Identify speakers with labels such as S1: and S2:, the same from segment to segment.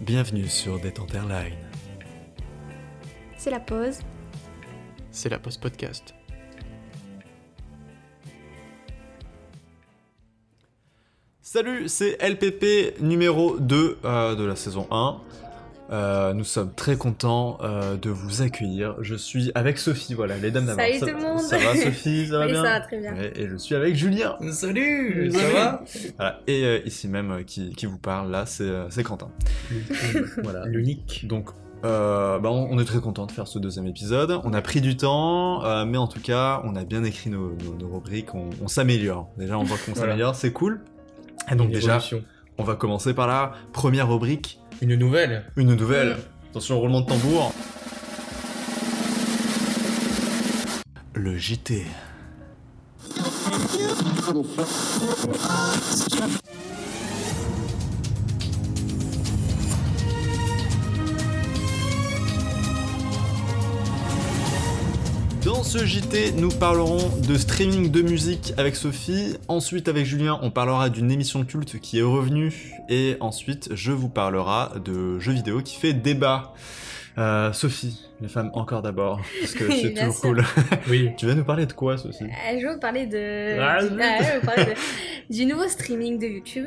S1: Bienvenue sur Détente Airline.
S2: C'est la pause.
S3: C'est la pause podcast.
S1: Salut, c'est LPP numéro 2 euh, de la saison 1. Euh, nous sommes très contents euh, de vous accueillir. Je suis avec Sophie, voilà, les dames d'avant.
S2: Salut
S1: Ça-
S2: tout le monde.
S1: Ça va Sophie, ça va
S2: Oui,
S1: bien
S2: ça va très bien.
S1: Ouais, Et je suis avec Julien. Salut.
S4: Salut, ça
S1: Voilà, et euh, ici même euh, qui, qui vous parle, là, c'est euh, c'est Quentin. voilà.
S4: va L'unique.
S1: Donc, euh, bah, on, on est très content de faire ce deuxième épisode. On a pris du temps, euh, mais en tout cas, on a bien écrit nos, nos- nos rubriques. On, on s'améliore. Déjà, on voit qu'on
S4: Voilà.
S1: s'améliore, c'est cool. Et donc
S4: Une
S1: déjà,
S4: évolution.
S1: on va commencer par la première rubrique,
S4: une nouvelle.
S1: une nouvelle. Attention, roulement de tambour. Le JT. Dans ce JT, nous parlerons de streaming de musique avec Sophie. Ensuite, avec Julien, on parlera d'une émission culte qui est revenue. Et ensuite, je vous parlera de jeux vidéo qui fait débat. Euh, Sophie, les femmes encore d'abord, parce que c'est
S2: Bien
S1: toujours
S2: sûr.
S1: cool.
S4: Oui.
S1: tu vas nous parler de quoi, Sophie
S2: Euh, je vais vous parler de...
S4: Ah,
S2: du...
S4: zut.
S2: Ah, je vais vous parler de- du nouveau streaming de YouTube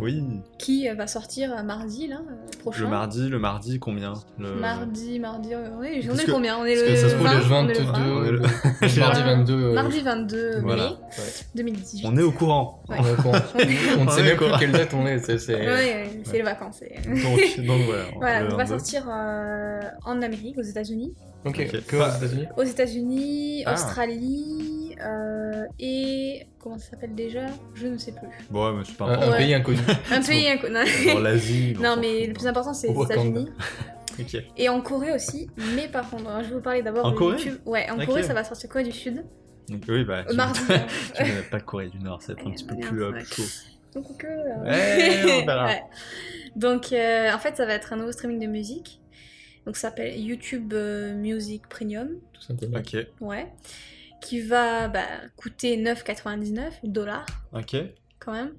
S1: Oui,
S2: qui euh, va sortir euh, mardi, là, euh, prochain.
S1: le mardi, le mardi combien le...
S2: Mardi, mardi, euh, on est, on
S1: Parce
S2: est
S1: que-
S2: combien On est
S1: parce que
S2: le,
S1: ça se trouve,
S2: 20,
S1: le euh,
S2: on est
S4: 22.
S2: le
S1: On est le-
S4: le Mardi 22.
S2: 20.
S4: euh,
S2: Mardi 22
S4: Voilà.
S2: mai
S4: Ouais.
S2: 2018.
S1: On est au courant.
S2: Ouais.
S4: On est au courant. On ne
S1: On est
S4: sait même
S1: au courant.
S4: plus quelle date on est. c'est-
S2: Ouais,
S4: c'est-
S2: ouais, c'est les vacances. c'est-
S1: Donc, donc voilà.
S2: Voilà,
S1: le
S2: donc on va
S1: 22.
S2: sortir euh, en Amérique, aux États-Unis.
S4: Ok,
S1: Ok. Bah,
S4: que aux États-Unis
S2: Aux États-Unis,
S4: Ah.
S2: Australie euh, et. Comment ça s'appelle déjà Je ne sais plus.
S1: Bon, ouais, mais c'est pas
S4: Un-
S1: important.
S4: Euh, Un
S2: Ouais.
S4: pays inconnu.
S2: Un pays, un. co- Non,
S1: Dans l'Asie. on
S2: Non,
S1: s'en
S2: mais
S1: fout.
S2: le plus important, c'est
S4: Au
S2: les
S4: Wakanda.
S2: États-Unis.
S1: Ok.
S2: Et en Corée aussi. Mais par contre, alors, je vais vous parler d'abord
S1: En
S2: de
S1: Corée
S2: YouTube. Ouais, en
S1: Ok.
S2: Corée, ça va sortir Corée du Sud. euh,
S1: Donc, oui, bah. tu-
S2: mardi.
S1: Tu n'avais pas Corée du Nord, c'est un petit peu
S2: Ouais,
S1: plus, euh,
S2: ouais.
S1: plus chaud.
S2: Donc, que, euh,
S1: Ouais, on verra.
S2: Ouais. Donc, euh, en fait, ça va être un nouveau streaming de musique. Donc, ça s'appelle YouTube euh, Music Premium.
S4: Tout simplement.
S1: Ok,
S2: Ouais. Qui va bah, coûter 9,99 dollars
S1: ok.
S2: quand même.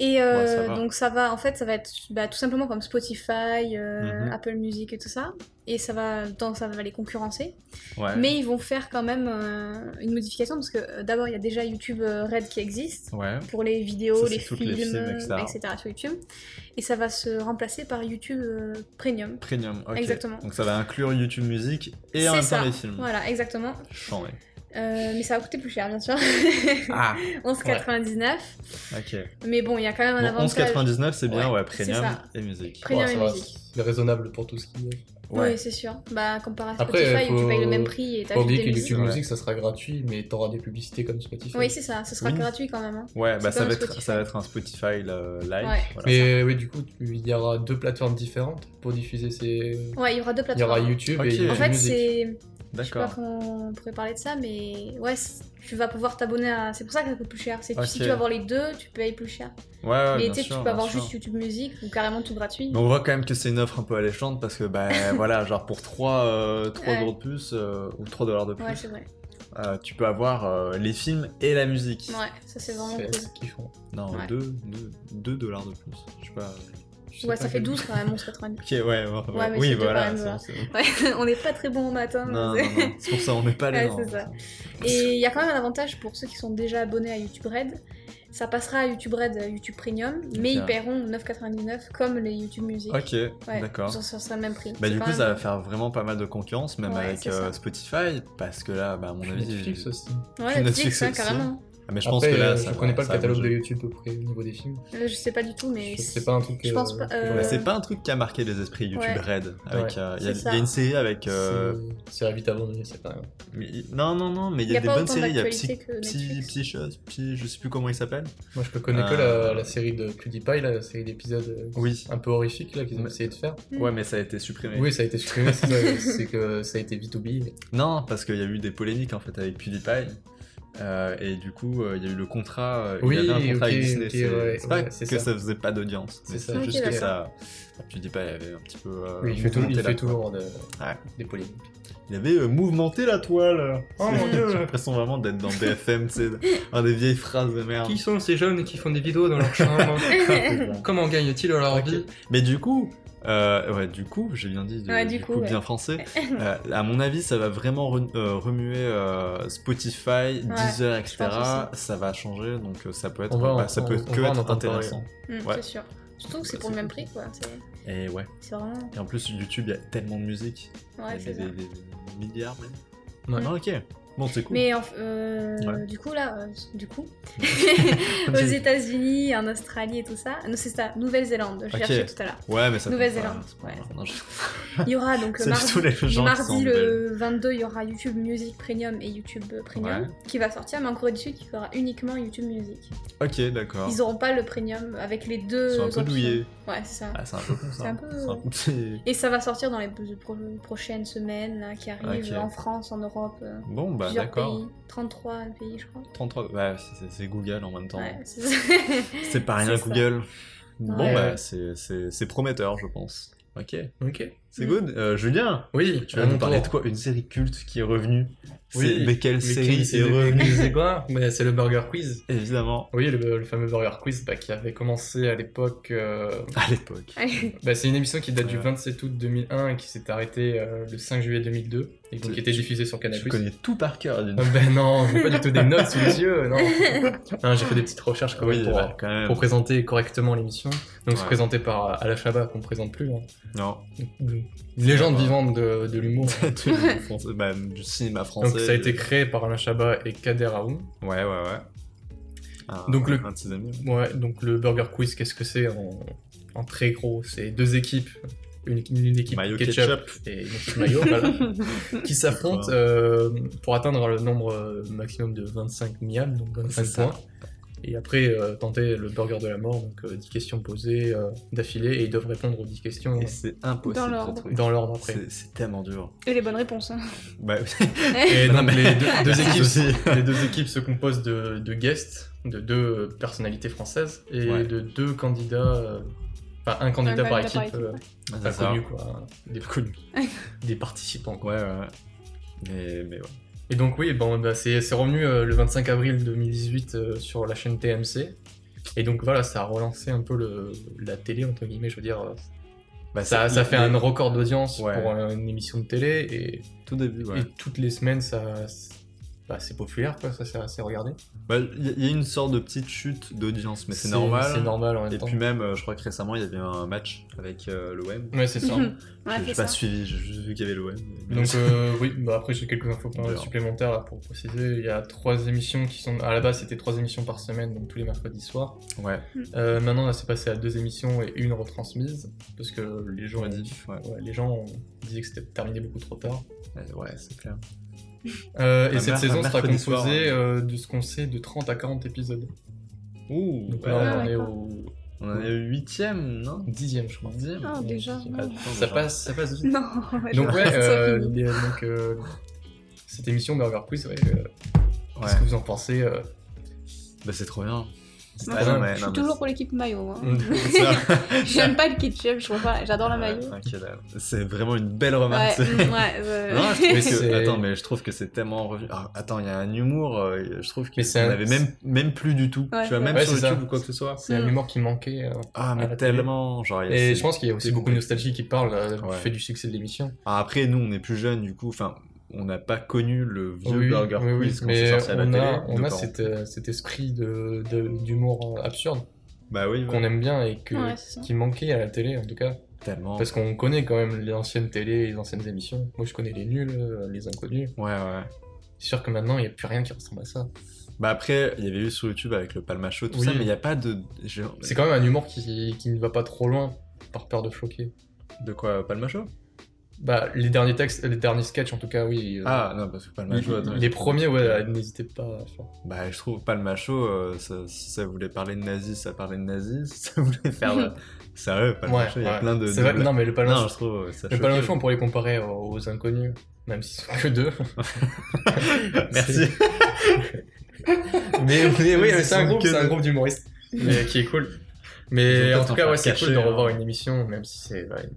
S2: Et euh,
S1: Ouais, ça va.
S2: donc ça va, en fait, ça va être bah, tout simplement comme Spotify, euh,
S1: Mhm.
S2: Apple Music et tout ça. Et ça va, donc, ça va les concurrencer.
S1: Ouais.
S2: Mais ils vont faire quand même euh, une modification parce que euh, d'abord, il y a déjà YouTube euh, Red qui existe
S1: Ouais.
S2: pour les vidéos,
S1: Ça, c'est
S2: les,
S1: toutes
S2: films,
S1: les films, etc.
S2: etc. sur YouTube. Et ça va se remplacer par YouTube euh, Premium.
S1: Premium, ok.
S2: Exactement.
S1: Donc ça va inclure YouTube Music et
S2: C'est
S1: en même
S2: ça.
S1: temps les films.
S2: Voilà, exactement.
S1: Chant, ouais.
S2: Euh, mais ça va coûter plus cher, bien sûr.
S1: Ah,
S2: 11,99.
S1: ok.
S2: Mais bon, il y a quand même un
S1: Bon,
S2: avantage.
S1: 11,99 c'est bien, ouais,
S2: Ouais, c'est
S1: Premium
S2: ça.
S1: et musique.
S2: Premium
S4: Ouais, ça
S2: et
S4: va.
S2: musique.
S4: C'est raisonnable pour tout ce qui est.
S2: Oui, c'est sûr. Bah, comparé à
S4: Après,
S2: Spotify, où
S4: faut-
S2: tu payes le même prix et
S4: Pas
S2: t'ajoutes des
S4: oublier que
S2: musiques.
S4: YouTube
S1: Ouais.
S4: Music, ça sera gratuit, mais t'auras des publicités comme Spotify.
S2: Oui, c'est ça. Ce sera
S1: Oui.
S2: gratuit quand même. hein.
S1: Ouais, bah ça
S2: C'est comme
S1: va, être,
S2: Spotify.
S1: ça va être un Spotify euh, live.
S2: Ouais.
S1: voilà.
S4: Mais oui, du coup, tu- il y aura deux plateformes différentes pour diffuser ces.
S2: Ouais, il y aura deux
S4: Il y aura
S2: plateformes.
S4: YouTube
S1: Ok.
S4: et YouTube
S2: En fait,
S4: Music.
S2: c'est. Je sais pas
S1: D'accord.
S2: comment on pourrait parler de ça, mais ouais, c'est- tu vas pouvoir t'abonner à. C'est pour ça que ça coûte plus cher. C'est que si
S1: Ok.
S2: tu veux avoir les deux, tu payes plus cher.
S1: Ouais, ouais,
S2: mais
S1: bien
S2: tu sais,
S1: sûr,
S2: tu peux
S1: bien
S2: avoir
S1: sûr.
S2: juste YouTube Music ou carrément tout gratuit.
S1: Mais on voit quand même que c'est une offre un peu alléchante parce que, bah voilà, genre pour 3,
S2: Ouais.
S1: euros de plus euh, ou 3 dollars de plus,
S2: Ouais, c'est vrai.
S1: euh, tu peux avoir euh, les films et la musique.
S2: Ouais, ça c'est vraiment
S4: C'est
S2: cool.
S4: ce qu'ils font.
S1: Non,
S2: Ouais.
S1: 2, dollars de plus. Je sais pas.
S4: Je sais
S2: Ouais,
S4: pas
S2: ça fait
S4: quel-
S2: 12 quand même, 11,90.
S1: Ok, ouais, ouais, ouais.
S2: Ouais, mais
S1: oui,
S2: c'est deux
S1: voilà.
S2: quand même, euh,
S1: c'est-
S2: voilà.
S1: c'est-
S2: Ouais, on n'est pas très bon au matin.
S1: Non, non,
S2: mais-
S1: non, c'est pour ça, on n'est pas les
S2: Ouais,
S1: gens.
S2: c'est ça. Et il y a quand même un avantage pour ceux qui sont déjà abonnés à YouTube Red. Ça passera à YouTube Red, à YouTube Premium,
S1: Ok.
S2: mais ils paieront 9,99 comme les YouTube Music.
S1: Ok,
S2: Ouais,
S1: d'accord.
S2: sur- sur- sur le même prix.
S1: Bah,
S2: C'est
S1: du
S2: quand
S1: coup,
S2: même-
S1: ça va faire vraiment pas mal de concurrence, même
S2: Ouais,
S1: avec
S2: c'est ça.
S1: euh, Spotify, parce que là, bah, à mon avis.
S4: Netflix aussi.
S2: Ouais,
S1: Netflix
S2: Netflix, ouais,
S1: aussi.
S2: carrément.
S1: Ah, mais je
S4: Je
S1: pense que là, ça.
S4: je connais
S1: va-
S4: pas le
S1: ça va
S4: catalogue de
S1: bouger.
S4: YouTube auprès au niveau des films.
S2: Euh, Je sais pas du tout, mais.
S4: C'est pas un truc.
S2: je pense pas,
S4: que j'aurais
S2: euh,
S1: Mais
S4: fait.
S1: c'est pas un truc qui a marqué les esprits YouTube
S2: Ouais.
S1: Red. avec,
S4: Ouais.
S1: euh, Il y, a-
S2: C'est
S1: il y
S2: ça.
S1: a une série avec. euh,
S4: C'est- C'est vite abandonné, ça quand même.
S1: mais il- Non, non, non, mais il y
S2: Il n'y
S1: a
S2: a
S1: des
S2: pas
S1: bonnes
S2: autant
S1: séries. Il y a
S2: d'actualité
S1: Psy,
S2: que
S1: Psy,
S2: Netflix.
S1: Psy, Chose, Psy- je sais plus comment il s'appelle.
S4: Moi, je connais que
S1: Euh,
S4: la, la série de PewDiePie, là, la série d'épisodes euh,
S1: Oui.
S4: un peu horrifiques là qu'ils ont
S1: Ouais.
S4: essayé de faire.
S2: Mm.
S1: Ouais, mais ça a été supprimé.
S4: Oui, ça a été supprimé, c'est ça, c'est que ça a été vite oublié.
S1: Non, parce qu'il y a eu des polémiques en fait avec PewDiePie. euh, et du coup, euh, il y a eu le contrat. euh,
S4: Oui,
S1: il y avait un contrat
S4: ok,
S1: avec Disney.
S4: ok,
S1: c'est
S4: ouais,
S1: c'est pas
S4: ouais,
S1: que
S4: c'est
S1: ça.
S4: ça.
S1: faisait pas d'audience.
S4: C'est
S1: mais
S4: ça,
S1: C'est
S2: ok,
S1: juste que
S2: d'accord.
S1: ça. enfin, PewDiePie avait un petit peu. euh,
S4: Oui, il fait, tout-
S1: mouvementé
S4: il
S1: la
S4: fait
S1: toile.
S4: toujours de-
S1: Ouais.
S4: des polémiques.
S1: Il avait euh, mouvementé la toile.
S4: Oh mon
S1: C'est-
S4: Dieu.
S1: J'ai l'impression vraiment d'être dans BFM, tu sais, dans des vieilles phrases de merde.
S4: sont ces jeunes qui font des vidéos dans leur chambre
S1: C'est ça.
S4: Comment gagnent-ils leur
S1: Ok. Mais du coup, Euh, ouais, du coup, j'ai bien dit, du,
S2: Ouais,
S1: du
S2: du
S1: coup,
S2: coup, ouais.
S1: bien français. Euh, à mon avis, ça va vraiment re- euh, remuer euh, Spotify, Deezer, etc.
S2: pense aussi.
S1: Ça va changer, donc euh, ça peut être,
S4: On va en-
S1: bah, ça peut
S4: on- on
S1: que
S4: va en
S1: être
S4: entendre parler. hein.
S1: intéressant.
S2: Mm,
S1: Ouais.
S2: C'est sûr. Surtout que c'est
S1: Bah,
S2: pour le
S1: c'est
S2: même
S1: cool.
S2: prix, quoi. C'est-
S1: Et ouais.
S2: C'est vraiment.
S1: Et en plus, YouTube, il y a tellement de musique.
S2: Ouais,
S1: Il y a
S2: c'est
S1: des,
S2: ça.
S1: des- des milliards, même.
S4: Ouais.
S1: Non, ok. Bon, c'est cool.
S2: Mais en f- euh,
S1: Ouais.
S2: du coup, là, euh, du coup, aux
S1: Dis-
S2: États-Unis, en Australie et tout ça. Non, c'est ça, Nouvelle-Zélande, je
S1: Ok.
S2: cherchais tout à l'heure.
S1: Ouais, mais ça compte
S2: Nouvelle-Zélande,
S1: pas, c'est pas
S2: ouais.
S1: grave. Non, je-
S2: Il y aura donc le
S1: C'est
S2: mardi,
S1: plutôt les gens qui sont en
S2: mardi le 22, il y aura YouTube Music Premium et YouTube Premium
S1: Ouais.
S2: qui va sortir, mais en Corée du Sud, il y aura uniquement YouTube Music.
S1: Ok, d'accord.
S2: Ils n'auront pas le Premium avec les deux.
S1: Oh. Ils sont un peu
S2: options.
S1: douillés.
S2: Ouais, c'est ça.
S1: Ah, c'est un peu con, ça.
S2: C'est un peu-
S1: C'est c'est-
S2: Et ça va sortir dans les pro- prochaines semaines là, qui arrivent
S1: Ok.
S2: en France, en Europe, euh,
S1: Bon, bah,
S2: plusieurs
S1: d'accord.
S2: pays, 33 pays, je crois.
S1: 33. Ouais, c'est- c'est- c'est Google en même temps.
S2: Ouais, c'est ça.
S1: C'est pas rien
S2: C'est ça.
S1: Google. Bon,
S2: Ouais.
S1: bah, c'est- c'est c'est prometteur, je pense. Ok.
S4: Ok.
S1: C'est
S2: Mm.
S1: good. Euh, Julien,
S4: Oui,
S1: tu vas nous parler de quoi Une série culte qui est revenue.
S4: Oui,
S1: C'est- mais quelle série est revenue
S4: C'est quoi Mais c'est le Burger Quiz.
S1: Évidemment,
S4: Oui, le, le fameux Burger Quiz bah, qui avait commencé à l'époque. euh,
S1: à l'époque.
S2: Allez.
S4: bah, c'est une émission qui date du
S1: Ouais.
S4: 27 août 2001 et qui s'est arrêtée euh, le 5 juillet 2002 et donc
S1: Tu-
S4: qui était
S1: tu-
S4: diffusée sur Canal+.
S1: Tu connais tout par cœur, d'une
S4: Ah, Ben non, j'ai pas du tout des notes sous les yeux, non. Non, j'ai fait des petites recherches quand même
S1: Oui,
S4: pour, euh,
S1: bah, quand même.
S4: pour présenter correctement l'émission. Donc
S1: Ouais.
S4: c'est présenté par euh, Alain Chabat qu'on présente plus. hein.
S1: Non.
S4: Une légende
S1: Ouais.
S4: vivante de, de l'humour. hein.
S1: du, français- bah, du cinéma français. euh,
S4: Donc ça a été créé par Alain Chabat et Kader Aoun.
S1: Ouais, ouais, ouais. Un-
S4: Donc, le-
S1: Un de ses amis. ouais.
S4: Ouais, donc le Burger Quiz, qu'est-ce que c'est en, en très gros C'est deux équipes, une, une équipe
S1: Mayo
S4: ketchup, et une équipe mayo, voilà, qui s'affrontent euh, pour atteindre le nombre euh, maximum de 25 miam, donc
S1: C'est
S4: 25
S1: ça.
S4: points. Et après, euh, tenter le burger de la mort, donc euh, 10 questions posées euh, d'affilée, et ils doivent répondre aux 10 questions
S1: Et c'est impossible
S2: Dans
S1: ce
S2: l'ordre.
S1: truc.
S4: dans l'ordre après.
S1: C'est c'est tellement dur.
S2: Et les bonnes réponses. hein.
S1: Bah, oui.
S4: Et
S1: Non,
S4: donc
S1: mais-
S4: les deux, deux
S1: C'est
S4: équipes,
S1: aussi-
S4: les deux équipes se composent de, de guests, de deux euh, personnalités françaises, et
S1: Ouais.
S4: de deux candidats, euh, enfin un candidat par
S2: candidat
S4: équipe,
S2: par équipe,
S4: euh,
S2: ouais.
S1: Ah,
S4: pas
S1: c'est ça.
S4: connu quoi, des,
S1: Connu.
S4: des participants quoi.
S1: Ouais, ouais, ouais. Mais, mais ouais.
S4: Et donc oui, bon, bah, c'est c'est revenu euh, le 25 avril 2018 euh, sur la chaîne TMC, et donc voilà, ça a relancé un peu le, la télé entre guillemets, je veux dire, euh,
S1: Bah,
S4: ça,
S1: c'est-
S4: ça fait
S1: les-
S4: un record d'audience
S1: Ouais.
S4: pour euh, une émission de télé, et,
S1: Tout début, ouais.
S4: et toutes les semaines ça... bah, c'est populaire, quoi, ça c'est assez regardé.
S1: Bah, Il y a- il y a une sorte de petite chute d'audience, mais c'est normal.
S4: C'est normal en même
S1: Et
S4: temps.
S1: puis même, euh, je crois que récemment, il y avait un match avec euh, l'OM.
S4: Ouais, c'est ça.
S2: Mhm. Ouais,
S1: J'ai
S2: c'est
S1: j'ai
S2: ça.
S1: pas suivi, j'ai juste vu qu'il y avait l'OM. mais-
S4: Donc euh, oui, bah après j'ai quelques infos
S1: D'ailleurs.
S4: supplémentaires là, pour préciser. Il y a trois émissions qui sont... À la base c'était trois émissions par semaine, donc tous les mercredis soirs.
S1: ouais,
S4: Euh, maintenant là c'est passé à deux émissions et une retransmise, parce que les gens, euh,
S1: j'aurais dit. Ouais,
S4: ouais, les gens ont- disaient que c'était terminé beaucoup trop tard.
S1: Euh, ouais c'est clair.
S4: Euh, et
S1: Un
S4: cette
S1: mer-
S4: saison
S1: un
S4: sera
S1: mercredi
S4: composée
S1: soir, hein. ouais.
S4: euh, de ce qu'on sait de 30 à 40 épisodes.
S1: Ouh,
S4: Donc
S1: ouais.
S4: là on
S2: Ah,
S4: est
S2: d'accord.
S4: au
S1: on en est au huitième, non
S4: dixième je crois.
S1: Dixième
S2: Ah, déjà. non.
S4: Ah,
S1: Attends,
S4: ça
S1: déjà.
S4: passe, ça passe vite.
S2: Non,
S4: Donc ouais,
S2: ça
S4: euh,
S2: finit.
S4: les- donc, euh, cette émission Burger Quiz, ouais, euh,
S1: Ouais,
S4: qu'est-ce que vous en pensez euh,
S1: bah c'est trop bien.
S4: c'est
S2: Moi,
S4: très bien.
S1: ouais,
S2: je
S1: non,
S2: suis
S1: mais
S2: toujours pour l'équipe maillot. hein.
S1: c'est- ça-
S2: J'aime pas le ketchup, je trouve pas. J'adore la maillot.
S1: Ouais, t'inquiète, alors. C'est vraiment une belle
S2: Ouais,
S1: remarque.
S2: mm, ouais. euh,
S1: Non, je trouve que-
S4: C'est-
S1: Attends, mais je trouve que c'est tellement revenu. Ah, attends, il y a un humour, euh, je trouve qu'on
S4: Mais c'est un-
S1: avait même, même plus du tout.
S2: Ouais,
S1: tu vois,
S2: c'est
S1: même
S4: vrai.
S1: sur
S4: Ouais, c'est
S1: YouTube
S4: ça.
S1: ou quoi que ce soit.
S4: C'est un
S2: Mm.
S4: humour qui manquait. euh,
S1: Ah,
S4: à
S1: mais
S4: la télé.
S1: tellement. Genre, il y a-
S4: Et
S1: c'est-
S4: je pense qu'il y a aussi
S1: c'est
S4: beaucoup
S1: complet.
S4: de nostalgie qui parle euh, du
S1: Ouais.
S4: fait du succès de l'émission.
S1: Ah, après, nous, on est plus jeunes, du coup, enfin, on n'a pas connu le vieux
S4: Oui,
S1: Burger
S4: oui, oui,
S1: Quiz quand c'est
S4: mais
S1: sorti à la
S4: on
S1: télé.
S4: a,
S1: nos
S4: on a
S1: parents.
S4: cet, euh, cet esprit de, de- d'humour euh, absurde
S1: Bah oui,
S4: qu'on
S1: ouais,
S4: aime bien et que,
S2: Ouais, c'est ça.
S4: qui manquait à la télé en tout cas.
S1: tellement.
S4: Parce qu'on connaît quand même les anciennes télés, les anciennes émissions. Moi je connais les nuls, euh, les inconnus.
S1: Ouais, ouais.
S4: C'est sûr que maintenant il n'y a plus rien qui ressemble à ça.
S1: Bah après, il y avait eu sur YouTube avec le Palma Show, tout
S4: Oui.
S1: ça, mais il n'y a pas de. j'ai-
S4: C'est quand même un humour qui, qui ne va pas trop loin par peur de choquer.
S1: De quoi, Palma Show
S4: Bah, les derniers textes, les derniers sketchs en tout cas, oui. euh,
S1: Ah, non, parce que Palma
S4: les,
S1: Show. attends,
S4: les
S1: il-
S4: premiers, ouais, euh, n'hésitez pas à faire.
S1: Bah, je trouve pas le macho, euh, ça- si ça voulait parler de nazis, ça parlait de nazis, si ça voulait faire. de- Sérieux, pas le macho, il y a
S4: ouais.
S1: plein de.
S4: C'est vrai,
S1: de-
S4: non, mais le
S1: Non,
S4: Palma,
S1: je trouve euh, ça
S4: le
S1: choquait.
S4: Palma Show, on pourrait les comparer aux, aux inconnus, même s'ils sont que deux.
S1: Merci.
S4: mais, mais oui,
S1: Même
S4: mais
S1: s'ils
S4: c'est un
S1: sont
S4: groupe,
S1: que
S4: c'est un
S1: deux.
S4: groupe d'humoristes, mais qui est cool.
S1: Ils
S4: Mais
S1: vont
S4: en
S1: peut-être
S4: tout
S1: en
S4: cas,
S1: faire
S4: ouais, c'est cool de
S1: cacher,
S4: revoir
S1: hein. Bah
S4: une émission, même si c'est ouais,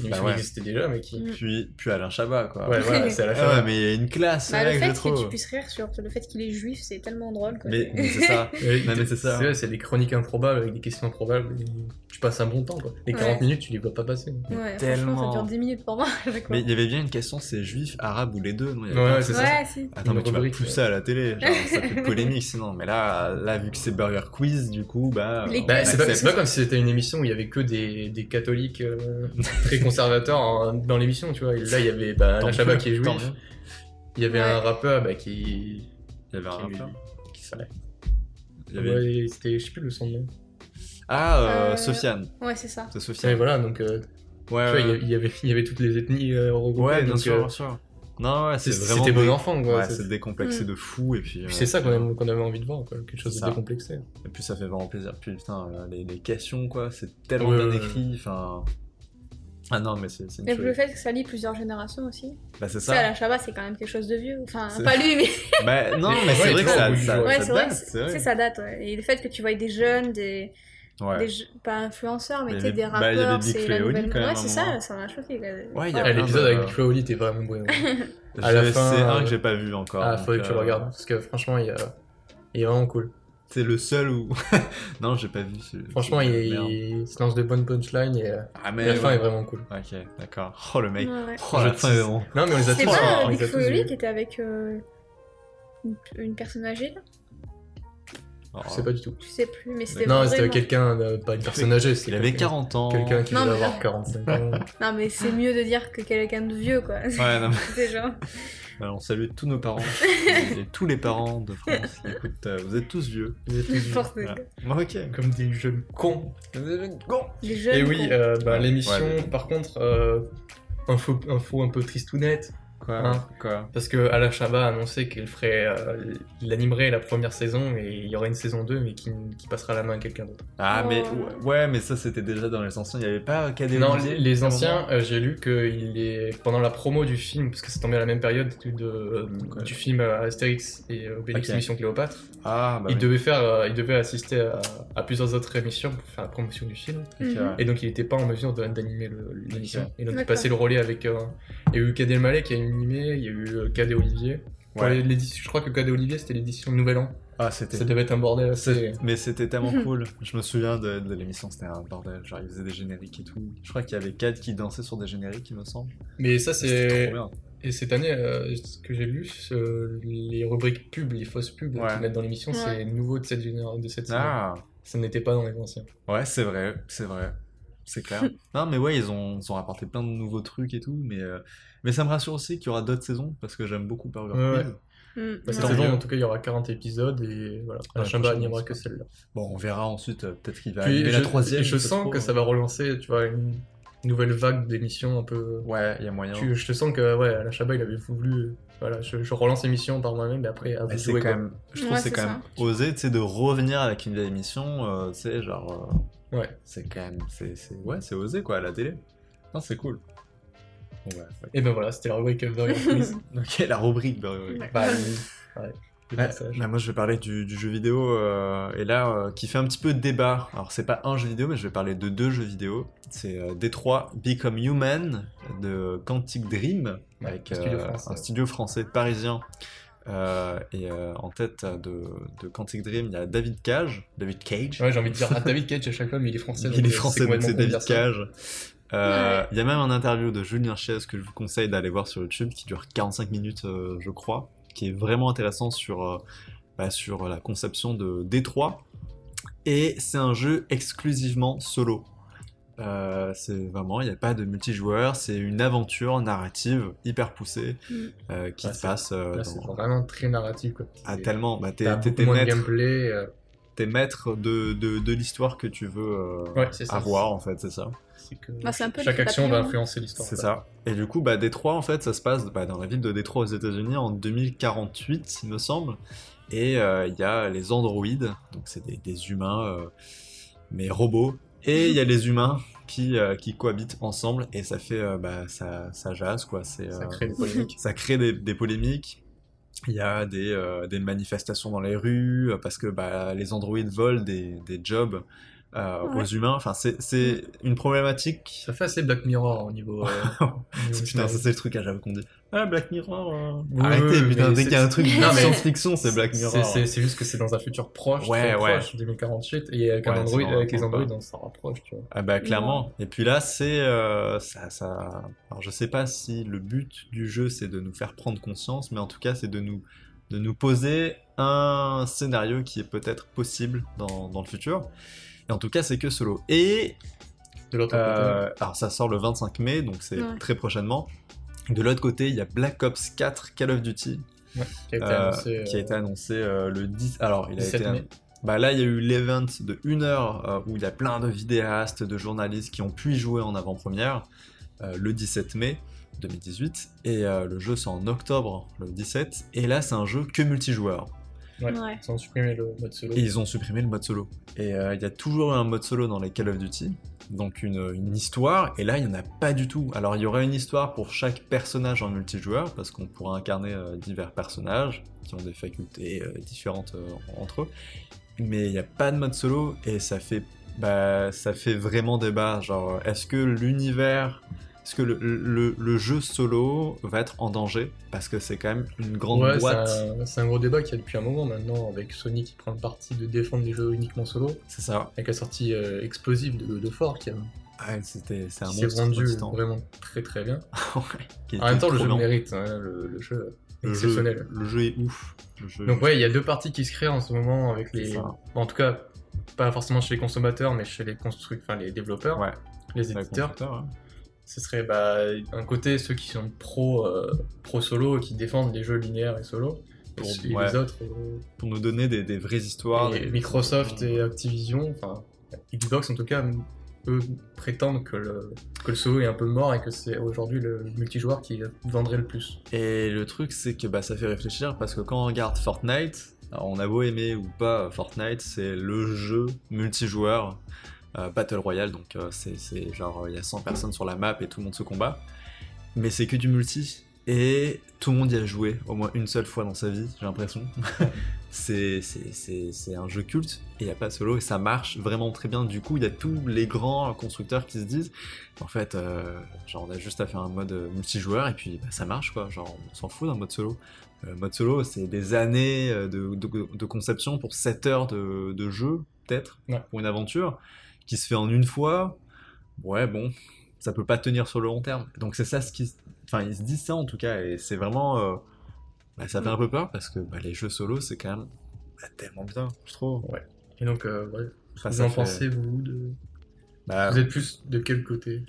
S4: une émission
S1: ouais.
S4: qui existait déjà, mais qui.
S2: Mm.
S1: puis, puis Alain Chabat, quoi.
S4: Ouais, voilà, c'est à la
S1: Ah ouais,
S4: fin.
S1: mais il y a une classe,
S2: Bah,
S1: ouais, que
S2: le fait
S1: je
S2: que tu
S1: trouve.
S2: puisses rire sur le fait qu'il est juif, c'est tellement drôle. Quoi.
S1: Mais, mais c'est ça.
S4: Ouais,
S1: Non, mais c'est ça.
S4: vrai, C'est des chroniques improbables avec des questions improbables. et Tu tu passes un bon temps. Quoi. Les 40
S2: Ouais.
S4: minutes, tu les vois pas passer. donc.
S2: Ouais,
S3: Tellement.
S2: franchement, ça dure 10 minutes pour moi. à chaque fois.
S1: Mais il y avait bien une question, c'est juif, arabe ou les deux non Il y avait
S4: Ouais,
S1: pas-
S4: ouais, c'est ça.
S2: Ouais, si.
S1: Attends, mais
S4: Une
S1: tu vas
S4: rubrique,
S1: pousser à la télé, genre, ça fait polémique sinon. Mais là, là, vu que c'est Burger Quiz, du coup, bah.
S2: Les
S1: on
S4: Bah, c'est pas,
S1: accepte.
S4: c'est pas comme si c'était une émission où il y avait que des, des catholiques euh, très conservateurs en- dans l'émission, tu vois. Et là, il y avait bah,
S1: Tant
S4: Alain Chabat
S1: mieux,
S4: qui est
S1: tant
S4: juif.
S1: mieux.
S4: Il y avait
S2: Ouais.
S4: un rappeur bah, qui.
S1: Il y avait un
S4: qui-
S1: rappeur.
S4: qui s'appelait-
S1: Il y avait-
S4: Ouais, c'était, je sais plus le son de nom.
S1: Ah, euh,
S2: Euh,
S1: Sofiane.
S2: Ouais, c'est ça.
S1: C'est Sofiane.
S4: Et voilà, donc euh,
S1: Ouais,
S4: tu vois, il y
S1: ouais.
S4: avait- il y, avait, il y avait toutes les ethnies euh, regroupées,
S1: Ouais, bien
S4: donc,
S1: sûr,
S4: euh,
S1: bien sûr. Non, ouais, c'est
S4: c'est-
S1: vraiment.
S4: C'était bon
S1: dé-
S4: enfant, quoi.
S1: Ouais,
S4: c'est-
S1: c'est décomplexé
S2: Mm.
S1: de fou. Et puis,
S4: Puis
S1: euh,
S4: c'est ça qu'on avait, qu'on avait envie de voir, quoi, quelque chose
S1: C'est
S4: de
S1: ça.
S4: décomplexé.
S1: Et puis ça fait vraiment plaisir. Puis putain, euh, les, les questions, quoi, c'est tellement
S4: Ouais,
S1: bien
S4: ouais,
S1: écrit. Enfin. Ah non, mais c'est c'est une
S2: Et le
S1: chose.
S2: fait que ça lie plusieurs générations aussi.
S1: Bah, c'est
S2: Ça,
S1: ça.
S2: Alain Chabat, c'est quand même quelque chose de vieux. Enfin,
S1: C'est-
S2: pas lui, mais
S1: Bah, non, mais c'est
S4: Ouais,
S1: vrai que
S4: tu vois,
S1: ça.
S4: au bout du
S1: ça-
S4: jour.
S1: ça
S2: ouais, c'est vrai, que
S1: date,
S2: c'est- tu sais, ça date. ouais. Et le fait que tu vois des jeunes, des,
S1: Ouais.
S2: des je- pas influenceurs, mais
S1: Il y
S2: tu sais,
S1: avait-
S2: des
S1: bah, il y avait
S2: rappeurs,
S1: Big
S2: c'est
S1: Flo
S2: la
S1: et Oli,
S2: nouvelle.
S1: quand même, à
S2: Ouais,
S1: un
S2: c'est
S1: moment.
S2: ça, ça m'a choqué. quoi.
S1: Ouais, il y a
S4: Ah,
S1: plein
S4: L'épisode
S1: de-
S4: avec Chloé Oli était vraiment bon.
S1: À
S4: À la fin,
S1: c'est un
S4: euh,
S1: que j'ai pas vu encore.
S4: Ah,
S1: donc,
S4: faudrait que tu
S1: euh,
S4: le regardes, parce que franchement, il, y a- il est vraiment cool.
S1: C'est le seul où. non, j'ai pas vu. celui-
S4: Franchement, il,
S1: celui- merde.
S4: il se lance de bonnes punchlines et euh,
S1: Ah, mais.
S4: la fin
S1: ouais.
S4: est vraiment cool.
S1: Ok, d'accord. Oh, le mec.
S2: Ouais, ouais.
S1: Oh, la
S4: Je
S1: fin
S4: tease.
S1: est bon.
S4: Non, mais on les a
S2: C'est
S4: tous, hein.
S2: pas
S1: hein.
S4: on
S2: euh,
S4: les
S2: Big
S4: a tous
S2: Flo et Oli
S4: vus.
S2: qui était avec euh, une, une personne âgée là
S1: Oh,
S4: Je sais pas du tout.
S2: Je sais plus, mais c'était
S4: Non,
S2: vraiment...
S4: c'était quelqu'un, euh, pas une personne âgée. c'était
S1: Il avait
S4: quelqu'un-
S1: 40 ans.
S4: Quelqu'un qui
S2: Non,
S4: devait
S2: mais là-
S4: avoir 45 ans.
S2: Non, mais c'est mieux de dire que quelqu'un de vieux, quoi.
S1: Ouais, non, mais-
S2: C'est genre...
S1: Alors, Euh, on salue tous nos parents. et tous les parents de France. Écoute, euh, vous êtes tous vieux.
S4: Vous êtes tous vus
S2: force de-
S1: Voilà. Ok.
S4: Comme des jeunes cons.
S2: Les jeunes,
S4: Et oui,
S2: quoi.
S4: euh, bah,
S1: Ouais.
S4: l'émission,
S1: Ouais,
S4: par contre, euh, info, info un peu tristounette,
S1: Quoi
S4: Hein
S1: Quoi
S4: parce que Alain Chabat a annoncé qu'il ferait, euh, il animerait la première saison et il y aurait une saison 2, mais qui, qui passera la main à quelqu'un d'autre.
S1: Ah, mais
S2: Oh.
S1: ouais, ouais, mais ça, c'était déjà dans les anciens. Il n'y avait pas KD
S4: Non,
S1: Olivier
S4: les, les anciens, euh, j'ai lu que il est, pendant la promo du film, parce que c'est tombé à la même période que de, euh,
S1: Ouais.
S4: du film euh, Astérix et Obélix
S1: Ok.
S4: Mission Cléopâtre,
S1: Ah, bah.
S4: il,
S1: oui.
S4: devait faire, euh, il devait assister à, à plusieurs autres émissions pour faire la promotion du film.
S2: Mhm.
S1: Ok, ouais.
S4: Et donc il n'était pas en mesure de- d'animer le- l'émission.
S1: Ok.
S4: Et donc il
S2: D'accord.
S4: passait le relais avec. euh, il y a eu Cadet le Malais qui a animé, il y a eu euh, Cadet Olivier. Pour
S1: Ouais.
S4: les- l'édition- je crois que Cadet Olivier c'était l'édition de Nouvel An.
S1: Ah, c'était
S4: Ça devait être un bordel assez.
S1: C'est- Mais c'était tellement
S2: Mhm.
S1: cool. Je me souviens de, de l'émission, c'était un bordel. Genre, ils faisaient des génériques et tout. Je crois qu'il y avait 4 qui dansaient sur des génériques, il me semble.
S4: Mais ça
S1: C'était
S4: c'est.
S1: trop bien.
S4: Et cette année, euh, ce que j'ai lu, ce- les rubriques pubs, les fausses pubs
S1: Ouais.
S4: qu'ils mettent dans l'émission, c'est
S2: Ouais.
S4: nouveau de cette génération. De cette saison.
S1: Ah,
S4: Ça n'était pas dans les anciens.
S1: ouais, c'est vrai, c'est vrai. C'est clair. non, mais ouais, ils ont, ils ont rapporté plein de nouveaux trucs et tout. Mais, euh, mais ça me rassure aussi qu'il y aura d'autres saisons parce que j'aime beaucoup Burger
S4: Ouais,
S1: Quiz.
S2: Mm,
S4: Bah, cette
S1: Tant
S2: ouais.
S4: saison,
S1: mieux.
S4: en tout cas, il y aura 40 épisodes et voilà.
S1: Ouais,
S4: La Chamba
S1: prochaine,
S4: n'aura
S1: c'est
S4: que
S1: ça.
S4: celle-là.
S1: Bon, on verra ensuite. euh, Peut-être qu'il va
S4: Puis
S1: animer
S4: je,
S1: la troisième.
S4: je
S1: sais pas
S4: sens
S1: trop. hein.
S4: que ça va relancer, tu vois, une nouvelle vague d'émissions un peu.
S1: euh. Ouais, il y a moyen.
S4: Tu- je te sens que ouais, Alain Chabat il avait voulu. Voilà, je, je relance l'émission par moi-même, mais après, à vous
S1: Mais
S4: de
S1: c'est
S4: jouer,
S1: quand
S4: quoi.
S1: même, je trouve
S2: Ouais,
S1: que c'est
S2: c'est
S1: quand
S2: ça.
S1: même osé, tu sais, de revenir avec une vieille émission, euh, tu sais, genre, euh,
S4: Ouais.
S1: c'est quand même, c'est, c'est- ouais, c'est osé quoi, à la télé. Non, c'est cool. Ouais, ouais.
S4: Et ben voilà, c'était la rubrique Burger Quiz.
S1: Ok, la rubrique. Burger King.
S2: Ouais.
S4: Bah, le- ouais, le
S1: Ouais,
S4: passage.
S1: bah, moi, je vais parler du, du jeu vidéo euh, et là, euh, qui fait un petit peu débat. Alors, c'est pas un jeu vidéo, mais je vais parler de deux jeux vidéo. C'est euh, Détroit Become Human de Quantic Dream,
S4: Ouais,
S1: avec
S4: un studio
S1: euh,
S4: français.
S1: un studio français parisien. Euh, et euh, en tête de, de Quantic Dream, il y a David Cage. David Cage.
S4: Ouais, j'ai envie de dire à David Cage à chaque fois, mais il est français.
S1: Il
S4: donc,
S1: est
S4: euh,
S1: français, donc
S4: complètement
S1: c'est
S4: con de
S1: David
S4: dire ça.
S1: Cage. Euh,
S2: Ouais.
S1: Il y a même un interview de Julien Chies que je vous conseille d'aller voir sur YouTube, qui dure 45 minutes, euh, je crois, qui est vraiment intéressant sur, euh, bah, sur la conception de Détroit. Et c'est un jeu exclusivement solo. Euh, c'est vraiment, il n'y a pas de multijoueur, c'est une aventure narrative hyper poussée
S2: Mm.
S1: euh, qui
S4: Ouais,
S1: se
S4: Ah,
S1: passe
S4: c'est-
S1: euh,
S4: Là,
S1: dans-
S4: c'est vraiment très narratif. Quoi.
S1: Ah,
S4: C'est-
S1: tellement, bah, t'es
S4: T'as
S1: t'es-
S4: beaucoup
S1: t'es
S4: moins de
S1: maître,
S4: gameplay. euh,
S1: t'es maître de, de, de l'histoire que tu veux euh,
S4: Ouais, c'est ça.
S1: avoir, en fait, c'est ça.
S4: C'est que
S2: Bah, c'est un peu
S4: chaque
S2: le
S4: action va
S2: papillon.
S4: influencer l'histoire.
S1: C'est
S4: quoi.
S1: ça. Et du coup, bah, Détroit, en fait, ça se passe bah, dans la ville de Détroit aux États-Unis en 2048, il me semble. Et euh, il y a les androïdes, donc c'est des, des humains, euh, mais robots. Et il y a les humains qui, euh, qui cohabitent ensemble et ça fait, euh, bah, ça, ça jase, quoi. C'est,
S4: Ça
S1: euh,
S4: crée des polémiques.
S1: ça crée des, des polémiques. Il y a des, euh, des manifestations dans les rues euh, parce que bah, les androïdes volent des, des jobs euh,
S2: Ouais.
S1: aux humains. Enfin, c'est, c'est une problématique
S4: Ça fait assez Black Mirror au niveau. euh, au niveau
S1: Putain, ça
S4: scénario.
S1: c'est le truc à j'avais qu'on dit. Ah, Black Mirror. euh.
S4: Oui,
S1: Arrêtez,
S4: oui,
S1: putain,
S4: mais
S1: dès
S4: c'est-
S1: qu'il y a un truc de
S2: Non, mais-
S1: science-fiction, c'est Black Mirror. hein.
S4: C'est- C'est c'est juste que c'est dans un futur proche,
S1: Ouais,
S4: très
S1: ouais.
S4: proche, 2048, et avec, un
S1: Ouais, ça
S4: Android,
S1: m'en
S4: avec les
S1: raconte
S4: Android,
S1: pas.
S4: on s'en rapproche, tu vois.
S1: Ah bah clairement. Et puis là, c'est euh, ça, ça. Alors je sais pas si le but du jeu c'est de nous faire prendre conscience, mais en tout cas c'est de nous de nous poser un scénario qui est peut-être possible dans, dans le futur. Et en tout cas, c'est que solo. Et
S4: De l'autre côté.
S1: euh, alors ça sort le 25 mai, donc c'est
S2: Ouais.
S1: très prochainement. De l'autre côté, il y a Black Ops 4 Call of Duty
S4: qui a été
S1: euh,
S4: annoncé,
S1: qui a
S4: euh,
S1: été annoncé euh, le 10. Alors, il a
S4: 17
S1: été
S4: mai.
S1: bah là, il y a eu l'event de 1 heure euh, où il y a plein de vidéastes, de journalistes qui ont pu y jouer en avant-première euh, le 17 mai 2018. Et euh, le jeu sort en octobre le 17. Et là, c'est un jeu que multijoueur.
S4: Ouais.
S2: Ouais.
S4: Ils ont supprimé le mode solo.
S1: Et ils ont supprimé le mode solo. Et euh, il y a toujours eu un mode solo dans les Call of Duty, donc une, une histoire, et là il n'y en a pas du tout. Alors il y aurait une histoire pour chaque personnage en multijoueur, parce qu'on pourra incarner euh, divers personnages qui ont des facultés euh, différentes euh, entre eux, mais il n'y a pas de mode solo, et ça fait, bah, ça fait vraiment débat. Genre, est-ce que l'univers. Est-ce que le, le- le jeu solo va être en danger Parce que c'est quand même une grande
S4: Ouais, c'est
S1: boîte.
S4: un- c'est un, gros débat qu'il y a depuis un moment maintenant, avec Sony qui prend le parti de défendre les jeux uniquement solo,
S1: C'est ça.
S4: avec la sortie euh, explosive de, de Fort qui, a-
S1: Ouais, c'était, c'est un
S4: qui s'est
S1: monstre
S4: vendu euh,
S1: constant.
S4: vraiment très très bien.
S1: Ouais, qui
S4: En
S1: était
S4: même temps, le
S1: trop
S4: jeu le
S1: bien.
S4: mérite, hein, le, le jeu est
S1: Le jeu,
S4: exceptionnel.
S1: le jeu est ouf. Le jeu-
S4: Donc ouais, il y a deux parties qui se créent en ce moment avec
S1: c'est
S4: les...
S1: ça.
S4: En tout cas, pas forcément chez les consommateurs, mais chez les constructeurs, enfin les développeurs,
S1: Ouais,
S4: les
S1: c'est un
S4: éditeurs.
S1: constructeur, hein.
S4: Ce serait bah, un côté ceux qui sont pro, euh, pro solo et qui défendent les jeux linéaires et solo. Et
S1: Pour-
S4: ceux- et
S1: ouais.
S4: les autres, euh,
S1: Pour nous donner des, des vraies histoires.
S4: et
S1: des-
S4: Microsoft et Activision, enfin Xbox en tout cas, eux prétendent que le, que le solo est un peu mort et que c'est aujourd'hui le multijoueur qui vendrait le plus.
S1: Et le truc, c'est que bah, ça fait réfléchir parce que quand on regarde Fortnite, alors on a beau aimer ou pas euh, Fortnite, c'est le jeu multijoueur euh, Battle Royale. Donc euh, c'est c'est genre, euh, il y a 100 personnes sur la map et tout le monde se combat. Mais c'est que du multi. Et tout le monde y a joué au moins une seule fois dans sa vie, j'ai l'impression. c'est c'est- c'est- c'est un jeu culte et il n'y a pas de solo et ça marche vraiment très bien. Du coup, il y a tous les grands constructeurs qui se disent en fait, euh, genre on a juste à faire un mode euh, multijoueur et puis bah, ça marche quoi. Genre on s'en fout d'un mode solo. Le mode solo, c'est des années euh, de, de- de conception pour 7 heures de, de jeu, peut-être,
S4: Ouais.
S1: pour une aventure qui se fait en une fois. Ouais, bon, ça peut pas tenir sur le long terme. Donc c'est ça ce qui. Enfin, ils se disent ça en tout cas et c'est vraiment. euh, bah, ça fait un peu peur parce que bah, les jeux solo, c'est quand même bah, tellement bien, je trouve.
S4: Et donc, euh, ouais,
S1: Enfin,
S4: vous
S1: ça
S4: en
S1: fait-
S4: pensez vous de-
S1: Bah,
S4: Vous êtes plus de quel côté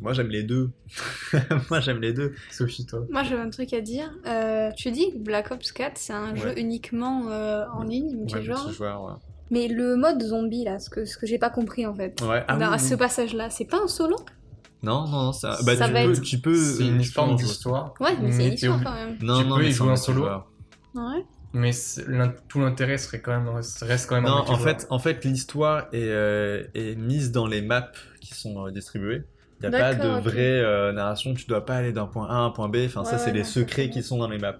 S1: Moi j'aime les deux. moi j'aime les deux.
S4: Sophie, toi
S5: Moi j'avais un truc à dire. Euh, tu dis que Black Ops 4 c'est un
S1: Ouais.
S5: jeu uniquement euh, en ligne,
S1: Ouais,
S5: multijoueur.
S1: multijoueur, ouais.
S5: Mais le mode zombie là, ce que, ce que j'ai pas compris en fait.
S1: Ouais. Ah oui,
S2: Bah,
S5: Dans-
S1: oui,
S5: ce
S1: oui.
S5: passage là, c'est pas un solo
S1: Non, non, non, ça.
S5: Ça
S1: Bah, tu,
S5: va
S1: peux,
S5: être-
S1: tu peux.
S4: C'est une
S1: tu
S4: forme
S1: peux-
S4: d'histoire.
S5: Ouais, mais c'est une
S4: t'es
S5: histoire
S4: obli-
S5: quand même.
S1: Non,
S4: Tu
S1: non,
S4: peux
S1: mais
S4: y
S1: c'est
S4: jouer en
S1: multijoueur.
S5: Ouais.
S4: Mais c'est- l'in- tout l'intérêt serait quand même, reste quand même un
S1: Non, en
S4: multijoueur.
S1: fait, en fait l'histoire est, euh, est mise dans les maps qui sont euh, distribuées. Il n'y a pas de
S2: D'accord, ok.
S1: vraie euh, narration, tu dois pas aller d'un point A à un point B. Enfin, ça,
S2: Ouais,
S1: c'est
S2: ouais,
S1: les
S2: non, ça,
S1: secrets
S2: c'est
S1: qui
S2: bon.
S1: sont dans les maps.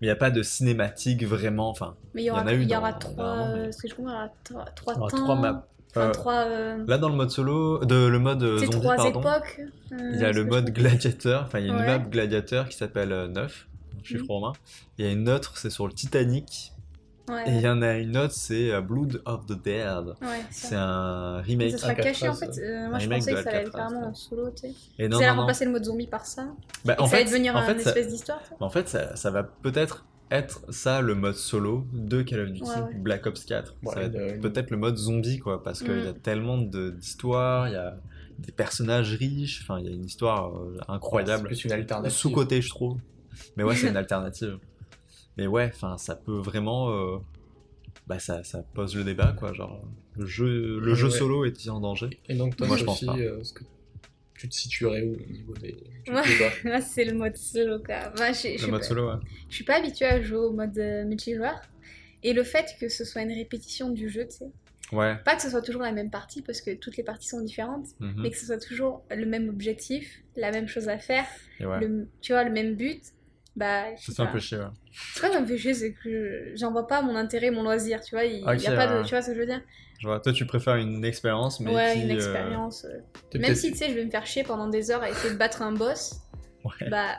S1: Mais il n'y a pas de cinématique vraiment. Enfin,
S2: Mais il y
S1: en
S2: aura,
S1: a eu
S2: il y
S1: dans-
S2: aura
S1: dans
S2: trois.
S1: un monde,
S2: euh,
S1: mais-
S2: ce que je comprends, il y aura trois,
S1: il y aura
S2: temps,
S1: trois maps.
S2: Enfin,
S1: Euh,
S2: trois. euh,
S1: Là, dans le mode solo, de, le mode euh,
S2: tu sais,
S1: zombie,
S2: trois
S1: pardon.
S2: époques. euh,
S1: Il y a
S2: ce
S1: le
S2: que
S1: mode
S2: je
S1: gladiateur, enfin il y a une
S2: Ouais.
S1: map gladiateur qui s'appelle euh, 9, chiffre
S2: Mhm.
S1: romain. Il y a une autre, c'est sur le Titanic.
S2: comprends.
S1: Et il
S2: Ouais,
S1: y en a une autre, c'est euh, Blood of the Dead.
S2: ouais, c'est
S1: C'est
S2: ça.
S1: un
S2: Mais
S1: remake.
S2: ça sera caché en fait.
S4: Alcatraz,
S2: euh, moi je
S1: remake
S2: pensais
S1: de
S2: que ça allait être
S1: Alcatraz,
S2: carrément
S1: ouais.
S2: en solo, tu sais.
S1: Et non,
S2: Ça allait
S1: non, non.
S2: remplacer le mode zombie par ça.
S1: Bah,
S2: Et
S1: en
S2: ça allait
S1: fait,
S2: devenir
S1: en
S2: un
S1: fait, ça-
S2: espèce d'histoire. ça.
S1: en fait, ça, ça va peut-être être ça le mode solo de Call of Duty
S2: Ouais, ouais.
S1: Black Ops 4.
S4: Ouais,
S1: ça va être
S4: euh,
S1: peut-être le mode zombie quoi, parce qu'il
S2: Mm.
S1: y a tellement de- d'histoires, il y a des personnages riches, enfin il y a une histoire euh, incroyable.
S4: C'est plus une alternative.
S1: Sous-côté, je trouve. Mais ouais, c'est une alternative. Mais ouais, enfin, ça peut vraiment. euh, Bah, ça, ça pose le débat, quoi. Genre, le jeu, le
S4: Ouais,
S1: jeu
S4: ouais.
S1: solo est-il en danger
S4: Et donc, toi,
S1: Moi, je pense
S4: Sophie,
S1: pas.
S4: euh, est-ce que tu te situerais où au niveau des du
S2: Ouais.
S4: débat
S2: Moi c'est le mode solo quand même. Moi, je, je
S1: Le
S2: suis
S1: mode
S2: pas-
S1: solo, ouais.
S2: je suis pas habituée à jouer au mode euh, multijoueur. Et le fait que ce soit une répétition du jeu, tu sais.
S1: Ouais.
S2: Pas que ce soit toujours la même partie, parce que toutes les parties sont différentes,
S4: Mm.
S1: mhm,
S2: mais que ce soit toujours le même objectif, la même chose à faire,
S1: et ouais.
S2: le- tu vois, le même but. Bah, je sais
S1: C'est un
S2: pas.
S1: peu chier, ouais.
S2: Ce que ça me fait chier, c'est que j'en vois pas mon intérêt, mon loisir, tu vois. Il
S4: Ah,
S2: il y
S1: Ok,
S2: a pas de,
S1: ouais.
S2: tu vois ce que je veux dire
S1: Je vois, toi, tu préfères une expérience, mais.
S2: Ouais,
S1: qui,
S2: une
S1: euh,
S2: expérience. euh,
S4: T'es
S2: Même
S4: peut-être-
S2: si, tu sais, je vais me faire chier pendant des heures à essayer de battre un boss,
S1: ouais.
S2: bah,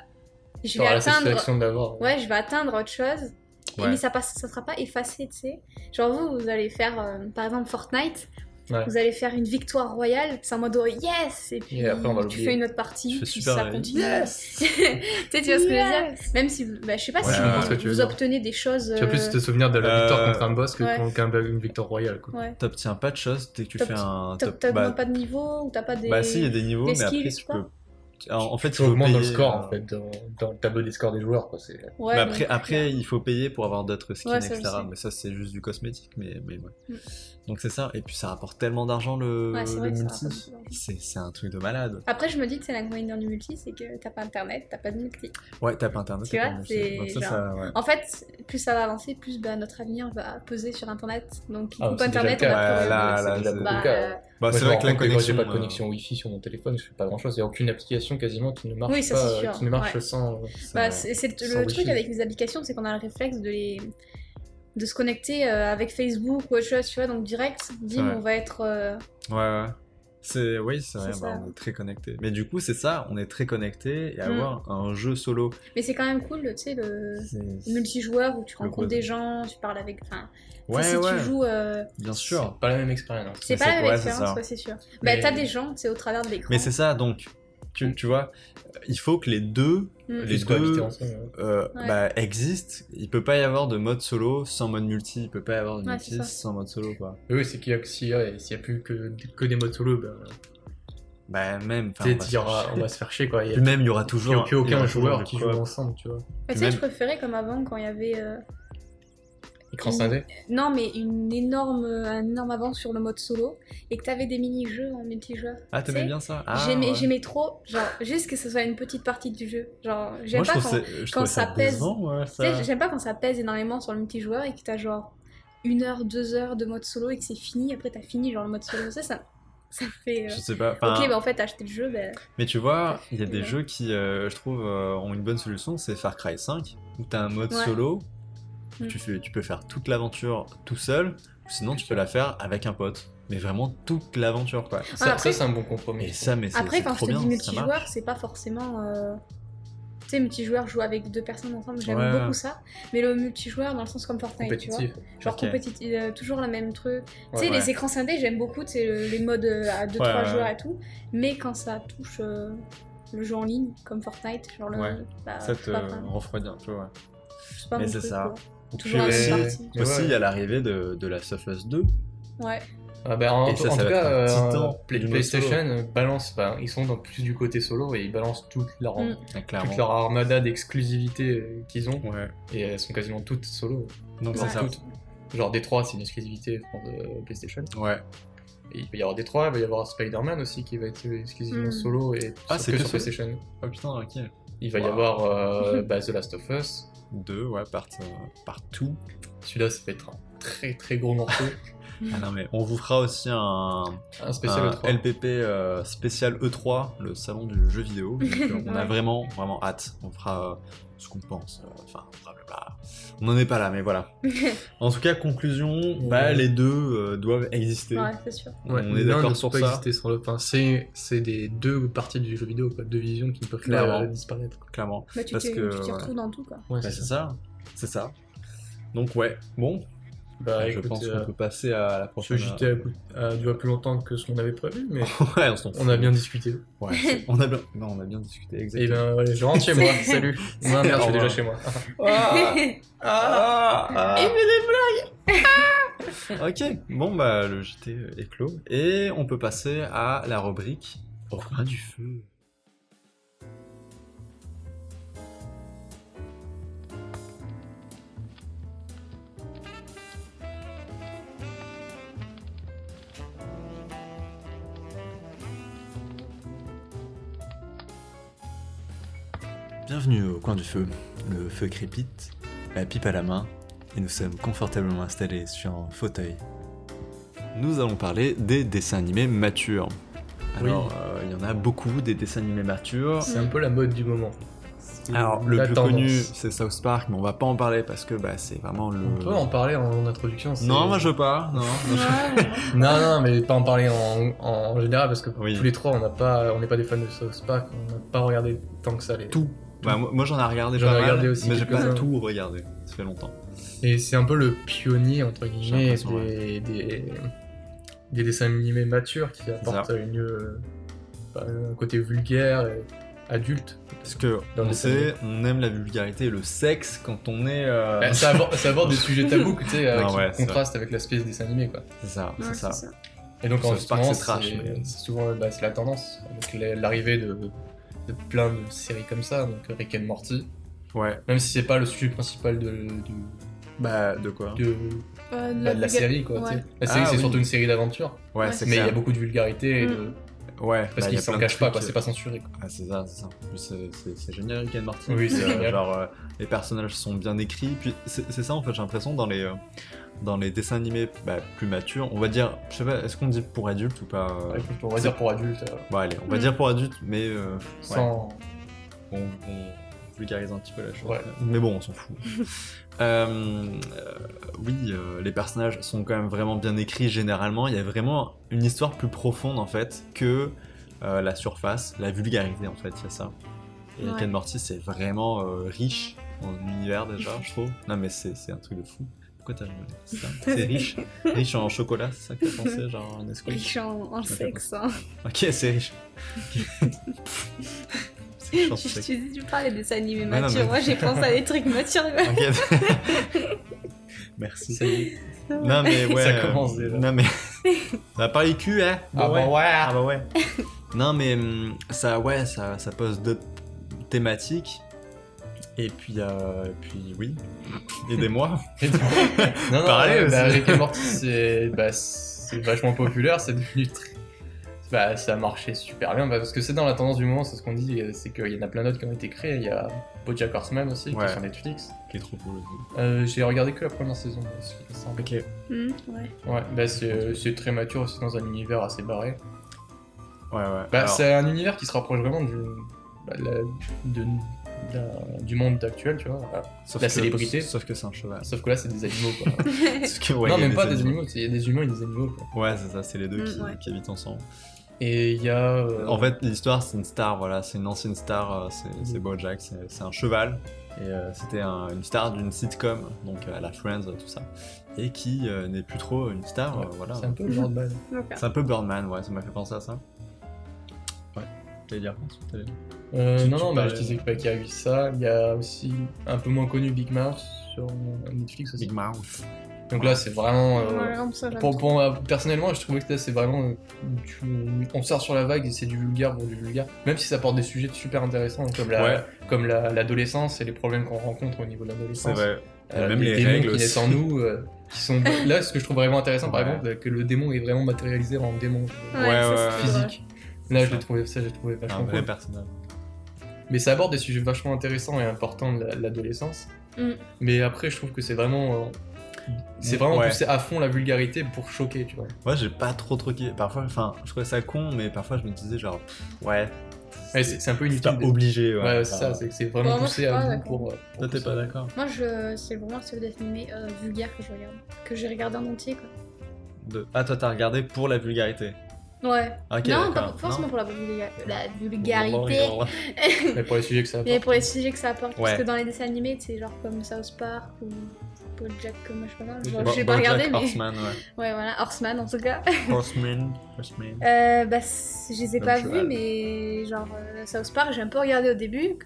S2: je vais
S4: T'auras la
S2: atteindre.
S4: satisfaction de l'avoir.
S2: Ouais, je vais atteindre autre chose. Et-
S4: Ouais.
S2: Mais ça passe, ça sera pas effacé, tu sais. Genre vous, vous allez faire, euh, par exemple Fortnite,
S4: Ouais.
S2: vous allez faire une victoire royale, c'est en mode oh, yes, et puis
S4: Et après, on va
S2: tu
S4: l'oublier.
S2: fais une autre partie,
S1: Tu fais
S2: puis
S1: super
S2: ça
S1: la-
S2: continue. tu sais, tu vois ce que je veux dire Même si, vous- bah, je sais pas
S4: Ouais,
S2: si
S4: je comprends ce que
S2: vous,
S4: tu veux
S2: vous
S4: dire.
S2: obtenez des choses.
S4: Tu vas plus
S2: euh,
S4: te souvenir de la victoire
S1: Euh,
S4: contre un boss que
S2: ouais.
S4: quand- qu'un- une victoire royale. Quoi.
S2: Ouais.
S1: T'obtiens pas de choses dès que tu
S2: T'ob-
S1: fais un.
S2: T'as-
S1: top-
S2: T'as
S1: bah,
S2: vraiment pas de niveau ou t'as pas des.
S1: bah si, il y a des niveaux,
S2: des
S1: mais après
S2: skills,
S1: tu
S2: quoi.
S1: peux. En, en fait, il
S4: Tu
S1: faut
S4: augmentes dans le
S1: payer,
S4: score,
S1: euh,
S4: en fait, dans, dans le tableau des scores des joueurs. Quoi. c'est-
S2: Ouais,
S1: mais
S2: donc,
S1: après, après, il faut payer pour avoir d'autres skins,
S2: Ouais, ça, je
S1: etc.
S2: sais.
S1: Mais ça, c'est juste du cosmétique. Mais, mais ouais.
S2: Mm.
S1: Donc, c'est ça. Et puis, ça rapporte tellement d'argent le,
S2: Ouais, c'est
S1: le
S2: vrai que ça rapporte
S1: multi.
S2: beaucoup d'argent.
S1: C'est c'est un truc de malade.
S2: Après, je me dis que c'est l'inconvénient du multi, c'est que t'as pas internet, t'as pas de multi.
S1: Ouais, t'as pas internet.
S2: Tu
S1: t'as
S2: vois,
S1: pas le
S2: c'est
S1: multi. Donc, ça,
S2: genre-
S1: ça, ouais.
S2: En fait, plus ça va avancer, plus bah, notre avenir va peser sur Internet. Donc,
S4: Ah,
S2: coupe
S4: c'est déjà
S2: Internet,
S4: le
S2: on
S4: cas.
S2: va
S1: Ouais,
S2: plus rien.
S1: là, là,
S4: c'est déjà
S1: c'est-
S4: beaucoup
S2: Bah,
S4: le cas.
S2: euh,
S1: Bah,
S4: Moi,
S1: c'est
S4: je
S1: vrai
S4: me
S1: que la
S4: rends compte quand
S1: connexion.
S4: J'ai pas de
S1: euh,
S4: connexion Wi-Fi sur mon téléphone, je fais pas grand chose. Il n'y a aucune application quasiment qui ne marche,
S2: Oui, ça,
S4: pas,
S2: c'est
S4: euh,
S2: sûr,
S4: qui ne marche
S2: ouais.
S4: sans.
S1: euh,
S2: bah,
S4: sans-
S2: c'est c'est
S4: sans
S2: le truc
S4: wifi.
S2: avec les applications, c'est qu'on a le réflexe de les de se connecter euh, avec Facebook ou autre chose, tu vois, donc direct, bim,
S1: vrai.
S2: on va être... euh,
S1: Ouais, ouais. C'est, oui, c'est vrai,
S2: C'est
S1: bah,
S2: ça.
S1: on est très connecté. Mais du coup, c'est ça, on est très connecté et
S2: Mm.
S1: avoir un jeu solo.
S2: Mais c'est quand même cool, tu sais, le
S1: c'est-
S2: multijoueur où tu rencontres
S1: code.
S2: des gens, tu parles avec... Enfin, tu sais,
S1: Ouais,
S2: si
S1: ouais,
S2: tu joues... euh,
S1: bien
S4: C'est
S1: sûr.
S4: pas la même expérience.
S2: c'est
S1: Mais
S2: pas
S1: c'est-
S2: la même
S1: ouais, c'est ça.
S2: expérience, ouais, c'est sûr.
S4: Mais-
S2: Bah, t'as des gens, c'est au travers de l'écran.
S1: Mais c'est ça, donc, tu, tu vois, il faut que les deux
S2: Mm.
S1: les
S4: Juste cohabiter
S1: deux-
S4: ensemble, hein. ouais.
S1: euh,
S2: Ouais.
S1: bah, existent. Il peut pas y avoir de mode solo sans mode multi. Il peut pas y avoir de
S2: Ouais,
S1: multi
S2: c'est ça.
S1: sans mode solo, quoi.
S4: Oui, c'est qu'il y a que s'il y a, s'il y a plus que, que des modes solo, ben,
S1: Bah, même. enfin,
S4: tu sais,
S1: on va
S4: il
S1: se
S4: y
S1: faire
S4: aura-
S1: chier.
S4: on va se faire chier quoi. Il y
S1: Puis
S4: a
S1: même, il y aura
S4: il y a
S1: toujours.
S4: plus
S1: il y aura
S4: aucun
S1: toujours
S4: joueur
S1: de
S4: qui joue
S1: quoi.
S4: ensemble, tu vois.
S2: Bah, tu sais, je
S1: même-
S2: préférais comme avant, quand il y avait... euh,
S4: Écran scindé.
S2: Non, mais une énorme, un énorme avance sur le mode solo et que t'avais des mini-jeux en multijoueur.
S1: Ah,
S2: Tu
S1: t'aimais
S2: sais,
S1: bien ça Ah,
S2: j'aimais,
S1: ouais.
S2: j'aimais trop, genre, juste que ce soit une petite partie du jeu. Genre,
S1: Moi,
S2: j'aime
S1: je
S2: pas,
S1: trouve
S2: quand, tu
S1: ça- je
S2: quand
S1: trouvais ça
S2: ça pèse.
S1: décevant, ouais,
S2: sais,
S1: ça.
S2: j'aime pas quand ça pèse énormément sur le multijoueur et que t'as genre une heure, deux heures de mode solo et que c'est fini. Après, t'as fini, genre, le mode solo. Ça, ça, ça fait. euh,
S1: Je sais pas. enfin,
S2: Ok, bah en fait, t'as acheté le jeu, bah,
S1: Mais tu vois, il y a des
S2: Ouais.
S1: jeux qui, euh, je trouve, euh, ont une bonne solution, c'est Far Cry 5, où t'as un mode
S2: Ouais.
S1: solo, où
S2: Mm.
S1: tu, fais, tu peux faire toute l'aventure tout seul, ou sinon tu peux la faire avec un pote. Mais vraiment toute l'aventure, quoi.
S4: Ça,
S2: Ah, après-
S4: ça, c'est un bon compromis.
S1: Mais ça, mais c'est
S2: Après,
S1: c'est
S2: quand je
S1: trop
S2: te
S1: bien,
S2: dis
S1: ça marche.
S2: multijoueur, c'est pas forcément. euh, Tu sais, multijoueur, jouer avec deux personnes ensemble, j'aime
S1: Ouais.
S2: beaucoup ça. Mais le multijoueur, dans le sens comme Fortnite, tu vois.
S4: compétitif.
S2: Genre
S1: Ok.
S2: compétitif, euh, toujours le même truc. tu
S4: Ouais,
S2: sais,
S1: ouais.
S2: les écrans scindés, j'aime beaucoup, tu sais, le- les modes euh, à 2-3
S1: Ouais, ouais,
S2: joueurs
S1: ouais.
S2: et tout. Mais quand ça touche euh, le jeu en ligne, comme Fortnite, genre le.
S1: Ouais.
S2: bah,
S1: Ah, Ça
S2: je sais
S1: te
S2: pas, enfin,
S1: refroidit un peu, ouais.
S2: c'est pas
S1: mais
S2: mon
S1: c'est
S2: truc,
S1: ça. Ou
S2: Toujours
S1: puis
S2: la
S1: aussi,
S2: même partie.
S4: Mais
S1: aussi,
S4: ouais.
S1: il y a l'arrivée de, de la Surface 2.
S2: quoi. Ouais.
S4: Ah bah, en,
S1: Et ça,
S4: en
S1: ça
S4: tout
S1: va être
S4: cas,
S1: un
S4: euh,
S1: titan
S4: Play-
S1: du mode
S4: PlayStation euh, balance, bah, ils sont dans plus du côté solo et ils balancent toute leur,
S2: Mm.
S1: Ah,
S4: toute
S1: Clairement.
S4: leur armada d'exclusivités euh, qu'ils ont
S1: Ouais.
S4: et elles sont quasiment toutes solo.
S1: Donc
S2: Ouais.
S1: c'est ça.
S4: Toutes. Genre D3, c'est une exclusivité je pense, de PlayStation.
S1: Ouais.
S4: Et il va y avoir D3, il va y avoir Spider-Man aussi qui va être exclusivement
S2: Mm.
S4: solo et
S1: Ah,
S4: sauf
S1: c'est
S4: que
S1: que
S4: sur
S1: solo
S4: PlayStation.
S1: Oh putain, ok.
S4: Il va y
S1: Wow.
S4: avoir euh, bah, The Last of Us.
S1: Deux, ouais, part- euh, partout.
S4: Celui-là, ça va être un très très gros morceau.
S2: Mm.
S1: Ah non, mais on vous fera aussi un,
S4: un spécial E
S1: un
S4: E3.
S1: LPP euh, spécial E3, le salon du jeu vidéo. Donc, euh, on a
S2: Ouais.
S1: vraiment, vraiment hâte. On fera euh, ce qu'on pense. euh, Enfin, blablabla. On n'en est pas là, mais voilà. en tout cas, conclusion, bah, les deux euh, doivent exister.
S2: ouais, c'est sûr.
S1: On
S4: Ouais,
S1: est
S4: l'un
S1: d'accord
S4: ne
S1: sur
S4: peut
S1: ça.
S4: pas exister sans l'autre. Enfin, c'est, c'est des deux parties du jeu vidéo, quoi, deux visions qui ne peuvent pas
S1: Clairement.
S4: euh, disparaître. quoi.
S1: Clairement.
S2: Bah, tu
S1: Parce
S2: t'y
S1: que,
S2: tu t'y
S1: ouais.
S2: retrouves dans tout, quoi.
S4: Ouais,
S1: Bah, c'est ça. C'est ça. Donc, ouais. Bon,
S4: Bah,
S1: je
S4: écoute,
S1: pense
S4: euh,
S1: qu'on peut passer à la
S4: ce
S1: prochaine. euh,
S4: JT a, coût- a duré plus longtemps que ce qu'on avait prévu, mais
S1: ouais, on s'en fout.
S4: on a bien discuté.
S1: Ouais, c'est- on a bien. Non, on a bien discuté.
S4: Et
S1: Exactement.
S4: ben, ouais, je rentre chez moi. Salut. Non, merde, je
S1: Au
S4: suis déjà
S1: revoir.
S4: chez moi.
S1: Ah. Et Ah. Ok, bon bah le JT est clos et on peut passer à la rubrique au coin du feu. Bienvenue au coin du feu. Le feu crépite, la pipe à la main, et nous sommes confortablement installés sur un fauteuil. Nous allons parler des dessins animés matures. Alors, euh, il y en a beaucoup des dessins animés matures.
S4: C'est un peu la mode du moment. C'est
S1: Alors, le
S4: Mmh. la
S1: plus
S4: tendance.
S1: connu, c'est South Park, mais on va pas en parler parce que bah, c'est vraiment le.
S4: On peut en parler en, en introduction. c'est-
S1: non, moi je veux pas. Non.
S4: Non, non, mais pas en parler en, en général parce que
S1: Oui.
S4: tous les trois, on n'a pas, on n'est pas des fans de South Park, on n'a pas regardé tant que ça les.
S1: Tout, Bah, moi, moi, j'en ai regardé
S4: J'en ai
S1: pas mal,
S4: regardé aussi
S1: mais j'ai pas
S4: quelques-uns.
S1: tout regardé. Ça fait longtemps.
S4: Et c'est un peu le pionnier, entre guillemets, des,
S1: l'impression,
S4: des, des dessins animés matures qui apportent une, euh, bah, un côté vulgaire et adulte.
S1: Parce que
S4: Dans
S1: on
S4: les
S1: sait, on aime la vulgarité et le sexe quand on est. euh,
S4: Bah, ça, aborde, ça aborde des sujets tabous tu sais, euh,
S1: Ah
S4: qui
S1: ouais, c'est
S4: contrastent avec l'aspect des dessins animés. Quoi.
S1: C'est ça,
S2: Ouais,
S1: c'est ça.
S4: Et donc,
S1: Ça
S4: en
S1: se
S4: ce
S1: parle,
S4: moment,
S1: c'est trash,
S4: c'est
S1: mais-
S4: c'est souvent bah, c'est la tendance, avec la- l'arrivée de, de plein de séries comme ça, donc Rick and Morty.
S1: Ouais.
S4: Même si c'est pas le sujet principal de, du-
S1: Bah, de quoi
S4: de,
S2: Euh,
S4: bah, de la
S2: vulga-
S4: série, quoi. tu sais.
S2: Ouais.
S4: La série,
S1: Ah,
S4: c'est
S1: oui.
S4: surtout une série d'aventure,
S1: Ouais,
S2: Ouais.
S1: c'est
S4: mais il y
S1: clair.
S4: a beaucoup de vulgarité et de-
S2: Mm.
S1: Ouais,
S4: parce
S1: bah, il y
S4: qu'ils
S1: a
S4: s'en
S1: plein de
S4: cachent pas, quoi.
S1: trucs,
S4: C'est
S1: euh,
S4: pas censuré. quoi.
S1: Ah, c'est ça, c'est ça. En plus, c'est- c'est c'est génial, Rick and Morty.
S4: Oui, c'est
S1: Euh,
S4: génial.
S1: Genre, euh, les personnages sont bien écrits. Puis, c'est c'est ça, en fait, j'ai l'impression, dans les. euh, Dans les dessins animés bah, plus matures, on va dire, je sais pas, est-ce qu'on dit pour adultes ou pas euh,
S4: Ouais, écoute, on va dire pour adultes, euh,
S1: Bon, allez, on va
S2: Mm.
S1: dire pour adultes, mais euh,
S4: sans.
S1: on, on vulgarise un petit peu la chose.
S4: Ouais.
S1: Mais bon, on s'en fout. Euh, euh, oui, euh, les personnages sont quand même vraiment bien écrits généralement. Il y a vraiment une histoire plus profonde en fait que euh, la surface, la vulgarité en fait, il y a ça. Et
S2: Ouais.
S1: Rick and Morty, c'est vraiment euh, riche en univers déjà, je trouve. Non mais c'est c'est un truc de fou. Pourquoi t'as rigolé C'est ça C'est riche Riche en chocolat, c'est ça que t'as pensé Genre en
S2: Riche en, en sexe. Hein.
S1: Ok, c'est riche. c'est riche en
S2: tu,
S1: sexe.
S2: tu, tu parlais des dessins animés
S1: Mais non,
S2: matures.
S1: mais-
S2: Moi, j'ai pensé à des trucs matures.
S1: T'inquiète. Merci.
S4: Ça y est.
S1: Non mais ouais.
S4: Ça
S1: euh,
S4: commence déjà.
S1: Non mais. On a parlé cul, hein
S4: Ah bah ouais.
S1: Ah bah ouais. non mais hum, ça, ouais, ça, ça pose d'autres thématiques. Et puis, euh, et puis oui. Aidez-moi.
S4: Et donc- non, non,
S1: Parlez
S4: ouais,
S1: aussi.
S4: bah, Rick and Morty, c'est bah, c'est vachement populaire, c'est devenu très. Bah, ça a marché super bien, bah, parce que c'est dans la tendance du moment, c'est ce qu'on dit, euh, c'est qu'il y en a plein d'autres qui ont été créés. Il y a Bojack Horseman aussi, qui
S1: Ouais.
S4: est sur Netflix.
S1: Qui est trop pour le coup.
S4: Euh, J'ai regardé que la première saison. bah, c'est- c'est sympa.
S1: Ok.
S2: Hmm, ouais.
S4: Ouais, bah, c'est euh, c'est très mature aussi dans un univers assez barré.
S1: Ouais, ouais.
S4: Bah,
S1: Alors,
S4: c'est un univers qui se rapproche vraiment du, bah, la- de- d'un- du monde actuel, tu vois. voilà.
S1: sauf
S4: la
S1: que-
S4: célébrité.
S1: Sauf que c'est un cheval.
S4: Sauf que là, c'est des animaux, quoi.
S1: Sauf que, ouais,
S4: non,
S1: il y a
S4: même pas des
S1: animaux.
S4: animaux, c'est- il y a des humains et des animaux, quoi.
S1: Ouais, c'est ça, c'est les deux
S2: Mm,
S1: qui,
S2: ouais.
S1: qui habitent ensemble.
S4: Et il y a. euh,
S1: En fait, l'histoire, c'est une star, voilà, c'est une ancienne star, euh, c'est c'est Bojack, c'est c'est un cheval, et euh, c'était un- une star d'une sitcom, donc euh, à la Friends, euh, tout ça, et qui euh, n'est plus trop une star,
S4: Ouais,
S1: euh, voilà.
S4: C'est un peu le genre de base.
S2: Ok.
S1: C'est un peu Birdman, ouais, ça m'a fait penser à ça. Ouais, t'allais dire Franck, ou t'allais-
S4: Euh,
S1: Tu-
S4: non,
S1: tu
S4: non, bah, je
S1: parlais-
S4: disais pas qu'il y a eu ça. Il y a aussi un peu moins connu Big Mouth sur Netflix aussi.
S1: Big Mouth.
S4: Donc là, c'est vraiment. euh,
S2: Ouais, on s'en
S4: pour, pour moi, personnellement, je trouvais que là, c'est vraiment. euh, tu- on sort sur la vague et c'est du vulgaire pour du vulgaire. Même si ça porte des sujets super intéressants, comme la,
S1: Ouais.
S4: comme la- l'adolescence et les problèmes qu'on rencontre au niveau de
S1: C'est
S4: l'adolescence.
S1: vrai.
S4: Euh,
S1: Et même les
S4: démons
S1: règles
S4: qui naissent
S1: aussi.
S4: en nous. euh, qui sont... Là, ce que je trouve vraiment intéressant, par
S1: Ouais.
S4: exemple, c'est que le démon est vraiment matérialisé en démon euh,
S1: Ouais,
S2: ça,
S1: ouais,
S2: c'est vrai.
S4: physique. Là,
S1: C'est
S4: je
S1: ça.
S4: l'ai trouvé, ça, j'ai trouvé
S1: Un
S4: vachement
S1: vrai
S4: cool.
S1: personnage.
S4: Mais ça aborde des sujets vachement intéressants et importants de la- l'adolescence.
S2: Mm.
S4: Mais après, je trouve que c'est vraiment. euh, C'est vraiment
S1: Ouais.
S4: poussé à fond la vulgarité pour choquer, tu vois.
S1: Moi, j'ai pas trop truqué. Parfois, enfin, je trouvais ça con, mais parfois, je me disais, genre, pff, ouais.
S4: Ouais, c'est c'est un peu
S1: C'est
S4: inutile.
S1: pas
S4: de-
S1: obligé, ouais.
S4: Ouais, c'est ça,
S1: Enfin,
S4: c'est que c'est vraiment
S2: Bon, moi, je suis
S4: poussé à
S2: pas
S4: bout
S2: d'accord.
S4: pour. euh, pour
S1: Toi, t'es
S4: ça.
S1: pas d'accord
S2: Moi, je... c'est vraiment le seul d'animé euh, vulgaire que je regarde. Que j'ai regardé en entier, quoi.
S1: De- Ah, toi, t'as regardé pour la vulgarité.
S2: Ouais.
S1: Ok,
S2: non, pas
S1: d'accord.
S2: pour- forcément
S1: Non
S2: pour la, vulga- la
S1: Bon, bon,
S2: vulgarité.
S1: bon.
S4: Mais pour les sujets que ça
S2: Mais
S4: apporte.
S2: pour les sujets que ça apporte,
S1: Ouais.
S2: parce que dans les dessins animés, c'est genre comme South Park ou Bojack, comme je sais pas, je
S1: Bo-
S2: j'ai pas
S1: Bojack
S2: regardé, mais
S1: Horseman, ouais.
S2: ouais voilà, Horseman en tout cas.
S1: Horseman, Horseman.
S2: Euh, bah, c- je les ai
S1: Comme
S2: pas
S1: cheval.
S2: vus, mais genre euh, South Park, j'ai un peu regardé au début.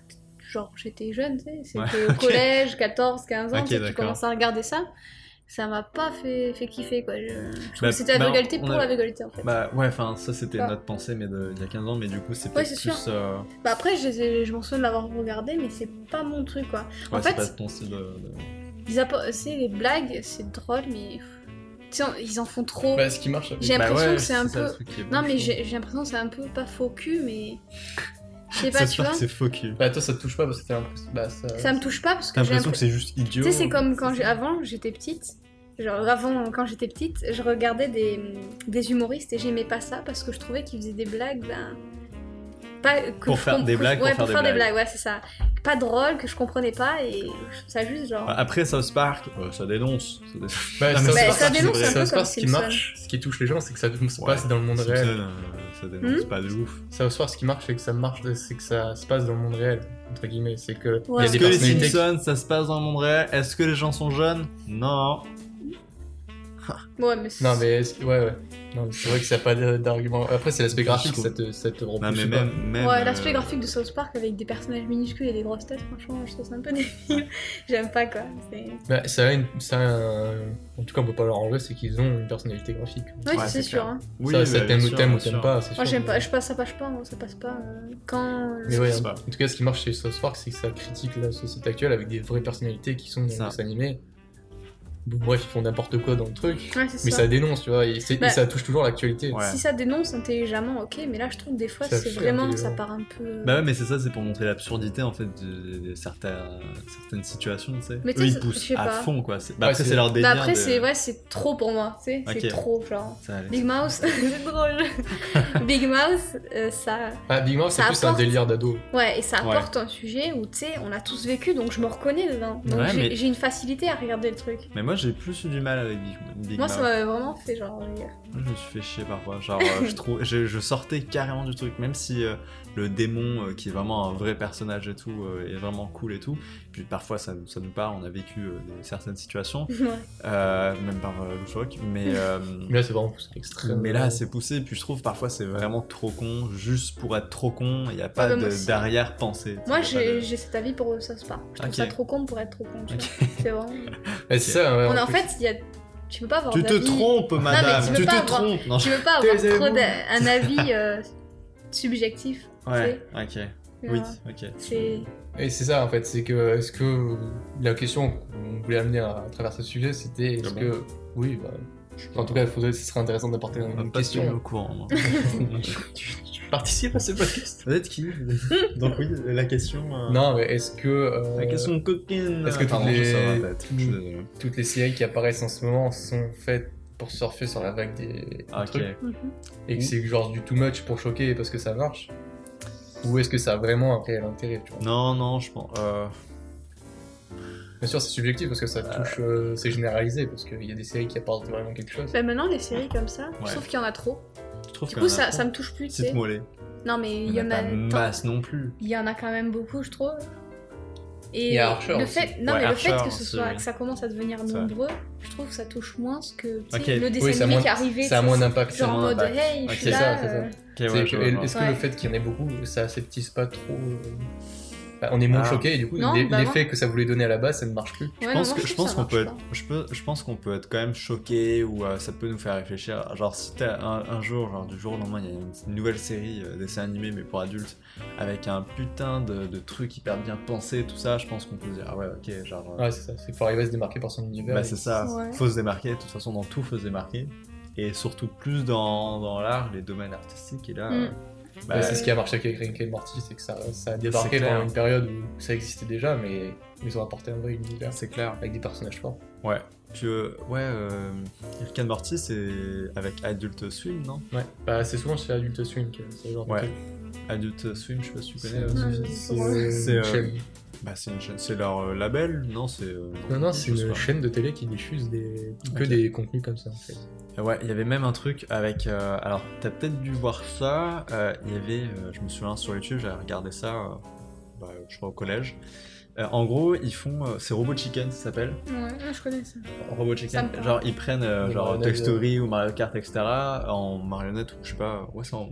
S2: Genre, j'étais jeune, tu sais, c'était
S1: Ouais,
S2: au
S1: ok.
S2: collège, 14, 15 ans,
S1: Ok,
S2: tu sais, tu
S1: d'accord.
S2: commences à regarder ça. Ça m'a pas fait, fait kiffer, quoi. Je, je trouve
S1: Bah,
S2: que c'était la
S1: bah,
S2: vulgarité
S1: on
S2: pour
S1: a-
S2: la vulgarité, en fait. Bah,
S1: Bah ouais, enfin ça c'était
S2: Ah.
S1: notre pensée mais de, il y a 15 ans, mais du coup c'est peut-être
S2: c'est sûr.
S1: plus... euh,
S2: Bah, après, je, les ai- je m'en souviens de l'avoir regardé, mais c'est pas mon truc, quoi.
S1: ouais,
S2: En
S1: c'est
S2: fait-
S1: pas ton style de... de-
S2: Ils appo- tu sais, les blagues, c'est drôle, mais pff, tu sais, ils en font trop.
S4: Bah, ce qui marche. avec-
S2: J'ai
S1: Bah
S2: l'impression
S1: ouais,
S2: que c'est un
S1: ça, le
S2: peu-
S1: truc qui est bon,
S2: Non,
S1: je
S2: mais
S1: trouve.
S2: j'ai j'ai l'impression que c'est un peu pas faux cul, mais. Je sais pas,
S1: Ça se
S2: tu
S1: passe,
S2: vois.
S1: c'est faux cul.
S4: Bah, toi, ça te touche pas parce que t'as l'impression. Bah, ça.
S2: Ça me touche pas parce
S1: T'as
S2: que j'ai
S1: l'impression que
S2: l'impression.
S1: c'est juste idiot.
S2: Tu sais, c'est comme quand j'ai- avant, j'étais petite. Genre, avant, quand j'étais petite, je regardais des, des humoristes et j'aimais pas ça parce que je trouvais qu'ils faisaient des blagues, ben. Pas, que
S1: Pour
S2: je
S1: faire
S2: comp-
S1: des
S2: que-
S1: blagues, pour
S2: ouais,
S1: faire
S2: pour
S1: des
S2: faire des
S1: blagues.
S2: blagues, ouais, c'est ça. pas drôle, que je comprenais pas, et je trouve ça juste genre.
S1: Bah, Après, South Park, euh, ça dénonce. Ça dénonce.
S4: Bah,
S1: Ah, mais
S4: South
S1: ça
S4: Park,
S1: dénonce
S4: c'est
S1: un peu
S4: vrai.
S2: comme
S4: South Park, ce qui
S2: Simpson.
S4: marche, ce qui touche les gens, c'est que ça se
S1: Ouais.
S4: passe dans le monde
S1: Simpson,
S4: réel.
S1: euh, ça
S2: Hmm
S1: dénonce pas de ouf.
S4: South Park, ce qui marche, c'est que ça marche, c'est que ça se passe dans le monde réel, entre guillemets. C'est que il
S2: Ouais.
S4: y a
S1: Est-ce
S4: des
S1: que les
S4: personnalités. qui-
S1: Simpsons, ça se passe dans le monde réel Est-ce que les gens sont jeunes Non. ah.
S2: Ouais, mais c'est-
S4: Non mais c'est- ouais ouais. Non, mais c'est vrai que ça n'a pas de- d'argument. Après c'est l'aspect graphique,
S1: Jusqu'au-
S4: ça te, ça te
S1: Non,
S4: repousse
S1: mais
S4: pas.
S1: même. même
S2: Ouais, l'aspect
S1: euh,
S2: graphique de South Park avec des personnages minuscules et des grosses têtes, franchement, je trouve ça un peu débile. J'aime pas quoi. c'est-
S4: Bah, ça a une, ça a un- En tout cas, on peut pas leur enlever, c'est qu'ils ont une personnalité graphique.
S2: Ouais,
S3: Ouais,
S2: c'est
S3: c'est
S2: sûr.
S3: clair.
S2: hein.
S1: Oui,
S4: ça,
S1: bah,
S4: ça
S1: bien
S4: t'aimes ou
S1: sûr,
S4: t'aimes
S1: bien
S4: ou t'aimes
S1: sûr.
S4: pas, c'est
S2: Moi
S4: sûr.
S2: j'aime pas, je passe, ça passe pas, moi ça passe pas. euh, Quand.
S4: Mais ouais,
S1: C'est
S4: en
S1: pas.
S4: tout cas, ce qui marche chez South Park, c'est que ça critique la société actuelle avec des vraies personnalités qui sont
S1: Ça.
S4: dans les animés. Bon, bref, ils font n'importe quoi dans le truc,
S2: Ouais, c'est
S4: mais
S2: ça.
S4: ça dénonce, tu vois, et, c'est- et
S2: Bah.
S4: ça touche toujours l'actualité.
S1: Ouais.
S2: Si ça dénonce intelligemment, ok, mais là je trouve que des fois
S4: Ça
S2: c'est
S4: fait
S2: vraiment, ça
S4: intelligent.
S2: part un peu.
S1: Bah ouais, mais c'est ça, c'est pour montrer l'absurdité en fait de, de certains- certaines situations, tu sais.
S2: Mais tu
S1: Eux,
S2: sais,
S1: ils
S2: c'est-
S1: poussent
S2: je sais
S1: à
S2: pas.
S1: fond, quoi. C'est- Bah
S4: Ouais,
S1: après,
S4: c'est-
S1: c'est leur délire.
S2: Bah après,
S1: de-
S2: c'est ouais, c'est trop pour moi, tu sais,
S1: Ok.
S2: c'est trop genre.
S1: Ça allait.
S2: Big Mouse, c'est drôle. Big Mouse, euh, ça.
S4: Ah, Big Mouth, c'est
S2: Ça
S4: plus un
S2: apporte.
S4: délire d'ado.
S2: Ouais, et ça
S1: Ouais.
S2: apporte un sujet où, tu sais, on a tous vécu, donc je me reconnais dedans. Donc
S1: Ouais,
S2: j'ai
S1: mais-
S2: j'ai une facilité à regarder le truc.
S1: Mais moi, j'ai plus eu du mal avec Big, Big
S2: Moi,
S1: Mouth.
S2: ça m'avait vraiment fait genre. euh, rire.
S1: Moi, je me suis fait chier parfois. Genre, euh, je, trou- je, je sortais carrément du truc, même si euh, le démon, euh, qui est vraiment un vrai personnage et tout, euh, est vraiment cool et tout. Puis parfois, ça, nous- ça nous part, on a vécu euh, des- certaines situations,
S2: Ouais.
S1: euh, même par euh, loufoque, mais. euh,
S4: Mais là, c'est vraiment plus extrême.
S1: Mais là, c'est poussé, puis je trouve parfois c'est vraiment trop con, juste pour être trop con, il n'y a pas
S2: bah, moi
S1: de-
S2: aussi.
S1: d'arrière-pensée. tu vois,
S2: Moi,
S1: pas de-
S2: j'ai j'ai cet avis pour South Park. Je trouve
S1: Ok.
S2: ça trop con pour être trop con. tu vois. C'est vraiment.
S4: Ouais, Ah, c'est ça, ouais,
S2: On a- en
S4: plus.
S2: fait, il y a. Tu peux pas avoir
S1: Tu te
S2: d'avis-
S1: trompes, madame,
S2: tu veux
S1: tu, te
S2: pas avoir-
S1: trompes. Non,
S2: Tu peux pas avoir
S4: Taisez-vous.
S2: trop d'a- un avis euh, subjectif.
S1: je- Ouais, ok.
S2: tu
S1: Oui,
S2: vois.
S1: ok.
S2: C'est.
S4: Et c'est ça en fait, c'est que est-ce que la question qu'on voulait amener à, à travers ce sujet, c'était est-ce
S1: Ah bon
S4: que oui, bah, enfin, en tout cas, il faudrait, ce serait intéressant d'apporter
S1: On va
S4: une
S1: pas se tenir au
S4: question.
S1: courant, moi.
S4: Participe à ce podcast.
S1: Vous êtes qui Donc oui, la question... euh,
S4: Non, mais est-ce que euh,
S1: La question coquine
S4: Est-ce que toutes
S1: Pardon,
S4: les-
S1: je sors la tête, je suis
S4: Mm.
S1: désolé.
S4: toutes les séries qui apparaissent en ce moment sont faites pour surfer sur la vague des
S1: Ah, Ok.
S4: trucs
S2: Mhm.
S4: et que c'est genre du too much pour choquer parce que ça marche ou est-ce que ça a vraiment un réel intérêt tu vois
S1: Non, non, je pense... euh,
S4: Bien sûr, c'est subjectif parce que ça touche, euh, c'est généralisé parce qu'il y a des séries qui apportent vraiment quelque chose.
S2: Bah, maintenant, les séries comme ça,
S1: Ouais.
S2: je trouve qu'il y en a trop.
S1: Je trouve
S2: Du
S1: qu'il
S2: coup,
S1: y en a
S2: ça,
S1: trop.
S2: ça me touche plus, tu
S1: C'est
S2: sais.
S1: mollé.
S2: Non, mais
S1: Il
S2: il
S1: n'y
S2: y
S1: en a
S2: en
S1: pas
S2: a. tant-
S1: masse non plus.
S2: Il y en a quand même beaucoup, je trouve. Et
S4: Il y a Archer
S2: le
S4: aussi.
S2: fait, non,
S1: Ouais,
S2: mais
S1: Archer
S2: le fait que ce
S1: aussi,
S2: soit,
S1: oui.
S2: que ça commence à devenir
S1: C'est vrai.
S2: nombreux, je trouve que ça touche moins ce que tu sais,
S1: Ok.
S2: le dessin
S4: Oui, ça a
S2: animé
S4: moins-
S2: qui est arrivé.
S4: Ça a
S2: tu
S4: moins
S2: sais,
S4: d'impact.
S1: ça a
S2: Genre en
S1: moins
S2: mode
S1: d'impact.
S2: hey,
S1: Ok,
S2: je suis
S4: c'est
S2: là.
S4: ça, c'est ça.
S2: euh,
S1: Ok, ouais, je
S4: C'est que-
S1: vois, je vois.
S4: Est-ce que
S2: Ouais.
S4: le fait qu'il y en ait beaucoup, ça aseptise pas trop euh, bah, On est moins
S1: Ah.
S4: choqué et du coup,
S2: Non,
S4: l'e-
S2: bah
S4: l'effet que ça voulait donner à la base, ça ne marche plus.
S1: Je
S2: ouais, non,
S1: pense
S2: moi,
S1: que- je pense
S2: ça
S1: qu'on peut être,
S2: marche
S1: je, peux- je pense qu'on peut être quand même choqué ou euh, ça peut nous faire réfléchir. Genre si t'as un, un jour, genre du jour au lendemain, il y a une une nouvelle série euh, dessin animé mais pour adultes avec un putain de, de truc hyper bien pensé, tout ça, je pense qu'on peut se dire ah ouais ok genre euh,
S4: Ouais, c'est ça. Il faut arriver à se démarquer par son univers.
S1: bah
S4: Et-
S1: c'est ça,
S2: Ouais.
S1: faut se démarquer. De toute façon dans tout faut se démarquer et surtout plus dans, dans l'art, les domaines artistiques et là.
S2: Mm.
S1: euh, bah,
S4: Ouais, c'est ce qui a marché avec Rick et Morty, c'est que ça, ça a
S1: C'est
S4: débarqué
S1: clair.
S4: pendant une période où ça existait déjà, mais ils ont apporté un vrai univers
S1: c'est clair.
S4: avec des personnages forts.
S1: Ouais. Puis euh, ouais, euh, Rick and Morty c'est avec Adult Swim non?
S4: Ouais. Bah, c'est souvent chez Adult Swim que c'est le genre de
S1: Ouais.
S4: truc.
S1: Adult Swim, je sais pas si tu
S4: C'est-
S1: connais. euh,
S2: Ouais,
S1: Sophie.
S2: c'est drôle.
S4: C'est
S1: C'est,
S4: une
S1: euh,
S4: chaîne.
S1: Bah, c'est une chaîne, c'est leur euh, label, non C'est euh,
S4: Non, non,
S1: je
S4: c'est
S1: sais
S4: une
S1: pas.
S4: chaîne de télé qui diffuse des... que
S1: Ok.
S4: des contenus comme ça en fait.
S1: Euh, Ouais, il y avait même un truc avec. euh, alors, t'as peut-être dû voir ça. euh, Il y avait, euh, je me souviens sur YouTube, j'avais regardé ça. euh, bah, je crois au collège. Euh, en gros, ils font, euh, c'est Robot Chicken, ça s'appelle.
S2: pas. Ouais, ouais, je connais ça.
S1: Robot
S2: Ça
S1: Chicken.
S2: me parle.
S1: Genre, ils prennent euh,
S4: Des
S1: genre Toy
S4: marionnettes,
S1: Story ou Mario Kart, etc. En marionnette ou je sais pas. Ouais, c'est en,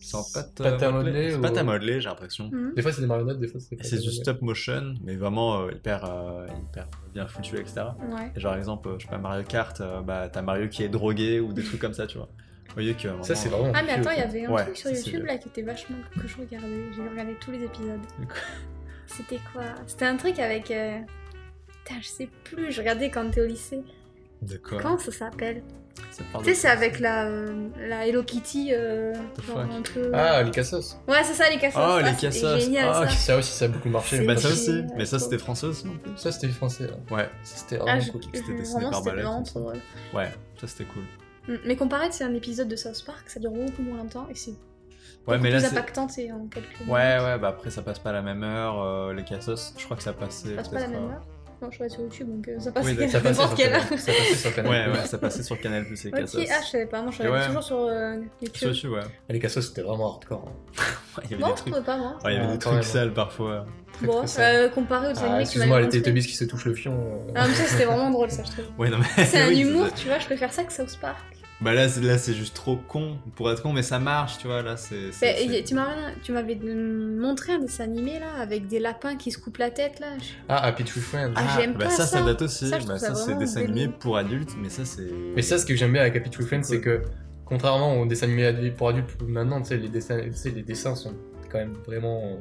S1: c'est en pâte,
S4: Pâte à
S1: euh,
S4: modeler
S1: C'est
S4: ou-
S1: Pâte à modeler, j'ai l'impression.
S2: Mhm.
S4: Des fois c'est des marionnettes, des fois c'est
S1: Et
S4: pas
S1: C'est
S4: des
S1: du
S4: marionnettes.
S1: stop motion, mais vraiment euh, hyper, euh, hyper bien foutu, etc.
S2: Ouais.
S1: Et Genre exemple, euh, je sais pas, Mario Kart, euh, bah t'as Mario qui est drogué ou des trucs comme ça, tu vois. Au lieu que.
S4: Ça c'est vraiment.
S2: Ah, mais
S4: vieux,
S2: attends, il y
S4: quoi.
S2: avait un
S1: Ouais,
S2: truc sur
S1: ça, c'est
S2: YouTube
S1: bien.
S2: là qui était vachement cool que je regardais. J'ai regardé tous les épisodes.
S1: De quoi
S2: C'était quoi C'était un truc avec. euh, Putain, je sais plus, je regardais quand t'es au lycée.
S1: De quoi
S2: Comment ça s'appelle
S1: Ça parle
S2: Tu sais,
S1: de
S2: c'est
S1: quoi
S2: avec la, euh, la Hello Kitty, euh,
S1: The
S2: genre
S1: fuck.
S2: un peu...
S4: Ah, les cassos.
S2: Ouais, c'est ça, les cassos.
S1: Oh,
S2: Ah,
S1: les
S2: c'était
S1: cassos.
S2: génial,
S1: Ah,
S2: ça.
S4: Ça aussi, ça a beaucoup marché.
S1: Bah
S2: C'est
S1: ça
S2: qui,
S1: aussi,
S2: euh,
S1: mais ça
S2: quoi
S1: c'était français aussi non
S4: Ça, c'était français. ouais.
S1: Ouais,
S4: Ça, c'était
S2: Ah,
S4: vraiment
S2: je,
S4: cool.
S2: je-
S1: C'était dessiné
S2: vraiment,
S1: par
S2: c'était
S1: Ballet,
S2: vraiment
S1: comme ça.
S2: trop drôle.
S1: ouais, ça c'était cool.
S2: Mm, Mais comparé, c'est un épisode de South Park, ça dure beaucoup moins longtemps et c'est
S1: Ouais, mais là,
S2: plus
S1: c'est.
S2: impactante et en quelques minutes.
S1: Ouais, ouais, bah après, ça passe pas à la même heure. euh, les cassos, je crois que ça passait.
S2: Ça passe pas à la
S1: peut-être,
S2: même
S1: euh,
S2: heure Non, je suis sur YouTube, donc euh, ça passe
S1: Oui,
S2: à
S4: Ça passait sur
S2: n'importe quelle
S4: Canal.
S2: heure.
S4: Ça passait sur Canal+.
S1: Ouais, ouais, ça passait sur Canal Plus les cassos.
S2: Ok, ah, je savais pas, moi je
S1: Et
S2: regardais
S1: ouais.
S2: toujours sur euh,
S1: Sur
S2: YouTube.
S1: YouTube, ouais.
S6: Les cassos, c'était vraiment hardcore. hein.
S1: Ouais, Il y avait
S2: Non,
S1: des
S2: je
S1: trucs,
S2: trouvais euh, pas, moi.
S1: Ouais, il y avait des
S4: Ah, quand
S1: trucs
S4: même.
S1: sales parfois.
S4: Très,
S2: Bon,
S4: très sale.
S2: euh, comparé aux
S4: Ah,
S2: animés qui
S4: excuse-moi, les
S2: montrés.
S4: Teletubbies qui se touchent le fion. euh.
S2: Ah, mais ça c'était vraiment drôle, ça je trouve.
S1: Ouais, non, mais.
S2: C'est un
S1: oui,
S2: humour,
S1: ça.
S2: tu vois, je préfère ça que South Park.
S1: Bah là, c'est- là, c'est juste trop con pour être con, mais ça marche, tu vois. Là, c'est.
S2: Bah,
S1: c'est- c'est-
S2: y- Tu m'avais tu m'avais euh, montré un dessin animé là, avec des lapins qui se coupent la tête là. Je-
S4: Ah, Happy Tree Friends.
S2: Ah, j'aime
S1: bah
S2: pas
S1: ça,
S2: ça.
S1: ça date aussi.
S2: Ça, je trouve
S1: bah,
S2: ça
S1: ça, c'est
S2: vraiment
S1: dessin animé
S2: débile.
S1: pour adultes, mais ça, c'est.
S4: Mais ça, ce que j'aime bien avec Happy Tree Friends, c'est que contrairement aux dessins animés adu- pour adultes, où maintenant, tu sais, les dessins, tu sais, les dessins sont quand même vraiment. euh,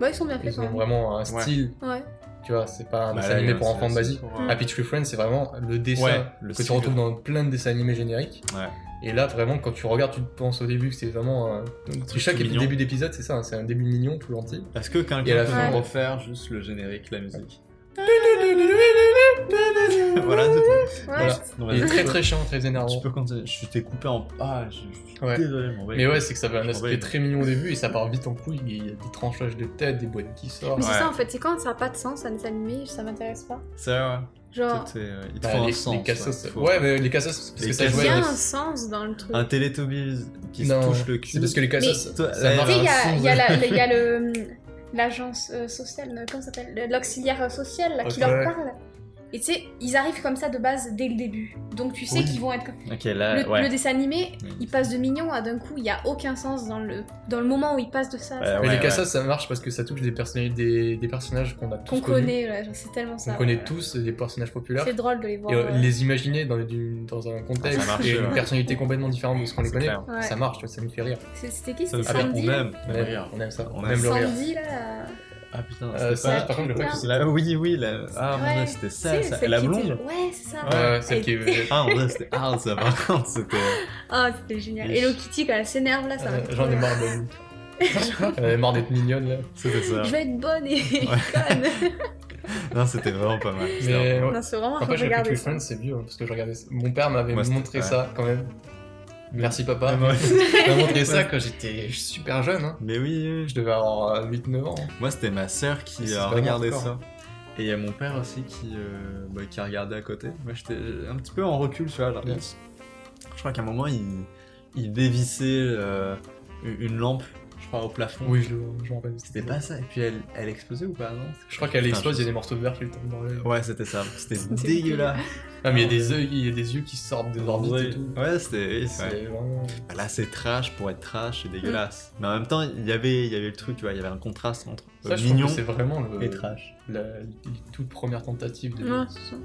S2: Bah, ils sont bien faits
S4: Ils
S2: quand
S4: ont
S2: même.
S4: vraiment un
S1: Ouais.
S4: style,
S2: Ouais.
S4: tu vois, c'est pas un
S1: Bah,
S4: dessin
S1: là, il y
S4: animé
S1: a un
S4: pour enfants
S1: style
S4: basique.
S1: pour, euh,
S4: Happy Tree Friends, c'est vraiment le dessin
S1: Ouais, le
S4: que tu
S1: style.
S4: retrouves dans plein de dessins animés génériques.
S1: Ouais.
S4: Et là, vraiment, quand tu regardes, tu te penses au début que c'est vraiment. euh,
S1: truc
S4: chaque
S1: tout mignon.
S4: début d'épisode, c'est ça, hein, c'est un début mignon, tout gentil.
S1: Est-ce que quelqu'un
S4: Et
S1: peut
S4: à la
S2: fin-
S1: me
S2: Ouais.
S1: refaire juste le générique, la musique Voilà, c'est tout.
S2: Ouais,
S4: Voilà.
S2: c'est-
S1: Non,
S4: Il est
S1: vas-y.
S4: très très chiant, très
S1: Tu
S4: énervant.
S1: peux continuer. Je t'ai coupé en. Ah, je je suis
S4: Ouais.
S1: désolé, mon mec.
S4: Mais ouais, c'est que ça avait un
S1: Je
S4: aspect
S1: comprends.
S4: très mignon au début et ça part vite en couille. Il y a des tranchages de tête, des boîtes qui sortent.
S2: Mais c'est
S1: Ouais.
S2: ça en fait, c'est quand ça a pas de sens un dessin animé, ça m'intéresse pas.
S1: Ça, ouais.
S2: Genre,
S1: Tout est, euh, Il te
S4: Bah,
S1: faut un
S4: les,
S1: sens.
S4: les cassos,
S1: il
S4: ouais,
S1: faut-
S4: mais les cassos, parce
S1: Les
S4: que ça
S1: cassos,
S2: il
S4: jouait
S2: y a
S4: avec-
S2: un sens dans le truc.
S1: Un Teletubbies qui se
S4: Non,
S1: touche le cul.
S4: C'est parce que les cassos,
S1: Toi,
S4: ça
S1: eh,
S2: Tu
S4: marche.
S2: sais, il y a,
S1: un
S2: il y a
S1: son
S2: la- le- il y a le, hum, l'agence euh, sociale, euh, comment ça s'appelle Le- L'auxiliaire euh, social là, qui
S4: Ouais.
S2: leur parle. Et tu sais, ils arrivent comme ça de base dès le début. Donc tu sais
S4: Oui.
S2: qu'ils vont être.
S1: de- Ok, là,
S2: le,
S1: Euh, ouais.
S2: le dessin animé,
S1: Mm.
S2: il passe de mignon à d'un coup, il y a aucun sens dans le, dans le moment où il passe de ça. à ça.
S1: Ouais,
S4: Mais
S1: ouais,
S4: les cassos, ça marche parce que ça touche des, personnalités, des, des personnages qu'on a tous
S2: Qu'on
S4: connus.
S2: connaît, ouais, genre, c'est tellement
S4: On
S2: ça.
S4: connaît
S2: ouais.
S4: tous des personnages populaires.
S2: C'est drôle de les voir.
S4: Et euh,
S2: ouais.
S4: les imaginer dans, une- dans un contexte
S1: Ah, ça marche,
S4: et une
S1: ouais.
S4: personnalité complètement différente de ce qu'on les
S1: C'est
S4: connaît,
S1: clair.
S2: Ouais.
S4: ça marche, tu vois, ça nous fait rire.
S2: C'est- C'était qui
S1: Ça nous
S2: C'était
S1: fait-
S2: Sandy
S1: on aime.
S4: On
S1: on
S4: aime,
S1: aime.
S4: on aime ça,
S1: On
S4: on,
S1: aime
S4: aime le rire.
S2: Sandy là.
S1: Ah putain,
S4: Euh,
S1: c'est pas.
S4: ça, par contre, le
S2: putain.
S4: truc, c'est
S1: Là, oui, oui, là. Ah, mon
S2: Ouais.
S1: dieu, c'était ça,
S2: Tu sais,
S1: ça.
S2: celle
S1: La
S2: qui était-
S1: blonde
S2: Ouais, c'est ça.
S1: Ouais.
S4: Ouais, celle qui est.
S1: Ah, mon dieu, c'était hard, ça, par contre, c'était.
S2: Ah, c'était génial. Hello Kitty quand elle s'énerve là, ça m'a
S4: Euh,
S2: fait
S4: J'en ai
S2: trop
S4: marre de. J'en ai marre d'être mignonne là.
S1: C'était ça.
S2: rire. Je vais être bonne et
S1: Ouais.
S2: conne.
S1: Non, c'était vraiment pas mal. C'était
S4: Mais ouais.
S2: Non, c'est vraiment.
S4: Après,
S2: faut
S4: j'ai Happy
S2: regarder
S4: Tree
S2: ça.
S4: Friends, c'est vieux, hein, parce que je regardais ça. Mon père m'avait
S1: Moi, c'était-
S4: montré
S1: ouais.
S4: ça quand même. Merci papa.
S1: vraiment-
S4: Il m'a montré ça quand j'étais super jeune. hein.
S1: Mais oui, oui,
S4: Je devais avoir 8-9 ans.
S1: Moi, c'était ma sœur
S4: Mais
S1: qui
S4: Ah, c'est
S1: a
S4: vraiment
S1: regardé ça.
S4: hardcore.
S1: Et il y a mon père aussi qui, euh, bah, qui a regardé à côté. Moi, j'étais un petit peu en recul, tu vois. genre,
S4: Ouais.
S1: Je crois qu'à un moment, il, il dévissait euh, une une lampe, je crois, au plafond.
S4: Oui, je je me rappelle.
S1: C'était pas ça. Et puis, elle, elle explosait ou pas, non
S4: Je crois qu'à
S1: Putain,
S4: l'explose, il y
S1: je-
S4: a des morceaux de verre qui lui tombent dans l'air.
S1: Ouais, c'était ça. C'était dégueulasse.
S4: Ah, mais il y a des yeux, il y a des yeux qui sortent des orbites et tout.
S1: Ouais, c'était. oui, ouais.
S4: C'est vraiment.
S1: Bah Là, c'est trash pour être trash, c'est
S2: Mm.
S1: dégueulasse. Mais en même temps, il y avait, il y avait le truc, tu vois, il y avait un contraste entre
S4: Ça,
S1: euh,
S4: je
S1: mignon
S4: trouve que c'est vraiment le,
S1: et trash.
S4: la, les toutes premières tentatives de.
S2: Ouais, c'est ça.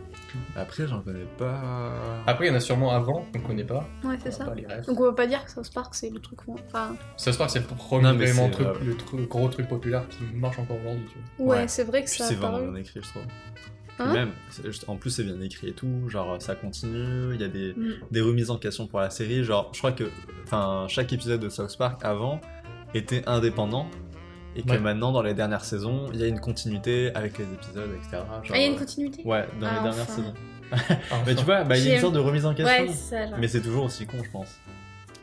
S1: Après, j'en connais pas.
S2: Ah,
S4: Après, il y en a sûrement avant qu'on connaît pas.
S2: Ouais, c'est
S4: On a
S2: ça.
S4: pas les refs.
S2: Donc on peut pas dire que South Park c'est le truc. qu'on- Enfin,
S4: Ça se passe, c'est le premier
S1: Non, mais
S4: vraiment
S1: c'est,
S4: truc,
S1: euh,
S4: le truc- gros truc populaire qui marche encore aujourd'hui. Tu vois.
S2: ouais,
S1: Ouais.
S2: c'est vrai que
S1: Puis
S2: ça
S1: c'est
S2: a
S1: vraiment
S2: paru.
S1: bien écrit, je trouve. Et
S2: Hein
S1: même, c'est juste- en plus, c'est bien écrit et tout. Genre, ça continue. Il y a des,
S2: Mm.
S1: des remises en question pour la série. Genre, je crois que enfin, chaque épisode de South Park avant était indépendant. Et que
S4: Ouais.
S1: maintenant, dans les dernières saisons, il y a une continuité avec les épisodes, etc. Genre, euh,
S2: Ah, il y a une continuité
S1: Ouais, dans
S2: Ah,
S1: les dernières
S2: enfin.
S1: saisons.
S4: Enfin,
S1: Mais tu vois, bah, il y a
S2: J'ai-
S1: une sorte de remise en question.
S2: Ouais, c'est ça. genre.
S1: Mais c'est toujours aussi con, je pense.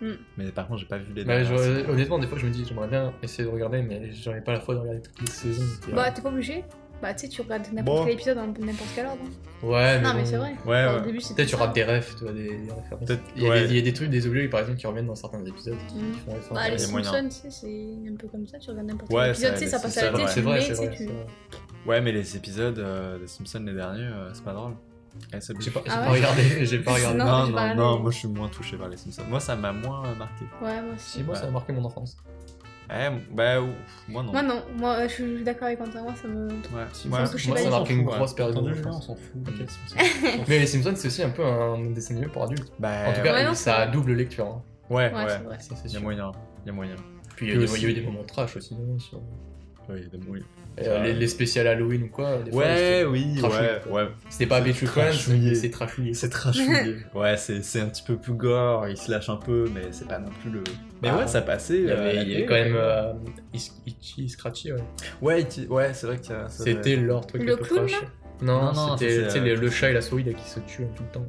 S2: Mm.
S1: Mais par contre, j'ai pas vu les
S4: bah,
S1: dernières.
S4: je-
S1: saisons.
S4: honnêtement, des fois, je me dis, j'aimerais bien essayer de regarder, mais j'en ai pas la foi de regarder toutes les saisons. tu vois.
S2: Bah, t'es pas obligé. Bah, tu sais, tu regardes n'importe
S1: Bon.
S2: quel épisode dans n'importe quel ordre.
S4: Ouais, mais.
S2: non, mais
S4: bon.
S2: c'est vrai.
S1: Ouais,
S2: Enfin, Au
S1: ouais.
S2: début, c'était.
S4: Peut-être tu
S2: ça.
S4: rates des refs, tu vois, des, des références.
S1: Peut-être-
S4: Il y, a
S1: ouais.
S4: des, il y a des trucs, des objets, par exemple, qui reviennent dans certains épisodes qui,
S2: Mm.
S4: qui font référence.
S2: Bah, les
S1: Il y a moyen.
S2: Simpsons, tu sais, c'est un peu comme ça. Tu regardes n'importe
S1: Ouais,
S2: quel épisode,
S1: ça-
S2: tu sais, ça passe
S1: c'est
S2: à la
S1: vrai,
S2: télé,
S4: c'est
S2: tu le
S4: vrai,
S2: mets,
S4: c'est
S2: tu sais,
S4: vrai. c'est
S2: tu.
S4: vrai.
S1: Ouais, mais les épisodes euh, des Simpsons, les derniers, euh, c'est pas drôle. Eh, c'est-
S4: J'ai pas, j'ai
S2: Ah
S4: pas
S2: ouais
S4: regardé, j'ai pas regardé.
S2: Non,
S1: Non,
S2: j'ai pas
S1: non,
S2: regardé.
S1: non, moi je suis moins touché par les Simpsons. Moi ça m'a moins euh, marqué.
S2: Ouais, moi
S4: Si,
S2: aussi.
S4: moi, ça a marqué mon enfance.
S1: Eh, bah, ouf, moi non.
S2: Moi, non. Moi, euh, je suis d'accord avec Quentin. Moi, ça me.
S1: Ouais,
S4: Si,
S1: ouais,
S2: on s'en touche
S1: moi,
S2: pas,
S1: ça
S2: on
S1: m'a
S4: s'en
S1: marqué
S4: fout,
S1: une
S4: ouais.
S1: grosse période. de
S4: Entendu,
S1: mon
S4: on
S1: enfance.
S4: s'en fout.
S1: Ok.
S4: Les Mais les Simpsons, c'est aussi un peu un dessin animé pour adultes.
S1: Bah,
S4: En tout cas,
S2: ouais, non,
S4: ça a
S2: c'est-
S4: double lecture. hein.
S1: ouais, ouais,
S2: Ouais, c'est
S1: ouais.
S2: vrai.
S4: Ça, c'est
S1: Il y a
S4: sûr.
S1: moyen, il y a moyen.
S4: Puis il y, a des-
S1: aussi-
S4: il y a eu des moments trash aussi. hein, sur-
S1: Ouais, il y a des moyens.
S4: Et, euh, les, les spéciales Halloween ou quoi. des fois,
S1: Ouais,
S4: j'étais-
S1: oui,
S4: trashouillé,
S1: ouais, ouais.
S4: C'était pas Betty Friends,
S1: trashouillé.
S4: mais c'est trashouillé.
S1: C'est trashouillé. ouais, c'est c'est un petit peu plus gore, il se lâche un peu, mais c'est pas non plus le. Mais
S4: Bah,
S1: ouais, ça passait.
S4: Il y
S1: euh, à la
S4: avait il y
S1: télé.
S4: avait quand même euh, Itch- Itchy et Scratchy. ouais.
S1: Ouais, tu- ouais c'est vrai que ça. ça-
S4: C'était leur truc.
S2: Le
S4: peu
S2: clown,
S4: trash.
S2: là
S1: Non,
S4: Non,
S1: non,
S4: c'était
S1: ça,
S4: tu
S1: c'est,
S4: sais, les-
S1: euh,
S4: le chat et la souris là, qui se tuent tout le temps.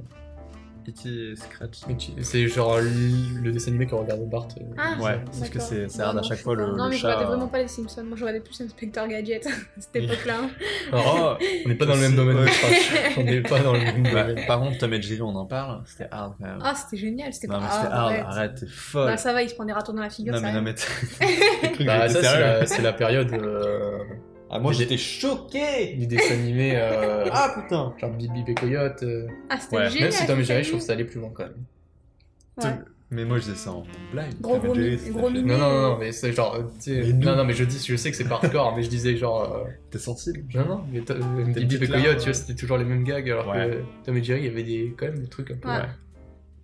S1: Itchy Scratch.
S4: C'est genre le dessin animé qu'on regardait Bart. euh,
S2: Ah,
S1: Ouais, c'est ce que
S2: d'accord.
S1: c'est ça
S2: Ouais,
S1: hard à
S2: non,
S1: chaque
S2: je
S1: fois
S2: sais pas.
S1: le,
S2: Non,
S1: le
S2: mais je
S1: chat. euh,
S2: regardais vraiment pas les Simpsons. Moi, je regardais plus Inspector Gadget à cette époque-là.
S1: Oh,
S4: On n'est pas dans le même
S1: C'est-
S4: domaine,
S1: ouais.
S4: je crois. On n'est pas dans le même
S1: Bah,
S4: domaine.
S1: par contre, Tom et Jerry, on en parle. C'était hard quand même.
S2: Ah, c'était génial. C'était
S1: non,
S2: pas
S1: mais c'était hard.
S2: arrête.
S1: Arrête, t'es folle.
S2: Bah, ça va, il se prend des ratons dans la figure.
S1: non,
S2: ça
S1: mais non,
S2: arrive.
S1: mais t'as t'as cru que
S4: Bah, ça,
S1: j'étais
S4: c'est
S1: sérieux.
S4: la, c'est la période euh,
S1: Ah, moi,
S4: des-
S1: j'étais choqué.
S4: du dessin animé. euh,
S1: Ah putain.
S4: Genre Bip Bip et Coyote. euh.
S2: Ah, c'était
S1: Ouais.
S2: génial.
S4: Même si Tom et Jerry, je
S2: c'était
S4: trouve que ça allait plus loin quand même.
S2: Ouais.
S1: Mais moi, je disais ça en blague.
S2: Gros,
S1: Tom et
S2: gros,
S1: Jerry,
S2: mi-
S1: c'était-
S2: gros mi-
S4: Non, non, non, non, mais c'est genre. euh, tu
S1: Mais
S4: sais,
S1: nous-
S4: non, non, mais je dis, je sais que c'est pas hardcore, mais je disais genre. euh,
S1: T'es sensible.
S4: Non, non, mais to- euh,
S1: Des
S4: Bip Bip et
S1: petites larmes,
S4: Coyote, tu
S1: ouais.
S4: vois, c'était toujours les mêmes gags, alors
S1: Ouais.
S4: que Tom et Jerry, il y avait des, quand même des trucs un peu
S2: Ouais.
S4: ouais,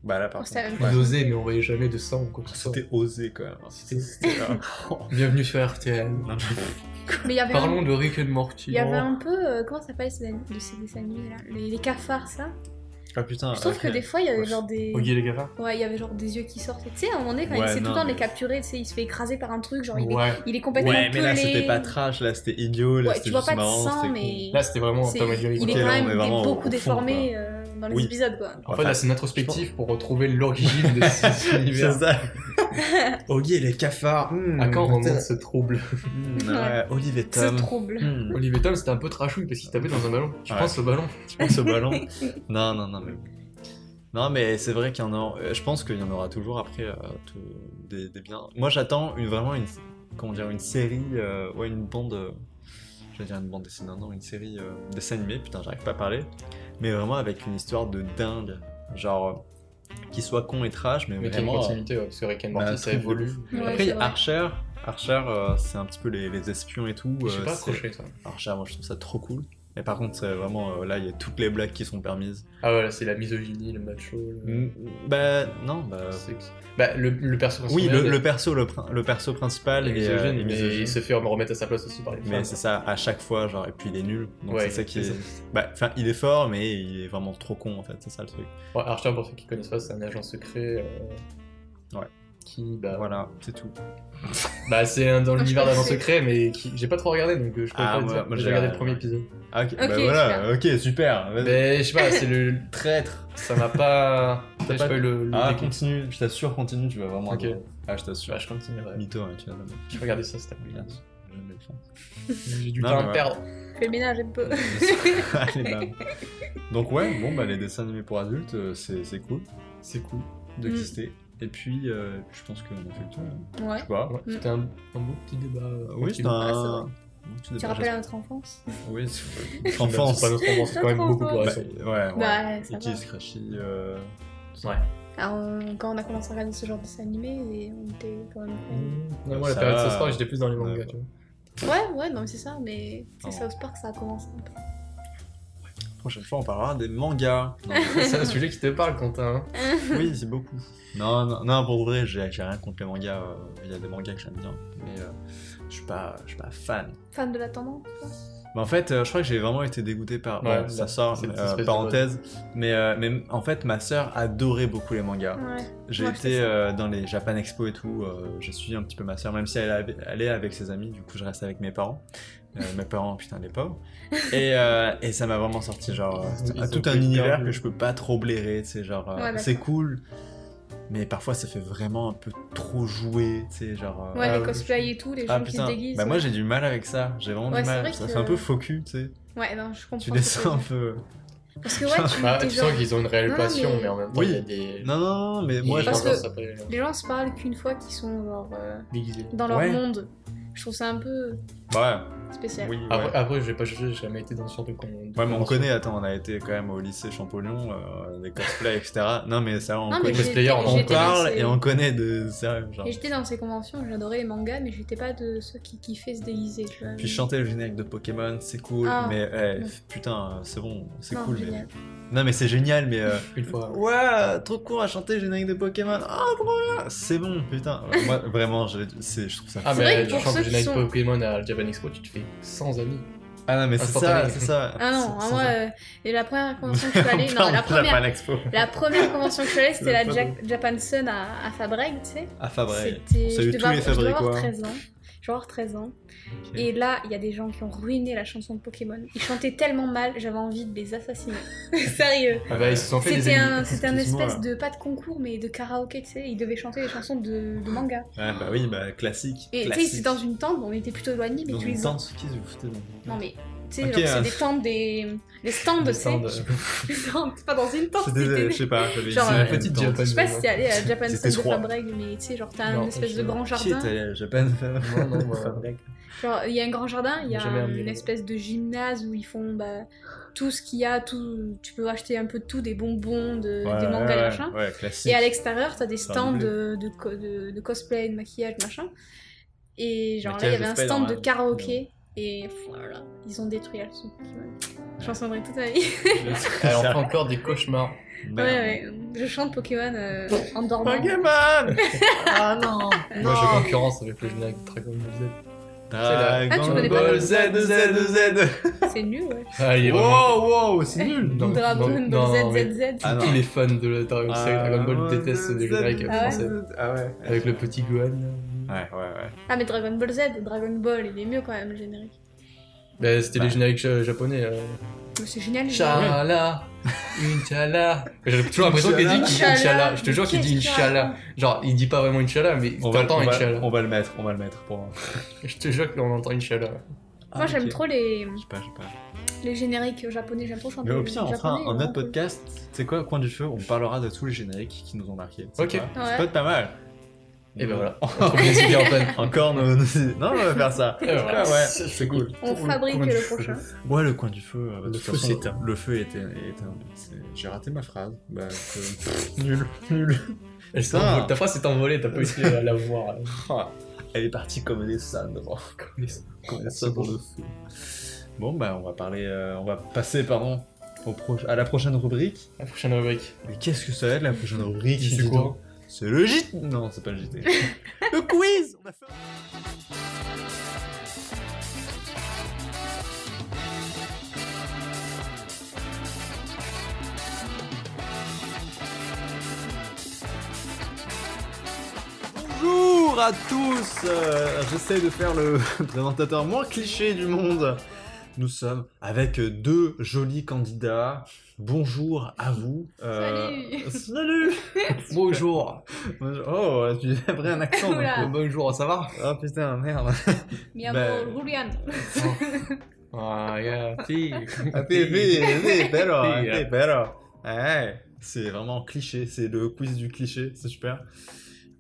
S1: Bah là, par
S2: Oh,
S1: contre.
S2: c'est la même
S4: plus
S2: chose.
S4: osés, mais on voyait jamais de sang ou quoi que ce soit.
S1: C'était osé quand même.
S4: C'était-
S1: C'était.
S4: Bienvenue sur RTL.
S2: Mais il y avait un-
S4: Parlons de Rick and Morty.
S2: Il y avait
S4: Oh.
S2: un peu, euh, comment ça s'appelle ces, de ces dessins animés là les, les cafards ça
S1: Ah putain.
S2: Je trouve que des fois il y avait genre des.
S4: Oggy et les Gavards.
S2: Ouais, il y avait genre des yeux qui sortaient. Tu sais, à un moment donné, quand
S1: Ouais,
S2: il s'est tout
S1: non,
S2: le temps
S1: mais-
S2: les capturer, tu sais, il se fait écraser par un truc, genre il est,
S4: Ouais.
S2: il est complètement
S1: Ouais, mais là,
S2: pelé.
S1: c'était pas trash. Là, c'était idiot. Là,
S2: Ouais,
S1: c'était
S2: tu vois
S1: juste
S2: pas de
S1: marrant.
S2: sang,
S1: c'était cool.
S2: mais.
S4: Là, c'était vraiment
S2: c'est-
S4: Tom et Jerry.
S2: il est
S1: Ok, là,
S2: quand
S1: on
S2: même
S1: est
S2: des-
S1: vraiment au- au
S2: beaucoup
S1: fond,
S2: déformé euh, dans les
S1: Oui.
S2: épisodes quoi.
S4: En fait, là, c'est une introspective pour retrouver l'origine de cet
S1: C'est
S4: univers.
S1: ça. Oggy et les cafards. hmm,
S4: À quand on
S1: putain.
S4: remonte ce trouble
S1: Hmm, ouais, Olive et
S2: Ce
S1: Tom.
S2: trouble.
S1: Hmm.
S4: Olivier Tom, c'était un peu trashouille parce qu'il tapait dans un ballon. Tu
S1: Ouais.
S4: penses au ballon
S1: Je pense au ballon. Non, non, non, mais. Non, mais c'est vrai qu'il y en a. euh, Je pense qu'il y en aura toujours après euh, tout- des, des biens. Moi, j'attends une, vraiment une. Comment dire Une série. euh, ouais, une bande. euh, J'allais dire une bande dessinée, non, une série euh, dessin animé. Putain, j'arrive pas à parler. Mais vraiment avec une histoire de dingue. Genre. euh, qui soit con et trash, mais,
S4: Mais quelle
S1: vraiment. euh,
S4: continuité, ouais, parce que Rick and
S1: bah,
S4: Morty, ça
S1: truc de
S4: évolue.
S1: ouf.
S2: Ouais,
S1: Après, il y
S2: c'est
S1: a
S2: vrai.
S1: Archer. Archer, euh, c'est un petit peu les, les espions et tout.
S4: Je sais
S1: euh,
S4: pas
S1: c'est-
S4: accroché, ça.
S1: Archer, moi, je trouve ça trop cool. Et par contre, c'est vraiment. euh, là, il y a toutes les blagues qui sont permises.
S4: Ah voilà, c'est la misogynie, le macho. Le...
S1: Mm, Bah non, bah.
S4: sexe. Bah, le, le perso
S1: Oui,
S4: principal
S1: le,
S4: est-
S1: le perso, le, prin- le perso principal
S4: est
S1: est, euh,
S4: misogyne,
S1: est
S4: mais
S1: misogyne.
S4: il se fait remettre à sa place aussi par les
S1: Mais
S4: femmes.
S1: c'est ça, à chaque fois, genre, et puis il est nul. Donc
S4: Ouais,
S1: c'est ça qui
S4: c'est
S1: est. Bah, enfin, il est fort, mais il est vraiment trop con en fait, c'est ça le truc.
S4: Ouais, Archer, pour ceux qui connaissent pas, c'est un agent secret. euh,
S1: Ouais.
S4: Qui, bah,
S1: Voilà, c'est tout.
S4: bah c'est un- dans
S2: je
S4: l'univers d'agent
S2: pensais.
S4: secret, mais qui... j'ai pas trop regardé, donc euh, je peux
S1: Ah,
S4: pas
S1: ouais,
S4: dire.
S1: moi,
S4: j'ai
S1: j'ai-
S4: regardé le premier épisode.
S1: Ah, ok, bah
S2: Ok,
S1: voilà, ok, super. vas-y.
S4: Mais je sais pas, c'est le
S1: Traître.
S4: ça m'a pas.
S1: T'as
S4: J'ai
S1: pas-
S4: pas eu le, le
S1: Ah,
S4: déclic.
S1: continue, je t'assure, continue, tu vas vraiment.
S4: Ok.
S1: adorer. Ah, je t'assure.
S4: Ouais, je continue. ouais.
S1: Mytho, hein, tu vas jamais.
S4: Je regardais ça, c'était
S1: Regarde, jamais le faire.
S4: J'ai du
S1: Non,
S4: temps
S1: mais
S4: à
S1: ouais.
S4: perdre.
S2: Fais le ménage un peu.
S1: Allez, bah. Donc ouais, bon bah les dessins animés pour adultes, euh, c'est c'est cool. C'est cool d'exister. Et puis euh, je pense qu'on a fait le tour. hein.
S2: Mm. Ouais.
S1: Je sais pas.
S4: Ouais, C'était un, un beau petit débat. euh,
S1: Euh, oui,
S4: tranquille.
S1: c'est
S2: Ah, c'est
S1: un...
S2: vrai.
S1: un petit
S2: Tu
S1: débat,
S2: rappelles à notre enfance
S1: j'espère. Oui, c'est
S4: Bah, C'est
S1: enfance.
S4: pas notre enfance, c'est quand même
S2: Notre
S4: beaucoup pour
S1: Bah,
S4: la suite.
S1: ouais, ouais.
S2: Bah, ouais, ça
S1: Et qui
S2: va.
S1: Scratchy, euh,
S4: Ouais.
S2: Alors, Ah, on- quand on a commencé à regarder ce genre de dessin animé, et on était quand même.
S4: Ouais, Mmh. moi, la
S1: Ça
S4: période
S1: va.
S4: South Park, j'étais plus dans les mangas,
S1: Ouais.
S4: tu vois.
S2: Ouais, ouais, non, mais c'est ça, mais
S1: Mmh. Oh.
S2: c'est South Park, ça a commencé un peu.
S1: Prochaine fois, on parlera des mangas. Non,
S4: C'est un sujet qui te parle, Quentin. hein.
S1: oui, c'est beaucoup. Non, non, non, pour vrai, j'ai j'ai rien contre les mangas. euh, Il y a des mangas que j'aime bien, mais euh, je suis pas, je suis pas fan.
S2: Fan de la tendance quoi.
S1: Bah, en fait, euh, je crois que j'ai vraiment été dégoûté par.
S4: Ouais,
S1: bon, ça
S4: la-
S1: sort,
S4: cette
S1: mais, euh,
S4: espèce de
S1: parenthèse. Mais, euh, mais en fait, ma sœur adorait beaucoup les mangas.
S2: Ouais.
S1: J'ai
S2: Ouais, c'est
S1: été
S2: ça.
S1: euh, dans les Japan Expo et tout. euh, j'ai suivi un petit peu ma sœur, même si elle, avait- elle est avec ses amis. Du coup, je reste avec mes parents. Euh, mes parents, putain, les pauvres. Et, euh, et ça m'a vraiment sorti, genre, euh,
S4: Ils ont
S1: tout
S4: pris
S1: un
S4: le
S1: univers
S4: perdu.
S1: que je peux pas trop blairer. C'est genre, euh,
S2: Ouais, d'accord.
S1: c'est cool. Mais parfois, ça fait vraiment un peu trop joué. Tu sais, genre. euh,
S2: Ouais,
S4: Ah,
S2: les
S4: oui.
S2: cosplays et tout, les
S1: ah
S2: gens qui se
S1: putain,
S2: déguisent.
S1: bah moi
S2: ouais.
S1: j'ai du mal avec ça, j'ai vraiment
S2: Ouais,
S1: du
S2: c'est
S1: mal,
S2: vrai
S1: ça
S2: que-
S1: fait un peu faux cul, tu sais.
S2: Ouais, non, je comprends.
S1: Tu
S2: ce que
S1: descends Ah, un
S2: veux dire.
S1: peu.
S2: Parce que ouais, tu,
S4: Bah,
S2: t'es
S4: tu
S2: genre-
S4: sens qu'ils ont une
S2: Non,
S4: réelle
S2: non,
S4: passion, mais...
S2: mais-
S4: en même temps,
S1: Oui.
S4: il y a des.
S1: Non, non, non, mais
S4: il y a
S1: moi
S4: des
S1: je
S2: Parce
S4: gens
S2: que-
S4: ça peut-
S2: les gens se parlent qu'une fois qu'ils sont genre euh,
S4: euh, déguisés.
S2: dans leur
S1: Ouais.
S2: monde. Je trouve ça un peu
S1: bah Ouais,
S2: spécial.
S1: oui, ouais.
S4: Après, après, j'ai pas jugé, j'ai jamais été dans ce genre de con. de
S1: Ouais, mais on
S4: convention.
S1: connaît, attends, on a été quand même au lycée Champollion, euh, des cosplays, etc. Non, mais ça, on
S2: Non, mais
S1: connaît.
S2: j'ai-
S4: cosplayers, on
S2: j'ai-
S1: On
S2: j'étais dans
S1: parle
S2: ces-
S1: et on connaît de sérieux, genre.
S2: Et j'étais dans ces conventions, j'adorais les mangas, mais j'étais pas de ceux qui kiffaient se déguiser. Tu vois.
S1: Puis chanter le générique de Pokémon, c'est cool,
S2: Ah,
S1: mais eh,
S2: non.
S1: putain, c'est bon, c'est
S2: Non,
S1: cool. Mais...
S2: génial.
S1: Non, mais c'est génial, mais. euh,
S4: Une fois.
S1: Ouais, trop cool à chanter le générique de Pokémon. Ah, trop bien. C'est bon, putain. Ouais, Moi, vraiment, je, c'est- je trouve ça.
S4: Ah,
S2: C'est vrai
S4: mais
S2: que
S4: tu
S2: pour
S4: chantes
S2: ceux
S4: le
S2: qui
S4: générique
S2: sont-
S4: Pokémon à la Japan Expo, tu te fais sans amis.
S1: Ah non, mais c'est ça,
S4: Instantané.
S1: c'est ça.
S2: Ah non,
S1: C'est-
S2: hein, moi,
S1: c'est-
S2: euh, et la première convention que je suis allée,
S1: On
S2: non, la
S1: parle de
S2: première,
S1: Japan Expo.
S2: la première convention que je suis allée, c'était
S1: La
S2: la Jack- Japan Sun à, à Fabreg, tu sais.
S1: Ah, Fabrel.
S2: C'était,
S1: Salut tous
S2: je devais
S1: les
S2: avoir- je devais avoir
S1: Fabricois.
S2: 13 ans. Je genre 13 ans. Et là, il y a des gens qui ont ruiné la chanson de Pokémon. Ils chantaient tellement mal, j'avais envie de les assassiner. Sérieux.
S4: Ah bah, ils se sont fait des
S2: C'était
S4: ennemis.
S2: un, c'était un
S1: Excuse-moi.
S2: espèce de, pas de concours, mais de karaoké, tu sais. Ils devaient chanter des chansons de, de manga.
S1: Ouais, bah oui, bah classique.
S2: Et tu sais,
S1: classique.
S2: c'était dans une tente, bon, on était plutôt éloignés, mais
S1: Dans
S2: tu
S1: une
S2: les entends.
S1: tente, qu'est-ce que vous foutez dans-
S2: Non mais, tu sais,
S1: Ok,
S2: genre,
S1: euh,
S2: c'est des tentes, des. Les stands,
S4: Des
S2: tu sais.
S4: stands, euh,
S2: Non, c'est pas dans une tente,
S1: C'est
S2: c'était.
S1: des- Je sais pas, j'avais
S2: Genre,
S1: dit-
S2: euh,
S1: une petite
S4: Japan.
S1: diapo.
S2: Je sais pas si t'es allé à Japan
S1: C'était
S2: Sun de
S1: trois.
S2: Fabreg, mais tu sais, genre t'as
S4: Non,
S2: une espèce de
S4: je-
S2: grand
S1: Qui est
S2: jardin.
S1: allé à Japan
S4: Non, non, moi,
S2: Genre, il y a un grand jardin, il y a
S4: Jamais
S2: un-
S4: amené.
S2: une espèce de gymnase où ils font bah, tout ce qu'il y a, tout, tu peux acheter un peu de tout, des bonbons, de,
S1: Ouais,
S2: des mangas,
S1: ouais,
S2: des
S1: ouais,
S2: machins.
S1: Ouais, classique.
S2: Et à l'extérieur, t'as des
S1: C'est un
S2: stands
S1: bleu.
S2: de, de, co- de- de cosplay, de maquillage, machin. Et genre là, il
S1: Maquillage
S2: y
S1: de
S2: avait un
S1: Spider-Man.
S2: stand de karaoké. Et voilà, ils ont détruit la chanson Pokémon. Je chanterai toute ma vie.
S4: Elle en fait encore des cauchemars.
S2: Ouais,
S1: Merde.
S2: ouais. Je chante Pokémon euh, en dormant.
S1: Pokémon Ah non
S4: Moi, je concurrence avec le générique de Dragon Ball Z. là.
S2: Ah, tu connais
S1: Dragon
S2: pas
S1: Ball
S2: Dragon
S1: Z,
S2: Ball
S1: Z, Z
S2: C'est nul, ouais.
S4: Ah,
S1: Oh
S4: il est vraiment-
S1: Wow, wow, c'est nul
S4: Non,
S2: Dragon
S4: non,
S2: Ball
S4: non,
S2: Z,
S4: mais-
S2: Z, Z.
S1: Ah non.
S4: Tous les fans de la Dragon, série Dragon Ball détestent ce générique
S2: Ah ouais
S4: français.
S1: Ah ouais
S4: Avec le petit Gohan. là.
S1: Ouais, ouais, ouais.
S2: Ah, mais Dragon Ball Z, Dragon Ball, il est mieux quand même, le générique.
S4: Bah, c'était
S1: Bah.
S4: les génériques ja- japonais. euh. là.
S2: Mais c'est génial, le générique.
S4: Inch'Allah Inch'Allah J'ai toujours l'impression qu'il dit
S2: Inch'Allah.
S4: Inch'Allah. Je te jure qu'il dit
S2: Qu'est-ce qu'il
S4: Inch'Allah.
S2: raconte
S4: Genre, il dit pas vraiment Inch'Allah, mais
S1: On va,
S4: t'entends
S1: on, va,
S4: Inch'Allah.
S1: on va le mettre, on va le mettre pour...
S4: Je te jure qu'on entend Inch'Allah.
S2: Moi, j'aime trop les,
S1: Ah, Je sais pas, je sais pas.
S2: les génériques japonais, j'aime trop chanter.
S1: Mais au
S2: les
S1: pire, on fera
S2: japonais, euh,
S1: un, un
S2: ils
S1: autre
S2: sont cool.
S1: podcast. C'est quoi, coin du feu On parlera de tous les génériques qui nous ont marqués. C'est
S4: Ok.
S1: pas- C'est
S2: Ouais.
S1: peut-être pas mal. Eh
S4: Et ben voilà.
S1: On
S4: Trop bien, c'est bien, Antoine.
S1: Encore nos, nos idées. Non, on va faire ça.
S4: Et voilà.
S1: Ouais, ouais, c'est cool.
S2: On fabrique le prochain.
S1: Ouais, le coin du feu. euh, de
S4: Le
S1: toute
S4: feu
S1: façon,
S4: s'éteint.
S1: Le feu était éteint. C'est- J'ai raté ma phrase. Bah, que- nul, nul.
S4: Elle s'est
S1: Ah.
S4: envolée. Ta phrase s'est envolée, t'as pas essayé à la voir. là.
S1: Ah, Elle est partie comme des sandes. oh,
S4: Comme les-
S1: Comme des sandes dans le feu. Bon, bah, on va parler. euh, on va passer, pardon, au pro- à la prochaine rubrique.
S4: La prochaine rubrique.
S1: Mais qu'est-ce que ça va être la prochaine rubrique
S4: C'est
S1: dis
S4: quoi
S1: donc C'est le JT Non, c'est pas le JT. le quiz on a fait... Bonjour à tous Euh, J'essaie de faire le présentateur moins cliché du monde. Nous sommes avec deux jolis candidats. Bonjour à vous. Euh, Salut
S2: Salut.
S4: Bonjour.
S1: Oh, tu as pris un accent. d'un
S2: Oula.
S1: coup.
S4: Bonjour, ça va
S1: Oh putain, merde.
S2: Mi amor,
S1: Ben-
S2: Julian.
S4: Ah, yeah, si.
S1: Ah, t'es- t'es- t'es bello, hein,
S4: Si,
S1: t'es
S4: hein.
S1: bello. Ouais, c'est vraiment cliché, c'est le quiz du cliché, c'est super.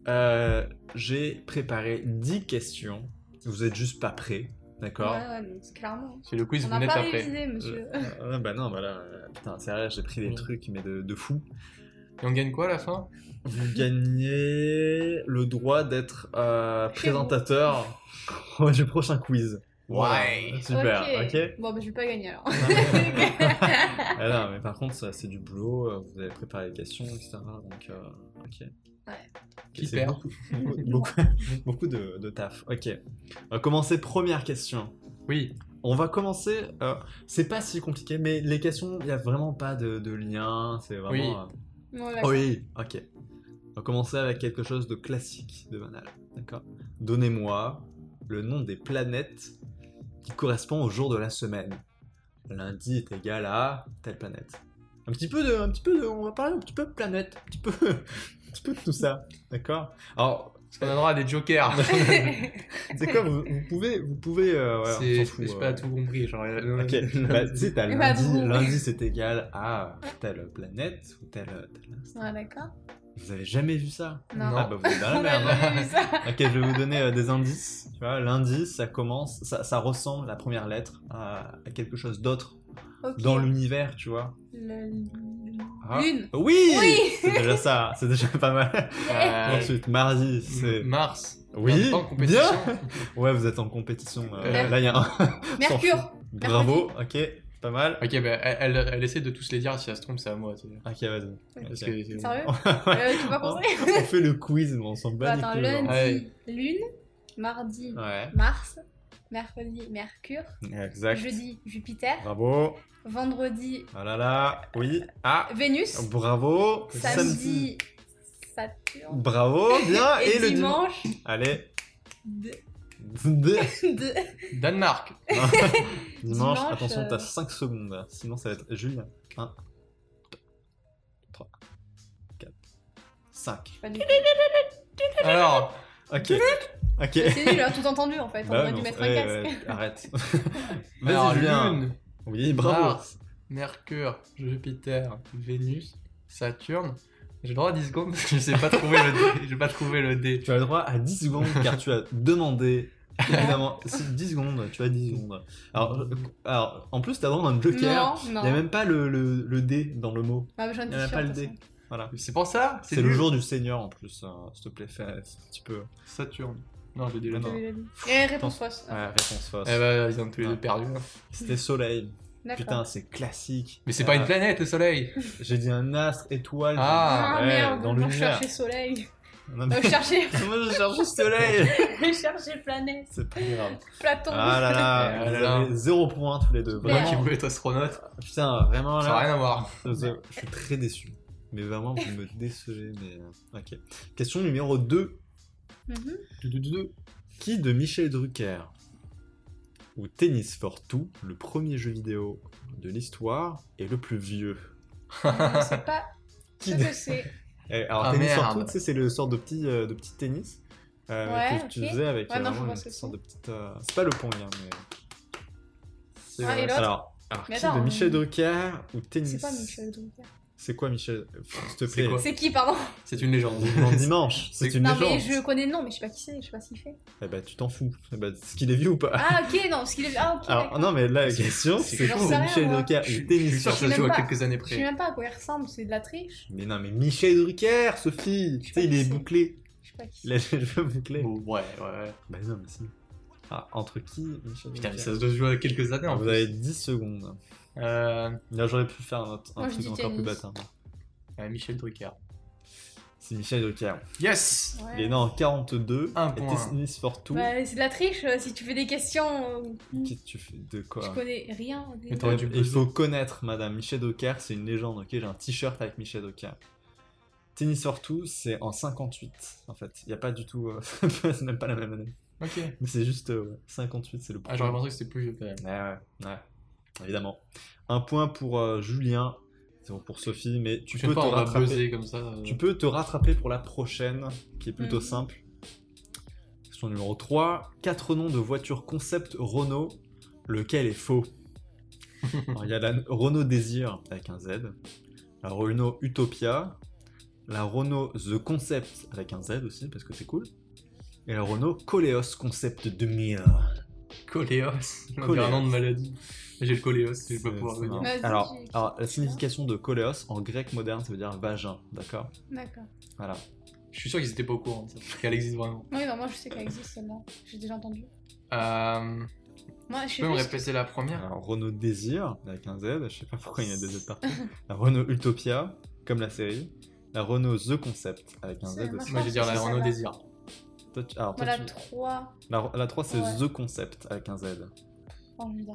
S1: Euh, J'ai préparé 10 questions. Vous êtes juste pas prêts,
S2: Ouais,
S1: d'accord
S2: ouais, mais c'est clairement.
S4: C'est le quiz,
S2: On
S4: vous
S2: n'a
S4: n'êtes
S2: pas
S4: après.
S2: révisé, monsieur.
S1: Ah, Bah non, bah là, euh, putain, sérieux, j'ai pris des
S4: Oui.
S1: trucs, mais de, de fou.
S4: Et on gagne quoi à la fin
S1: Vous gagnez le droit d'être euh, présentateur du prochain quiz. Voilà,
S4: Ouais.
S1: Super, ok
S2: Bon, bah, je vais pas gagner alors.
S1: Ah non, mais par contre, ça, c'est du boulot, euh, vous avez préparé les questions, etc. Donc, euh, ok.
S2: Ouais.
S1: Ok, c'est
S4: Hyper.
S1: beaucoup, beaucoup, beaucoup, beaucoup de, de taf. Ok. On va commencer, première question.
S4: Oui.
S1: On va commencer. euh, c'est pas si compliqué, mais les questions, il n'y a vraiment pas de, de lien. C'est vraiment. euh,
S4: Oui.
S2: Bon,
S1: ah
S2: d'accord.
S1: Oui, ok. On va commencer avec quelque chose de classique, de banal. D'accord Donnez-moi le nom des planètes qui correspond au jour de la semaine. Lundi est égal à telle planète. Un petit peu de. Un petit peu de on va parler un petit peu de planète. Un petit peu, un petit peu de tout ça. D'accord Alors,
S4: Parce qu'on a droit à des jokers.
S1: c'est quoi vous, vous pouvez. Vous pouvez euh, ouais, on
S4: C'est,
S1: s'en fout,
S4: j'ai
S1: euh.
S4: pas tout compris. Genre, euh,
S1: Ok, bah, tu sais, t'as
S2: Et bah,
S1: lundi,
S2: vous-
S1: lundi c'est égal à telle planète ou telle, telle instant.
S2: Ouais, d'accord.
S1: Vous avez jamais vu ça
S2: Non.
S1: Ah bah vous êtes dans la
S2: On a
S1: merde.
S2: jamais vu ça.
S1: Ok, je vais vous donner euh, des indices. Tu vois, l'indice, ça commence, ça, ça ressemble la première lettre à, à quelque chose d'autre
S2: Ok.
S1: dans l'univers, tu vois.
S2: Le-
S1: Ah.
S2: Lune.
S1: Oui,
S2: Oui.
S1: C'est déjà ça, c'est déjà pas mal.
S4: euh,
S1: Ensuite, mardi, c'est.
S4: Mm, Mars.
S1: Oui,
S4: En compétition.
S1: Ouais, vous êtes en compétition. euh,
S4: Euh.
S1: Là, il y a un.
S2: Eh, Mercure.
S1: Bravo, ok, c'est pas mal.
S4: Ok, bah, elle, elle, elle essaie de tous les dire. Si elle se trompe, c'est à moi. tu sais.
S1: Ok, vas-y.
S4: Parce
S1: Ok.
S4: que c'est-
S2: Sérieux
S1: on
S2: Euh, Tu vas penser
S1: fait le quiz, mais on s'en bat les
S2: Attends,
S1: couilles, Bah, genre.
S2: Bah, lundi,
S4: Ouais.
S2: lune. Mardi,
S1: Ouais,
S2: Mars. Mercredi, Mercure.
S1: exact.
S2: Jeudi, Jupiter.
S1: Bravo.
S2: Vendredi,
S1: Ah là là, oui. Ah,
S2: Vénus.
S1: bravo.
S2: Samedi, Saturne.
S1: Bravo, bien.
S2: Et,
S1: le dimanche.
S2: dimanche,
S1: Allez,
S2: d-
S1: Dès
S2: De...
S4: Danemark.
S1: dimanche,
S2: Dimanche,
S1: attention,
S2: euh,
S1: t'as 5 secondes, là, sinon ça va être Julien. 1, 3, 4, 5.
S2: Pas du tout.
S4: Alors,
S1: Ok, ok.
S2: C'est nul, on a tout entendu en fait. On
S1: Bah
S2: aurait
S1: ouais,
S2: dû
S1: mais
S2: mettre
S1: on-
S2: un
S1: ouais,
S2: casque.
S1: ouais, arrête.
S4: alors,
S1: Vas-y, Julien.
S4: Lune,
S1: Oui, bravo.
S2: Ah.
S4: Mars, Mercure, Jupiter, Vénus, Saturne. J'ai le droit à 10 secondes parce que je sais pas trouver le dé. J'ai pas trouvé le dé.
S1: Tu as le droit à 10 secondes car tu as demandé. Évidemment, c'est 10 secondes, tu as 10 secondes. Alors, euh, alors en plus, t'as vraiment un joker.
S2: Non, non.
S1: Il n'y a même pas le, le, le dé dans le mot.
S2: Ah, mais j'en ai
S1: Il n'y a
S2: sûr,
S1: pas le
S2: de toute
S1: dé.
S2: façon.
S1: Voilà.
S4: C'est pour ça
S1: C'est le
S4: nul.
S1: jour du Seigneur en plus, hein, s'il te plaît, fais un petit peu.
S4: Saturne. Non, j'ai déjà
S1: Ah
S4: dit.
S1: non. Ah.
S2: J'avais déjà dit. Eh, réponse fausse.
S1: Ouais, euh, réponse fausse.
S4: Eh bah, ils ont tous les
S1: Ouais.
S4: deux perdu.
S1: C'était Soleil.
S2: Mmh. D'accord.
S1: Putain, c'est classique.
S4: Mais c'est pas
S1: Euh,
S4: une planète, le soleil.
S1: J'ai dit un astre, étoile.
S4: Ah,
S2: Ah,
S1: ouais,
S2: merde,
S1: dans
S2: moi je
S1: l'univers.
S2: cherchais soleil.
S1: Non,
S2: Euh,
S1: mais-
S2: je cherchais,
S1: Moi je cherche soleil.
S2: je cherchais planète,
S1: C'est pas grave.
S2: Platon.
S1: Ah là là,
S4: Eh,
S1: vous
S4: là.
S1: avez zéro point tous les deux.
S2: Super.
S1: Vraiment.
S4: Moi qui voulais être astronaute,
S1: Putain, vraiment
S4: ça n'a
S1: là.
S4: rien à voir.
S1: Je je suis très déçu. Mais vraiment, vous me décevez. Mais... euh, Ok. Question numéro 2.
S2: Mhm.
S1: Qui de Michel Drucker ou Tennis for Two, le premier jeu vidéo de l'histoire, est le plus vieux
S2: Je sais Euh, pas ce
S1: Qui
S2: que c'est.
S1: Eh, alors,
S4: Ah,
S1: tennis sur
S4: merde.
S1: tout, tu sais, c'est le sort de petit, euh, de petit tennis euh,
S2: Ouais,
S1: que tu
S2: ok.
S1: faisais avec
S2: Ouais,
S1: euh,
S2: non, je
S1: vraiment
S2: vois
S1: une
S2: ce que
S1: sorte de petite. euh, C'est pas le pong, hein, mais. C'est, euh,
S2: Ah, et l'autre
S1: alors, alors qui
S2: Mais attends,
S1: de
S2: on-
S1: Michel Drucker ou tennis
S2: C'est quoi Michel Drucker
S1: C'est quoi Michel Pff, S'il te
S4: C'est
S1: plaît.
S4: quoi
S2: C'est qui, pardon
S4: C'est une légende.
S1: En dimanche, c'est
S4: C'est-
S1: une
S2: Non, mais
S1: légende.
S2: je connais le nom, mais je sais pas qui c'est, je sais pas ce qu'il fait.
S1: Eh ben, tu t'en fous. Eh ben, est-ce qu'il est vieux ou pas
S2: Ah, ok, non, parce qu'il est. Ah, ok.
S1: Alors,
S2: d'accord.
S1: non, mais là, la question,
S4: c'est
S1: c'est qui
S2: chaud.
S1: de
S2: J'en sais
S1: Michel
S2: rien, moi.
S1: Drucker
S4: Je suis
S1: ou
S4: je suis
S1: tennis
S4: sûr que
S1: sur
S4: ça se joue à
S2: même pas.
S4: quelques années
S2: Je
S4: près.
S2: sais même pas à quoi il ressemble, c'est de la triche.
S1: Mais non, mais Michel Drucker, Sophie Tu sais, il est
S2: sais.
S1: bouclé.
S2: Je sais pas qui
S1: Il a les cheveux bouclés.
S4: Bon, ouais, ouais, ouais.
S1: Bah, non, mais si. Ah, entre qui Michel
S4: Putain, mais
S1: Drucker
S4: ça se joue à quelques années en
S1: Ah, Vous
S4: plus.
S1: avez 10 secondes.
S4: Euh,
S1: Là, j'aurais pu faire un, autre- un
S2: Moi, je
S1: truc
S2: dis
S1: encore plus
S2: tennis.
S1: bâtard.
S4: euh, Michel Drucker.
S1: C'est Michel Drucker.
S4: Yes
S2: c'est.
S1: Il est
S2: Ouais.
S1: né en 42.
S4: Un
S1: et
S4: point.
S1: Tennis for Two.
S2: Bah, c'est de la triche, euh, si tu fais des questions. euh,
S1: Qu'est-ce que tu fais de
S2: Je
S1: quoi
S2: connais rien.
S4: Mais
S1: Euh,
S4: t'aurais dû
S1: Il
S4: poser.
S1: faut connaître Madame Michel Drucker, c'est une légende. Ok, j'ai un t-shirt avec Michel Drucker. Tennis for Two, c'est en 58 en fait. Il y a pas du tout, euh, c'est même pas la même année.
S4: Ok.
S1: Mais c'est juste euh, ouais, 58, c'est le point. Eh
S4: Ah, j'aurais pensé que c'était plus vieux quand même.
S1: Ouais, ouais, ouais. Évidemment. Un point pour euh, Julien, zéro pour Sophie, mais tu
S4: Je
S1: peux
S4: sais pas,
S1: te
S4: on va
S1: rattraper.
S4: buzzer comme ça. euh.
S1: Tu peux te rattraper pour la prochaine, qui est plutôt
S2: Mhm.
S1: simple. Question numéro 3. Quatre noms de voitures concept Renault, lequel est faux Alors, Il y a la Renault Désir avec un Z, la Renault Utopia, la Renault The Concept avec un Z aussi, parce que c'est cool, et la Renault Coleos Concept 2000.
S4: Coléos. On dirait un nom de maladie. J'ai le coléos, je vais pas
S1: C'est-
S4: pouvoir
S1: c'est
S4: le
S1: marrant.
S4: dire.
S2: Vas-y,
S1: alors,
S2: j'ai-
S1: alors, la signification de Coleos en grec moderne, ça veut dire vagin, d'accord
S2: D'accord.
S1: Voilà.
S4: Je suis sûr qu'ils étaient pas au courant de ça, qu'elle existe vraiment.
S2: Oui, non, moi je sais qu'elle existe celle-là. J'ai déjà entendu.
S4: Euh,
S2: Moi, je
S4: tu
S2: sais
S4: peux me
S2: plus-
S4: répéter la
S2: Ah.
S4: première
S1: Alors, Renault Désir, avec un Z, je sais pas pourquoi il y a des Z partout. La Renault Utopia, comme la série. La Renault The Concept, avec un Z
S2: C'est- moi,
S1: aussi.
S4: Moi, je vais dire
S2: que
S4: la
S2: c'est
S4: Renault
S2: celle-là.
S4: Désir.
S1: Toi, tu- alors, toi,
S2: Voilà,
S1: tu-
S2: 3.
S1: la, la 3, c'est
S2: Ouais.
S1: The Concept, avec un Z.
S2: Oh, je veux dire.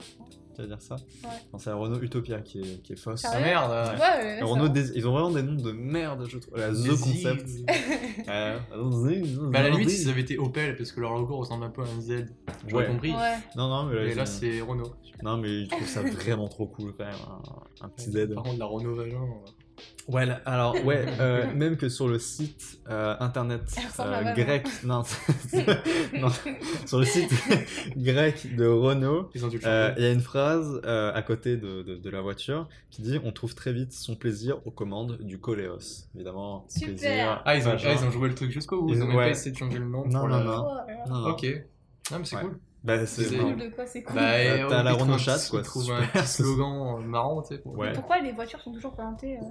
S1: Tu vas dire ça
S2: Ouais.
S1: Non, c'est la Renault Utopia qui est, qui est fausse.
S2: Ah
S4: Ah
S2: ouais
S4: merde
S2: Ouais,
S4: euh,
S2: ouais,
S1: La
S2: ça
S1: Renault
S2: va.
S1: Désir, ils ont vraiment des noms de merde, je trouve. La The
S4: Désir.
S1: Concept. Euh,
S4: Bah, à la limite, ils avaient été Opel parce que leur logo ressemble un peu à un Z. J'aurais
S1: Ouais.
S4: compris.
S2: Ouais.
S1: Non, non, mais là,
S4: Mais
S1: ils
S4: là,
S1: ont-
S4: c'est Renault.
S1: non, mais ils trouvent ça vraiment trop cool quand même, un, un petit Z.
S4: Par contre, la Renault Vagin. euh,
S1: Ouais, là- alors ouais, euh, même que sur le site euh, internet
S2: Elle ressemble à
S1: euh,
S2: maman.
S1: grec, non, c'est- non, sur le site grec de Renault,
S4: Ils ont dû le
S1: euh,
S4: changer.
S1: il y a une phrase euh, à côté de, de- de la voiture qui dit on trouve très vite son plaisir aux commandes du Coléos. Évidemment,
S2: Super.
S1: plaisir.
S4: Ah, ils ont,
S1: machin.
S4: ah, ils ont joué le truc jusqu'au bout. Ils
S1: Ils-
S4: ont même
S1: ouais.
S4: pas essayé de changer le nom.
S1: Non, non,
S4: pour la-
S1: non.
S2: Oh là là.
S1: Non, non.
S4: Ok. Non, mais c'est
S1: Ouais.
S4: cool.
S1: Bah, c'est-
S4: C'est-
S2: C'est
S1: non.
S2: nul de quoi, c'est cool.
S4: Bah,
S1: Euh,
S4: euh,
S1: t'as
S4: ils
S1: la
S4: trouvent
S1: Renault
S4: un
S1: Chatte,
S4: petit-
S1: quoi,
S4: Ils trouvent un
S1: super.
S4: petit slogan euh, marrant, tu sais. pour-
S1: Ouais.
S2: Pourquoi les voitures sont toujours représentées euh,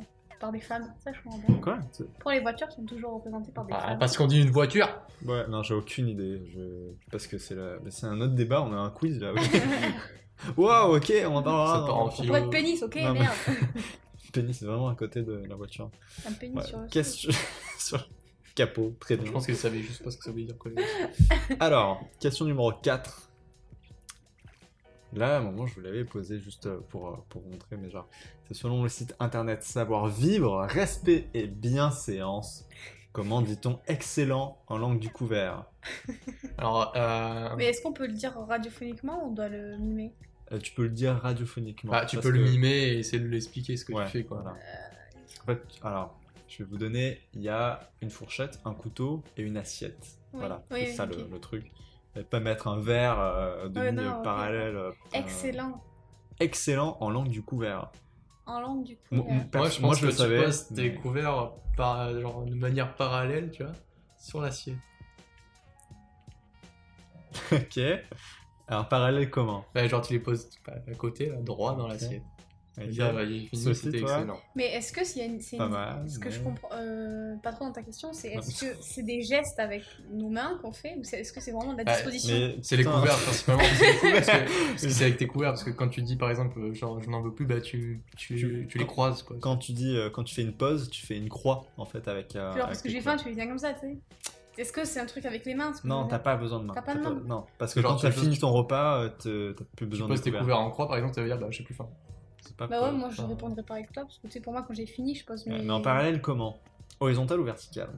S2: par des femmes Ça, je comprends pas.
S1: Quoi
S2: Pourquoi les voitures sont toujours représentées
S1: Ah,
S2: par des
S4: Bah,
S2: femmes
S4: parce qu'on dit une voiture.
S1: Ouais, non, j'ai aucune idée. Je... Parce que c'est la... mais c'est un autre débat, on a un quiz là. Waouh, ok, on en parlera.
S4: Ça part en
S1: dans-
S4: fil.
S2: Pourquoi de pénis, ok,
S1: Non, mais-
S2: merde.
S1: Pénis, c'est vraiment à côté de la voiture.
S2: Un pénis
S1: Ouais,
S2: sur le sol.
S1: Question sur le capot, très
S4: Je
S1: bien.
S4: pense qu'ils savaient juste pas ce que ça veut dire Coléos.
S1: Alors, question numéro 4. Là, à un moment, je vous l'avais posé juste euh, pour, euh, pour vous montrer, mais genre, c'est selon le site internet Savoir Vivre, Respect et Bienséance. Comment dit-on excellent en langue du couvert
S4: Alors, euh,
S2: Mais est-ce qu'on peut le dire radiophoniquement ou on doit le mimer
S1: Euh, Tu peux le dire radiophoniquement.
S4: bah, tu
S1: parce
S4: peux le
S1: que-
S4: mimer et essayer de l'expliquer ce que
S1: Ouais,
S4: tu fais, quoi.
S1: voilà. En fait, alors, je vais vous donner, il y a une fourchette, un couteau et une assiette.
S2: Oui,
S1: Voilà,
S2: oui,
S1: c'est
S2: oui,
S1: ça le-
S2: ok.
S1: le, truc. Et pas mettre un verre euh, de
S2: Ouais,
S1: ligne
S2: non, ok.
S1: parallèle. euh,
S2: Excellent.
S1: excellent en langue du couvert.
S2: En langue du coup.
S1: Moi,
S2: euh,
S1: perso-
S4: Moi, je pense
S1: moi,
S4: que
S1: je le
S4: tu
S1: savais.
S4: postes tes
S1: mais-
S4: couverts par, genre, de manière parallèle, tu vois, sur l'assiette.
S1: ok. Alors, parallèle comment
S4: Bah, genre, tu les poses à à côté, là, droit dans l'assiette.
S1: Ok.
S4: Dire, bah, il est fini,
S1: Ceci,
S4: c'était
S1: toi
S4: excellent.
S2: Mais est-ce que s'il y a une. c'est
S1: Pas
S2: une-
S1: mal,
S2: Ce que je
S1: mais-
S2: comprends euh, pas trop dans ta question, c'est
S1: Non.
S2: est-ce que c'est des gestes avec nos mains qu'on fait ou c'est- est-ce que c'est vraiment de la
S4: Ah,
S2: disposition
S1: Mais
S4: C'est les
S1: putain,
S4: couverts, principalement. parce que- parce que- parce que c'est avec tes couverts, parce que quand tu dis, par exemple, euh, genre, je n'en veux plus, bah, tu, tu,
S1: Tu-
S4: tu les croises, quoi.
S1: Quand tu dis, euh, quand tu fais une pause, tu fais une croix en fait avec. euh,
S2: Tu vois,
S1: avec
S2: parce que
S1: les
S2: j'ai faim,
S1: couverts.
S2: tu fais bien comme ça, tu sais. Est-ce que c'est un truc avec les mains ce que je
S1: Non,
S2: veux
S1: t'as
S2: dire
S1: pas besoin de main.
S2: T'as pas de main.
S1: Non, parce que
S4: Genre,
S1: quand
S4: tu
S1: t'as
S4: poses-
S1: fini ton repas, euh, te- t'as plus
S4: Tu
S1: besoin de
S4: poses tes
S1: couverts.
S4: couverts en croix, par exemple, ça veut dire, bah, je sais plus faim.
S1: C'est pas
S2: Bah ouais,
S1: pour-
S2: moi je
S4: enfin-
S2: répondrai pas avec toi, parce que tu sais, pour moi quand j'ai fini, je pose mes.
S1: Mais en parallèle, comment Horizontal ou vertical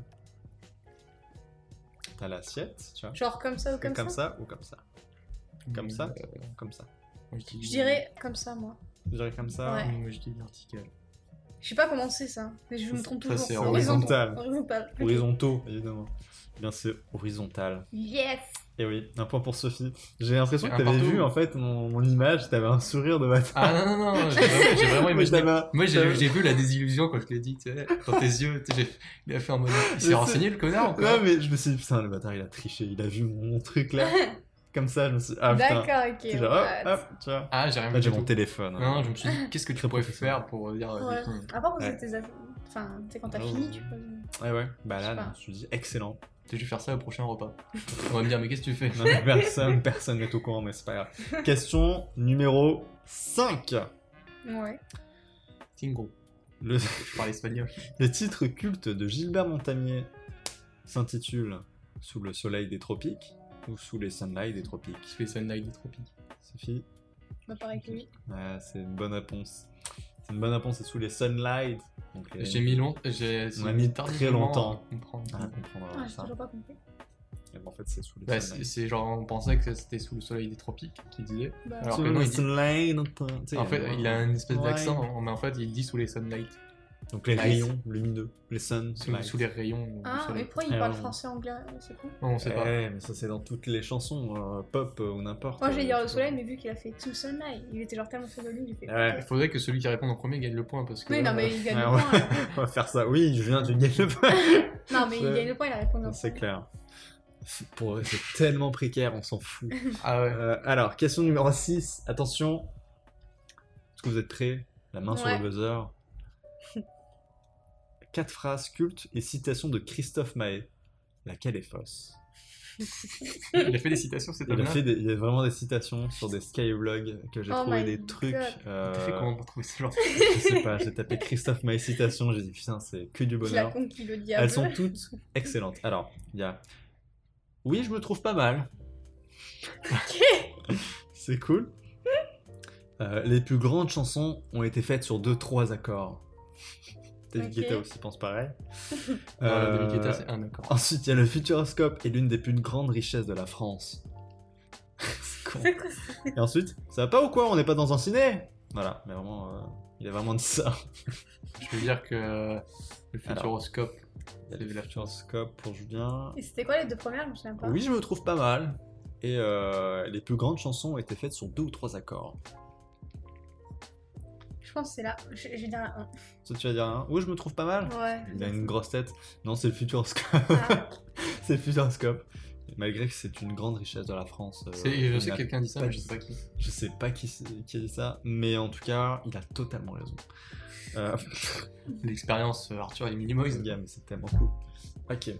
S1: T'as l'assiette, tu vois
S2: Genre comme ça ou
S1: Fais
S2: comme,
S1: comme
S2: ça,
S1: ça, ou comme ça Comme ça
S4: Euh,
S1: Comme ça.
S4: moi, dis- mmh,
S2: Je dirais comme ça, moi.
S1: Je dirais comme ça.
S2: Ouais.
S4: Moi, je dis vertical.
S2: Je sais pas comment c'est ça, mais je me
S4: Ça,
S2: trompe
S4: ça,
S2: toujours.
S4: c'est
S1: horizontal.
S2: Horizontal. Ok.
S1: Horizontaux, évidemment. Eh Bien, c'est horizontal.
S2: Yes
S1: Et oui, un point pour Sophie. J'ai l'impression
S4: C'est
S1: que
S4: un
S1: t'avais
S4: partout.
S1: vu en fait mon, mon image, t'avais un sourire de ma
S4: Ah non, non, non, j'ai vraiment, j'ai Ah, vraiment
S1: Moi, je
S4: imaginé.
S1: t'avais un-
S4: Moi, j'ai
S1: t'avais-
S4: j'ai vu la désillusion quand je l'ai dit, tu sais, dans tes yeux. tu sais, j'ai- Il a fait en mode. Il
S1: sais.
S4: s'est renseigné, le connard, ou quoi
S1: Non, mais je me suis dit, putain, le bâtard, il a triché, il a vu mon truc là. comme ça, je me suis dit, ah putain.
S2: D'accord, ok.
S1: C'est genre,
S2: what.
S1: hop, hop, tu vois.
S4: Ah, j'ai rien
S1: Là,
S4: vu.
S1: j'ai
S4: du
S1: mon
S4: tout.
S1: téléphone.
S4: Non, je me suis dit, qu'est-ce que tu
S1: Très
S4: pourrais
S1: professionnel.
S4: faire pour dire. euh,
S2: Ouais.
S4: des films
S2: À part poser
S1: Ouais.
S2: tes aff- Enfin, tu sais, quand t'as
S1: Ouais,
S2: fini,
S1: ouais.
S2: tu poses.
S1: Ouais, ouais. Bah
S2: Je sais
S1: là,
S2: pas.
S1: non, je me suis dit, excellent.
S4: Je vais faire ça au prochain repas. On va me dire, mais qu'est-ce que tu fais
S1: Non, mais personne, personne n'est au courant, mais c'est pas grave. Question numéro 5.
S2: Ouais.
S4: Tingo.
S1: Le,
S4: Je parle espagnol.
S1: le titre culte de Gilbert Montagnier s'intitule Sous le soleil des tropiques ou Sous les sunlight des tropiques
S4: Je fais Sunlight des Tropiques.
S1: Sophie
S2: Bah, pareil que lui.
S1: Ouais, C'est une bonne réponse. C'est une bonne réponse, c'est Sous les sunlight. Donc, les-
S4: J'ai mis long. j'ai-
S1: Euh, On a mis très
S4: tardivement
S1: longtemps.
S4: à comprendre.
S1: Ah, comprendre
S2: Ah, j'ai
S1: ça.
S2: toujours pas compris.
S1: Mais En fait, c'est Sous les
S4: Bah, c'est
S1: sunlight.
S4: c'est genre, on pensait que c'était sous le soleil des tropiques qu'il disait.
S2: Bah,
S4: Alors
S1: Sous
S4: que non,
S1: les
S4: il dit-
S1: sunlight, attends, tu sais, euh,
S4: En fait, il a une espèce
S1: Ouais.
S4: d'accent, mais en fait, il dit sous les sunlight.
S1: Donc les
S4: Nice.
S1: rayons lumineux, les suns,
S4: Sous, sous les rayons. du
S2: Ah, mais
S4: soleil.
S2: pourquoi il
S1: Ah,
S2: parle
S1: ouais.
S2: français-anglais C'est con.
S4: Non, on sait pas.
S1: Ouais, mais ça c'est dans toutes les chansons, euh, pop euh, ou n'importe.
S2: Moi, j'ai
S1: euh,
S2: dire le
S1: tu
S2: soleil,
S1: vois.
S2: mais vu qu'il a fait tout sunlight, il était genre tellement fier de lui, j'ai fait.
S1: Ah Ouais.
S4: Il faudrait que celui qui répond en premier gagne le point parce que.
S2: Oui, non,
S4: euh,
S2: mais il gagne
S1: Ah,
S2: le point.
S1: ouais.
S2: alors.
S1: On va faire ça. Oui, je viens de gagner le point.
S2: Non, mais il
S1: Ouais. Ah,
S2: gagne le point, il a répondu en
S1: c'est
S2: premier.
S1: clair. Pour eux, c'est tellement précaire, on s'en fout.
S4: Ah ouais.
S1: Euh, alors, question numéro 6. Attention. Est-ce que vous êtes prêts La main sur
S2: Ouais.
S1: le buzzer. Quatre phrases cultes et citations de Christophe Mahé. Laquelle est fausse
S4: Il a fait des citations cet
S1: Il a,
S4: homme-là.
S1: fait des- il y a vraiment des citations sur des skyblogs que j'ai
S2: Oh
S1: trouvé
S2: my
S1: des trucs.
S2: God.
S1: euh,
S4: T'as fait comment pour trouver ce genre
S1: Je sais pas, j'ai tapé Christophe Maé citation, j'ai dit putain, c'est que du
S2: Je la
S1: bonheur.
S2: conquis le diable.
S1: Elles sont toutes excellentes. Alors, il y a Oui, je me trouve pas mal. c'est cool. Euh, les plus grandes chansons ont été faites sur 2-3 accords. David
S2: Ok.
S1: Guetta aussi pense pareil.
S4: Euh, David Guetta,
S1: Euh,
S4: c'est un accord.
S1: Ensuite, il y a le Futuroscope, est l'une des plus grandes richesses de la France. C'est con.
S2: C'est quoi ça
S1: Et ensuite, ça va pas ou quoi On n'est pas dans un ciné Voilà, mais vraiment, euh, il a vraiment dit ça.
S4: Je veux dire que euh, le
S1: Alors. euh,
S4: futuroscope.
S1: Il y a le Futuroscope pour Julien.
S2: Et c'était quoi les deux premières Je me souviens pas.
S1: Oui, je me trouve pas mal. Et euh, les plus grandes chansons ont été faites sur deux ou trois accords.
S2: Je pense que c'est là. Je, je vais dire la
S1: Ça, tu vas dire, hein, oui, je me trouve pas mal.
S2: 1. Ouais.
S1: Il a une grosse tête. Non, c'est le Futuroscope.
S2: Ah.
S1: c'est le Futuroscope. Et Malgré que c'est une grande richesse de la France. euh,
S4: C'est- Je
S1: on
S4: sais
S1: a-
S4: que quelqu'un dit ça,
S1: pas
S4: mais je
S1: dit
S4: sais pas qui.
S1: Je sais pas qui, c'est- qui a dit ça, mais en tout cas, il a totalement raison. Euh,
S4: L'expérience euh, Arthur et les Minimoys.
S1: ce gars, mais c'est tellement cool. Ok.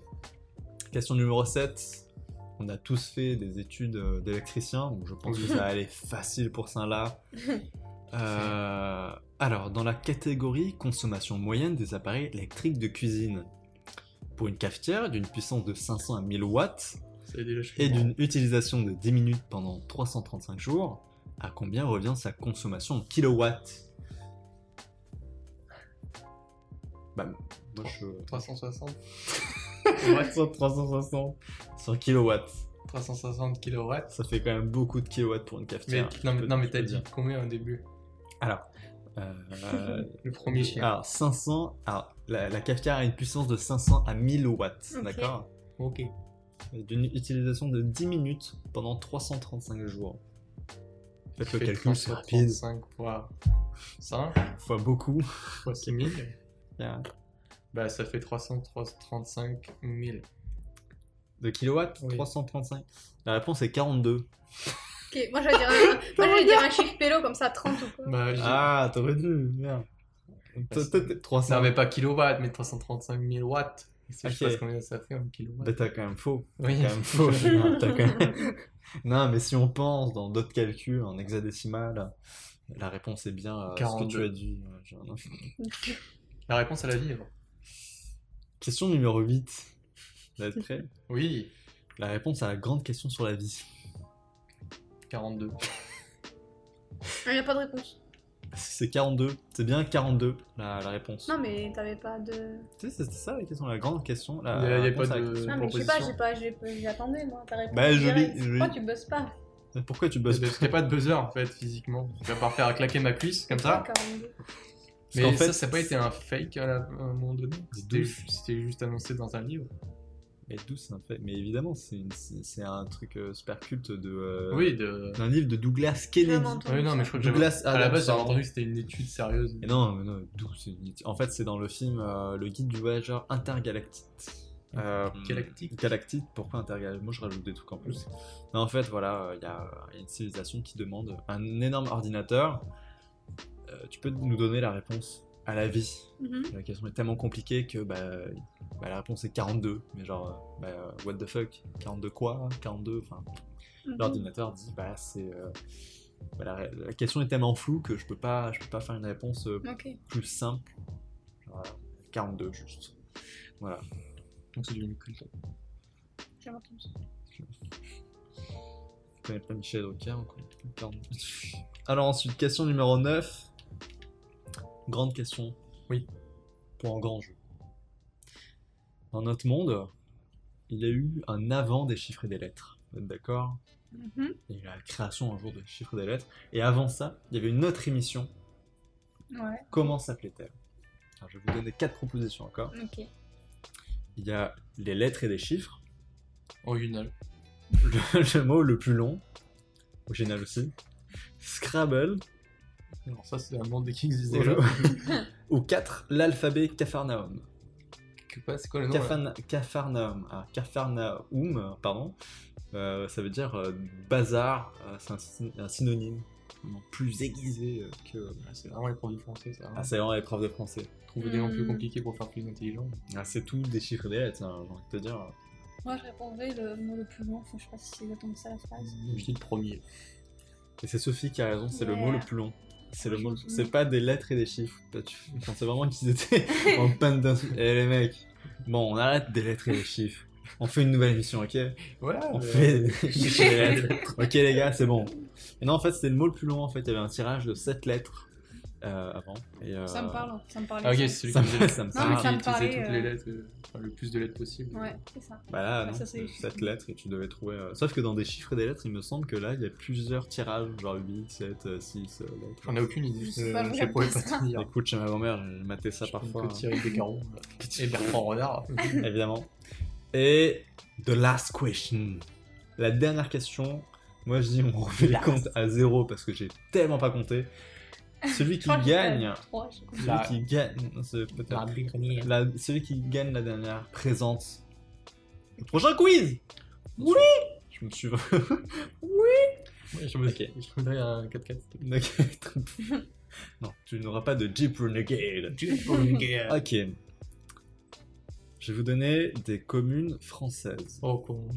S1: Question numéro 7. On a tous fait des études euh, d'électricien, donc je pense que ça allait facile pour ça là. Euh, alors, dans la catégorie consommation moyenne des appareils électriques de cuisine, pour une cafetière d'une puissance de 500 à 1000 watts
S4: C'est déjà chaud.
S1: et d'une utilisation de 10 minutes pendant 335 jours, à combien revient sa consommation en kilowatts Bah, Moi, je...
S4: 360
S1: 360 100 kilowatts.
S4: 360 kW.
S1: Ça fait quand même beaucoup de kilowatts pour une
S4: Mais
S1: cafetière.
S4: non, mais-
S1: peux-
S4: non, mais
S1: tu peux
S4: t'as
S1: le
S4: dit
S1: dire.
S4: combien au début
S1: Alors, euh,
S4: Le premier chiffre.
S1: alors 500. Alors, la, la cafetière a une puissance de 500 à 1000 watts,
S7: Ok.
S1: d'accord
S4: Ok.
S1: D'une utilisation de 10 minutes pendant 335 jours. Faites le calcul, c'est rapide.
S4: 5 fois 5
S1: Fois beaucoup.
S4: fois 6000.
S1: Yeah.
S4: Bah, ça fait 335 000.
S1: De kilowatts
S4: Oui.
S1: 335. La réponse est 42.
S7: Ok, moi j'allais dire,
S2: euh,
S7: un- moi, j'allais dire un chiffre pélo comme ça, 30 ou quoi.
S4: Bah, j'ai-
S1: Ah, t'aurais dû, merde. Toi, toi, t'es- 300.
S4: Non, mais pas kilowatts, mais 335 000 watts. Et ça, Je sais
S1: Ok.
S4: pas combien ça fait en kilowatts.
S1: Bah, t'as quand même faux.
S4: Oui.
S1: T'as quand même faux. Non, t'as quand même- Non, mais si on pense dans d'autres calculs en hexadécimal, la réponse est bien euh, ce que
S4: 42.
S1: tu as dit. euh, Jordan.
S4: La réponse à la livre.
S1: Question numéro 8. Vous êtes prêts
S4: Oui.
S1: La réponse à la grande question sur la vie.
S4: 42.
S1: Bah,
S7: Il n'y a pas de réponse.
S1: C'est 42. C'est bien 42 la, la réponse.
S7: Non, mais t'avais pas de.
S1: Tu sais, c'était ça la question, la grande question.
S4: Il
S1: La,
S4: y a-
S1: la
S4: il y a
S1: réponse
S4: pas
S1: à la
S4: de-
S1: question.
S2: Non, mais je sais pas, j'ai pas, j'ai pas- j'attendais moi ta réponse.
S1: Bah, je
S2: direct.
S1: l'ai- je
S2: Pourquoi
S1: l'ai.
S2: tu bosses pas
S1: Pourquoi tu
S4: Parce
S1: bosses
S4: qu'il n'y a pas de buzzer en fait, physiquement. Je vais pas faire claquer ma cuisse comme ça.
S2: 42.
S1: Parce
S4: Mais
S1: qu'en
S4: ça,
S1: fait,
S4: ça n'a pas été un fake à, la- à un moment donné. C'était
S1: douze.
S4: ju- c'était juste annoncé dans un livre.
S1: Mais d'où c'est un fait Mais évidemment, c'est une- c'est c'est un truc euh, super culte de. euh,
S4: Oui, de.
S1: D'un livre de Douglas
S7: J'ai
S1: Kennedy.
S7: jamais entendu
S4: Oui, non,
S7: ça.
S4: mais je crois que j'avais-
S1: Douglas
S4: à la
S1: Adams,
S4: base, j'avais
S1: pardon.
S4: entendu que c'était une étude sérieuse.
S1: Mais non, mais non, d'où c'est une- En fait, c'est dans le film euh, Le Guide du voyageur intergalactique. Euh,
S4: Galactique.
S1: Galactique, pourquoi intergalactique Moi je rajoute des trucs en plus. Non, en fait, voilà, euh, il y, a une civilisation qui demande un énorme ordinateur. Euh, tu peux nous donner la réponse à la vie
S7: Mhm.
S1: La question est tellement compliquée que bah, bah, la réponse est 42. Mais genre, euh, bah, what the fuck 42 quoi 42 Enfin,
S2: mhm.
S1: l'ordinateur dit bah c'est euh, bah, la, la question est tellement floue que je peux pas je peux pas faire une réponse euh,
S2: Ok.
S1: plus simple Genre, euh, 42 juste voilà
S4: Donc c'est du culte.
S2: J'ai entendu ça.
S1: on connaît pas Michel Drucker on connaît pas 42 alors ensuite question numéro 9 grande question
S4: Oui.
S1: pour un grand jeu dans notre monde il y a eu un avant des chiffres et des lettres vous êtes d'accord
S2: Mhm.
S1: il y a eu la création un jour des chiffres et des lettres et avant ça il y avait une autre émission
S2: Ouais,
S1: Comment s'appelait-elle Alors, Je vais vous donner quatre propositions encore.
S2: ok.
S1: Il y a les lettres et les chiffres,
S4: Original.
S1: le, le mot le plus long, original aussi, Scrabble,
S4: Non, ça, c'est un monde qui existe déjà.
S1: déjà. ou 4, l'alphabet Capharnaüm.
S4: Que pas- C'est quoi le nom là
S1: Capharna- Capharnaüm, ah, Capharnaüm, pardon, Euh, ça veut dire euh, bazar, euh, c'est un, syn- un synonyme vraiment plus aiguisé euh, que...
S4: Ah, C'est vraiment les profs du français, ça. hein.
S1: Ah, c'est vraiment les profs de français.
S4: Trouver des noms plus
S2: Hmm.
S4: compliqués pour faire plus intelligent.
S1: Ah, c'est tout des chiffres et des lettres, hein, j'ai envie de te dire.
S2: Moi je répondrais le mot le plus long, enfin, je sais pas si c'est exactement ça la phrase.
S4: Je dis le premier.
S1: Et c'est Sophie qui a raison, c'est le
S2: Yeah.
S1: mot le plus long. C'est le mot, le- c'est pas des lettres et des chiffres. Toi, tu- Je pensais vraiment qu'ils étaient en panne d'un. Eh les mecs, bon, on arrête des lettres et des chiffres. On fait une nouvelle émission, ok
S4: Ouais,
S1: On
S4: mais-
S1: fait des chiffres et des lettres. Ok les gars, c'est bon. Et non, en fait, c'était le mot le plus long. En fait, il y avait un tirage de 7 lettres euh, avant. Et, euh,
S2: Ça me parle, hein, ça me parle.
S4: Ah, ok, c'est celui
S1: Ça
S4: qui
S1: me, ça me
S2: Non, mais
S1: parle.
S2: ça me
S4: utilisait
S2: parlait,
S4: toutes
S2: euh.
S4: les lettres, euh, enfin, le plus de lettres possible.
S2: Ouais, c'est ça.
S1: Bah là,
S2: Ouais,
S1: non,
S2: ça, c'est-
S1: 7 lettres et tu devais trouver. euh, Sauf que dans des chiffres et des lettres, il me semble que là, il y a plusieurs tirages, genre 8, 7, euh, 6 euh, lettres.
S4: J'en ai aucune idée. Euh,
S2: Je sais pas, je
S4: je
S2: regarde
S4: pourrais
S2: pas
S4: pas te dire.
S1: Écoute, chez ma grand-mère, j'ai maté ça parfois. hein.
S4: Que Thierry Descarreaux euh, et Bertrand Renard.
S1: évidemment. Et the last question. La dernière question. Moi, je dis, on refait les comptes à zéro parce que j'ai tellement pas compté. Celui qui
S2: crois que j'ai
S1: gagne,
S2: Trois, je-
S1: celui
S4: La-
S1: qui gagne, non, c'est peut-être- La- celui qui gagne la dernière présente le prochain quiz. Oui. Je me suis.
S4: Ouais, je me
S1: Ok.
S4: je voudrais un 4x4.
S1: Renegade. non, tu n'auras pas de Jeep Renegade. Ok. Je vais vous donner des communes françaises.
S4: Oh, con.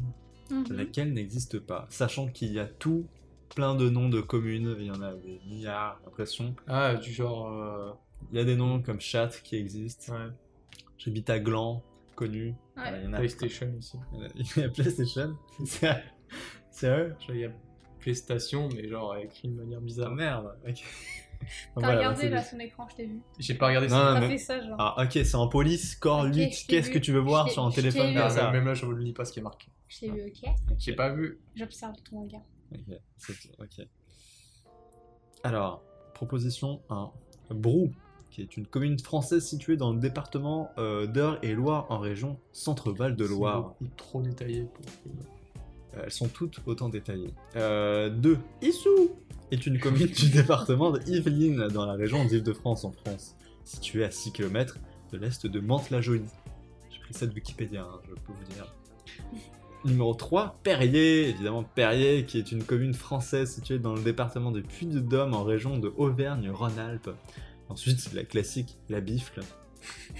S2: Mhm,
S1: laquelle n'existe pas. Sachant qu'il y a tout plein de noms de communes, il y en a des milliards, j'ai l'impression.
S4: Ah, du genre. euh,
S1: Il y a des
S2: Mhm.
S1: noms comme Chat qui existent,
S4: Ouais,
S1: j'habite à Gland, connu.
S2: Ouais.
S4: Ah,
S1: Euh, Il, y en a,
S4: PlayStation aussi.
S1: il y en a- il y a PlayStation. C'est sérieux
S4: Genre, il y a PlayStation, mais genre écrit de manière
S1: Ah
S4: bizarre.
S1: merde, ok.
S2: T'as
S1: Voilà,
S2: regardé
S1: c'est
S2: là
S1: des-
S2: son écran, je t'ai vu.
S4: J'ai pas regardé
S1: Non,
S4: ça.
S2: T'as
S1: mais-
S2: fait ça genre.
S1: Ah, ok, c'est en police, corps
S2: Ok,
S1: 8.
S2: je t'ai
S1: Qu'est-ce
S2: vu,
S1: que tu veux voir
S2: je
S1: sur un
S2: t'ai- je t'ai
S1: téléphone
S2: vu.
S1: comme
S4: Ah,
S1: ça
S4: Même là, je ne lis pas ce qui est marqué.
S2: Je t'ai vu, ok.
S4: J'ai pas vu.
S2: J'observe ton regard.
S1: Ok, c'est- ok. Alors, proposition 1. Brou, qui est une commune française située dans le département euh, d'Eure et Loire en région Centre-Val de Loire.
S4: Ou trop détaillé pour. que-
S1: Euh, Elles sont toutes autant détaillées. 2. Issou est une commune du département de Yvelines dans la région d'Île-de-France en France, située à 6 km de l'est de Mantes-la-Jolie. J'ai pris ça de Wikipédia, hein, je peux vous dire. Numéro 3, Perrier, évidemment Perrier, qui est une commune française située dans le département de Puy-de-Dôme en région de Auvergne-Rhône-Alpes. Ensuite, la classique, la Bifle.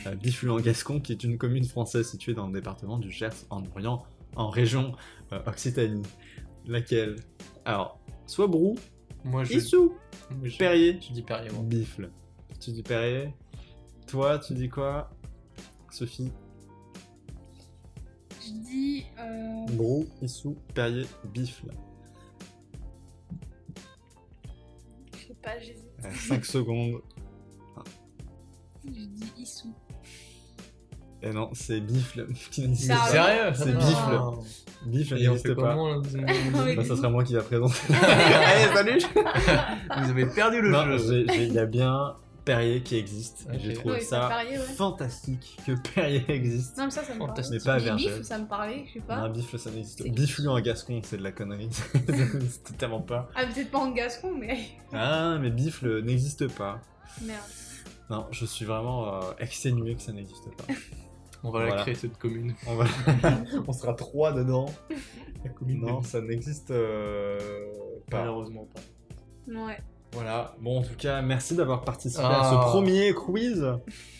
S1: La Bifle en Gascon, qui est une commune française située dans le département du Gers en Orient, en région euh, Occitanie. Laquelle Alors, soit Brou,
S4: Moi, je.
S1: Issou,
S4: moi, je-
S1: Perrier,
S4: Je dis Perrier, moi.
S1: Bifle. Tu dis Perrier. Toi, tu dis quoi Sophie,
S2: Je dis. Euh...
S1: Brou, Issou, Perrier, Bifle.
S2: Je sais pas, j'hésite.
S1: 5 Euh, secondes.
S2: Je dis Issou.
S1: Et Eh non, c'est Bifle qui n'existe
S2: Ah,
S1: pas.
S2: Sérieux
S4: Sérieux
S1: C'est
S4: bifle.
S1: Bifle
S4: Et on
S1: n'existe
S4: fait
S1: pas.
S4: comment là, vous avez-
S1: Bah, ça sera moi qui va présenter.
S4: Allez, salut Vous avez perdu le
S1: Non,
S4: jeu.
S1: j'ai- j'ai- il y a bien Perrier qui existe. et J'ai
S4: Ok.
S1: trouvé
S2: Ouais,
S1: ça
S2: ça pariait, ouais.
S1: fantastique que Perrier existe.
S2: Non, mais ça, ça me parle.
S4: Fantastique.
S1: Mais pas à
S2: Des
S1: Vergès.
S2: bifs, ça me parlait, je sais
S1: Non,
S2: pas.
S1: Bifle, ça n'existe
S2: C'est-
S1: pas. Biflu en gascon, c'est de la connerie. C'était tellement pas.
S2: Ah, peut-être pas en gascon, mais.
S1: Ah, mais Bifle n'existe pas.
S2: Merde.
S1: Non, je suis vraiment euh, exténué que ça n'existe pas.
S4: On va la
S1: Voilà.
S4: créer cette commune.
S1: On, va- On sera trois dedans.
S4: La commune
S1: Non, ça n'existe euh, pas.
S4: Malheureusement pas.
S2: Ouais.
S1: Voilà. Bon, en tout cas, merci d'avoir participé à
S4: Ah.
S1: ce premier quiz.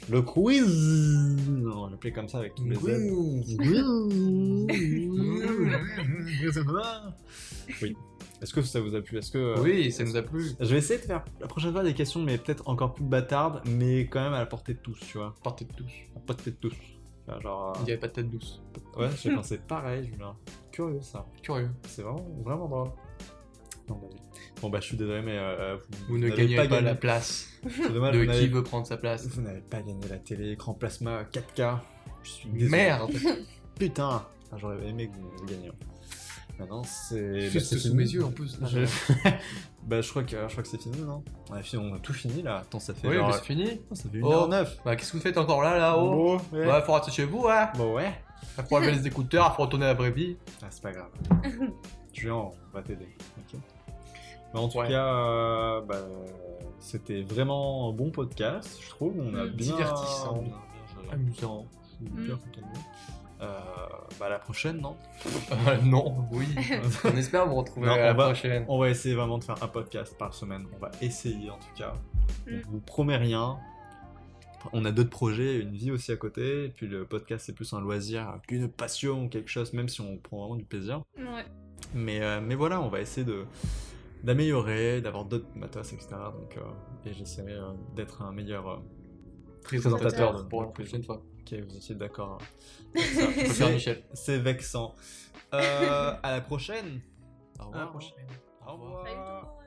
S1: Le quiz On va l'appeler comme ça avec tous les Z. Oui. Est-ce que ça vous a plu Est-ce que euh,
S4: Oui, ça nous a plu.
S1: Je vais essayer de faire la prochaine fois des questions, mais peut-être encore plus bâtardes, mais quand même à la portée de tous, tu vois.
S4: Partez de tous.
S1: À la portée de tous. Enfin, Genre, euh,
S4: Il n'y avait pas de tête douce.
S1: Ouais, j'ai pensé pareil, Julien. Curieux ça.
S4: Curieux.
S1: C'est vraiment, vraiment drôle. Non, bah oui. Bon, bah je suis désolé, mais euh, vous,
S4: Vous ne
S1: n'avez
S4: gagnez pas, la place
S1: C'est dommage,
S4: de
S1: vous n'avez- Eh
S4: qui veut prendre sa place.
S1: vous n'avez pas gagné la télé, écran plasma 4K. Je suis désolé.
S4: Merde
S1: Putain Ah, J'aurais aimé que vous gagniez. Maintenant, c'est. bah,
S4: Juste
S1: c'est
S4: sous
S1: fini.
S4: mes yeux en plus.
S1: Je- bah, je crois que, je crois que c'est fini, non on a, fini- on a tout fini là. Attends, ça fait.
S4: Oui,
S1: genre-
S4: bah, c'est fini.
S1: Oh, ça fait
S4: Oh.
S1: 1h09.
S4: Bah, qu'est-ce que vous faites encore là, là haut
S1: ouais.
S4: oh. Ouais, faut rester chez vous, hein.
S1: Bon, ouais.
S4: Faut enlever les écouteurs, faut retourner à la vraie vie.
S1: Ah, c'est pas grave. Julien, on va t'aider. ok Bah, en tout
S4: Ouais.
S1: cas, euh, bah, c'était vraiment un bon podcast, je trouve. On a
S2: Mm.
S1: bien.
S4: Divertissant.
S1: bien- bien- bien-
S4: Amusant.
S1: bien- bien content de nous. Euh, bah, à la prochaine, non
S4: Euh, non, oui. on espère vous retrouver
S1: Non,
S4: à la
S1: on va-
S4: prochaine.
S1: On va essayer vraiment de faire un podcast par semaine. On va essayer, en tout cas.
S2: Mm.
S1: On vous promet rien. On a d'autres projets, une vie aussi à côté. Et puis le podcast, c'est plus un loisir qu'une passion, quelque chose, même si on prend vraiment du plaisir.
S2: Ouais.
S1: Mais, euh, mais voilà, on va essayer de d'améliorer, d'avoir d'autres matos, etc. Donc, euh, et j'essaierai euh, d'être un meilleur euh, présentateur euh, de-
S4: pour la
S1: de-
S4: prochaine fois.
S1: Ok, vous étiez d'accord. hein.
S4: Faut faire Michel.
S1: C'est vexant. Euh, à la prochaine.
S4: Au
S1: À la
S4: revoir.
S1: prochaine. Au
S4: Au revoir.
S1: revoir.
S2: Salut tout le monde.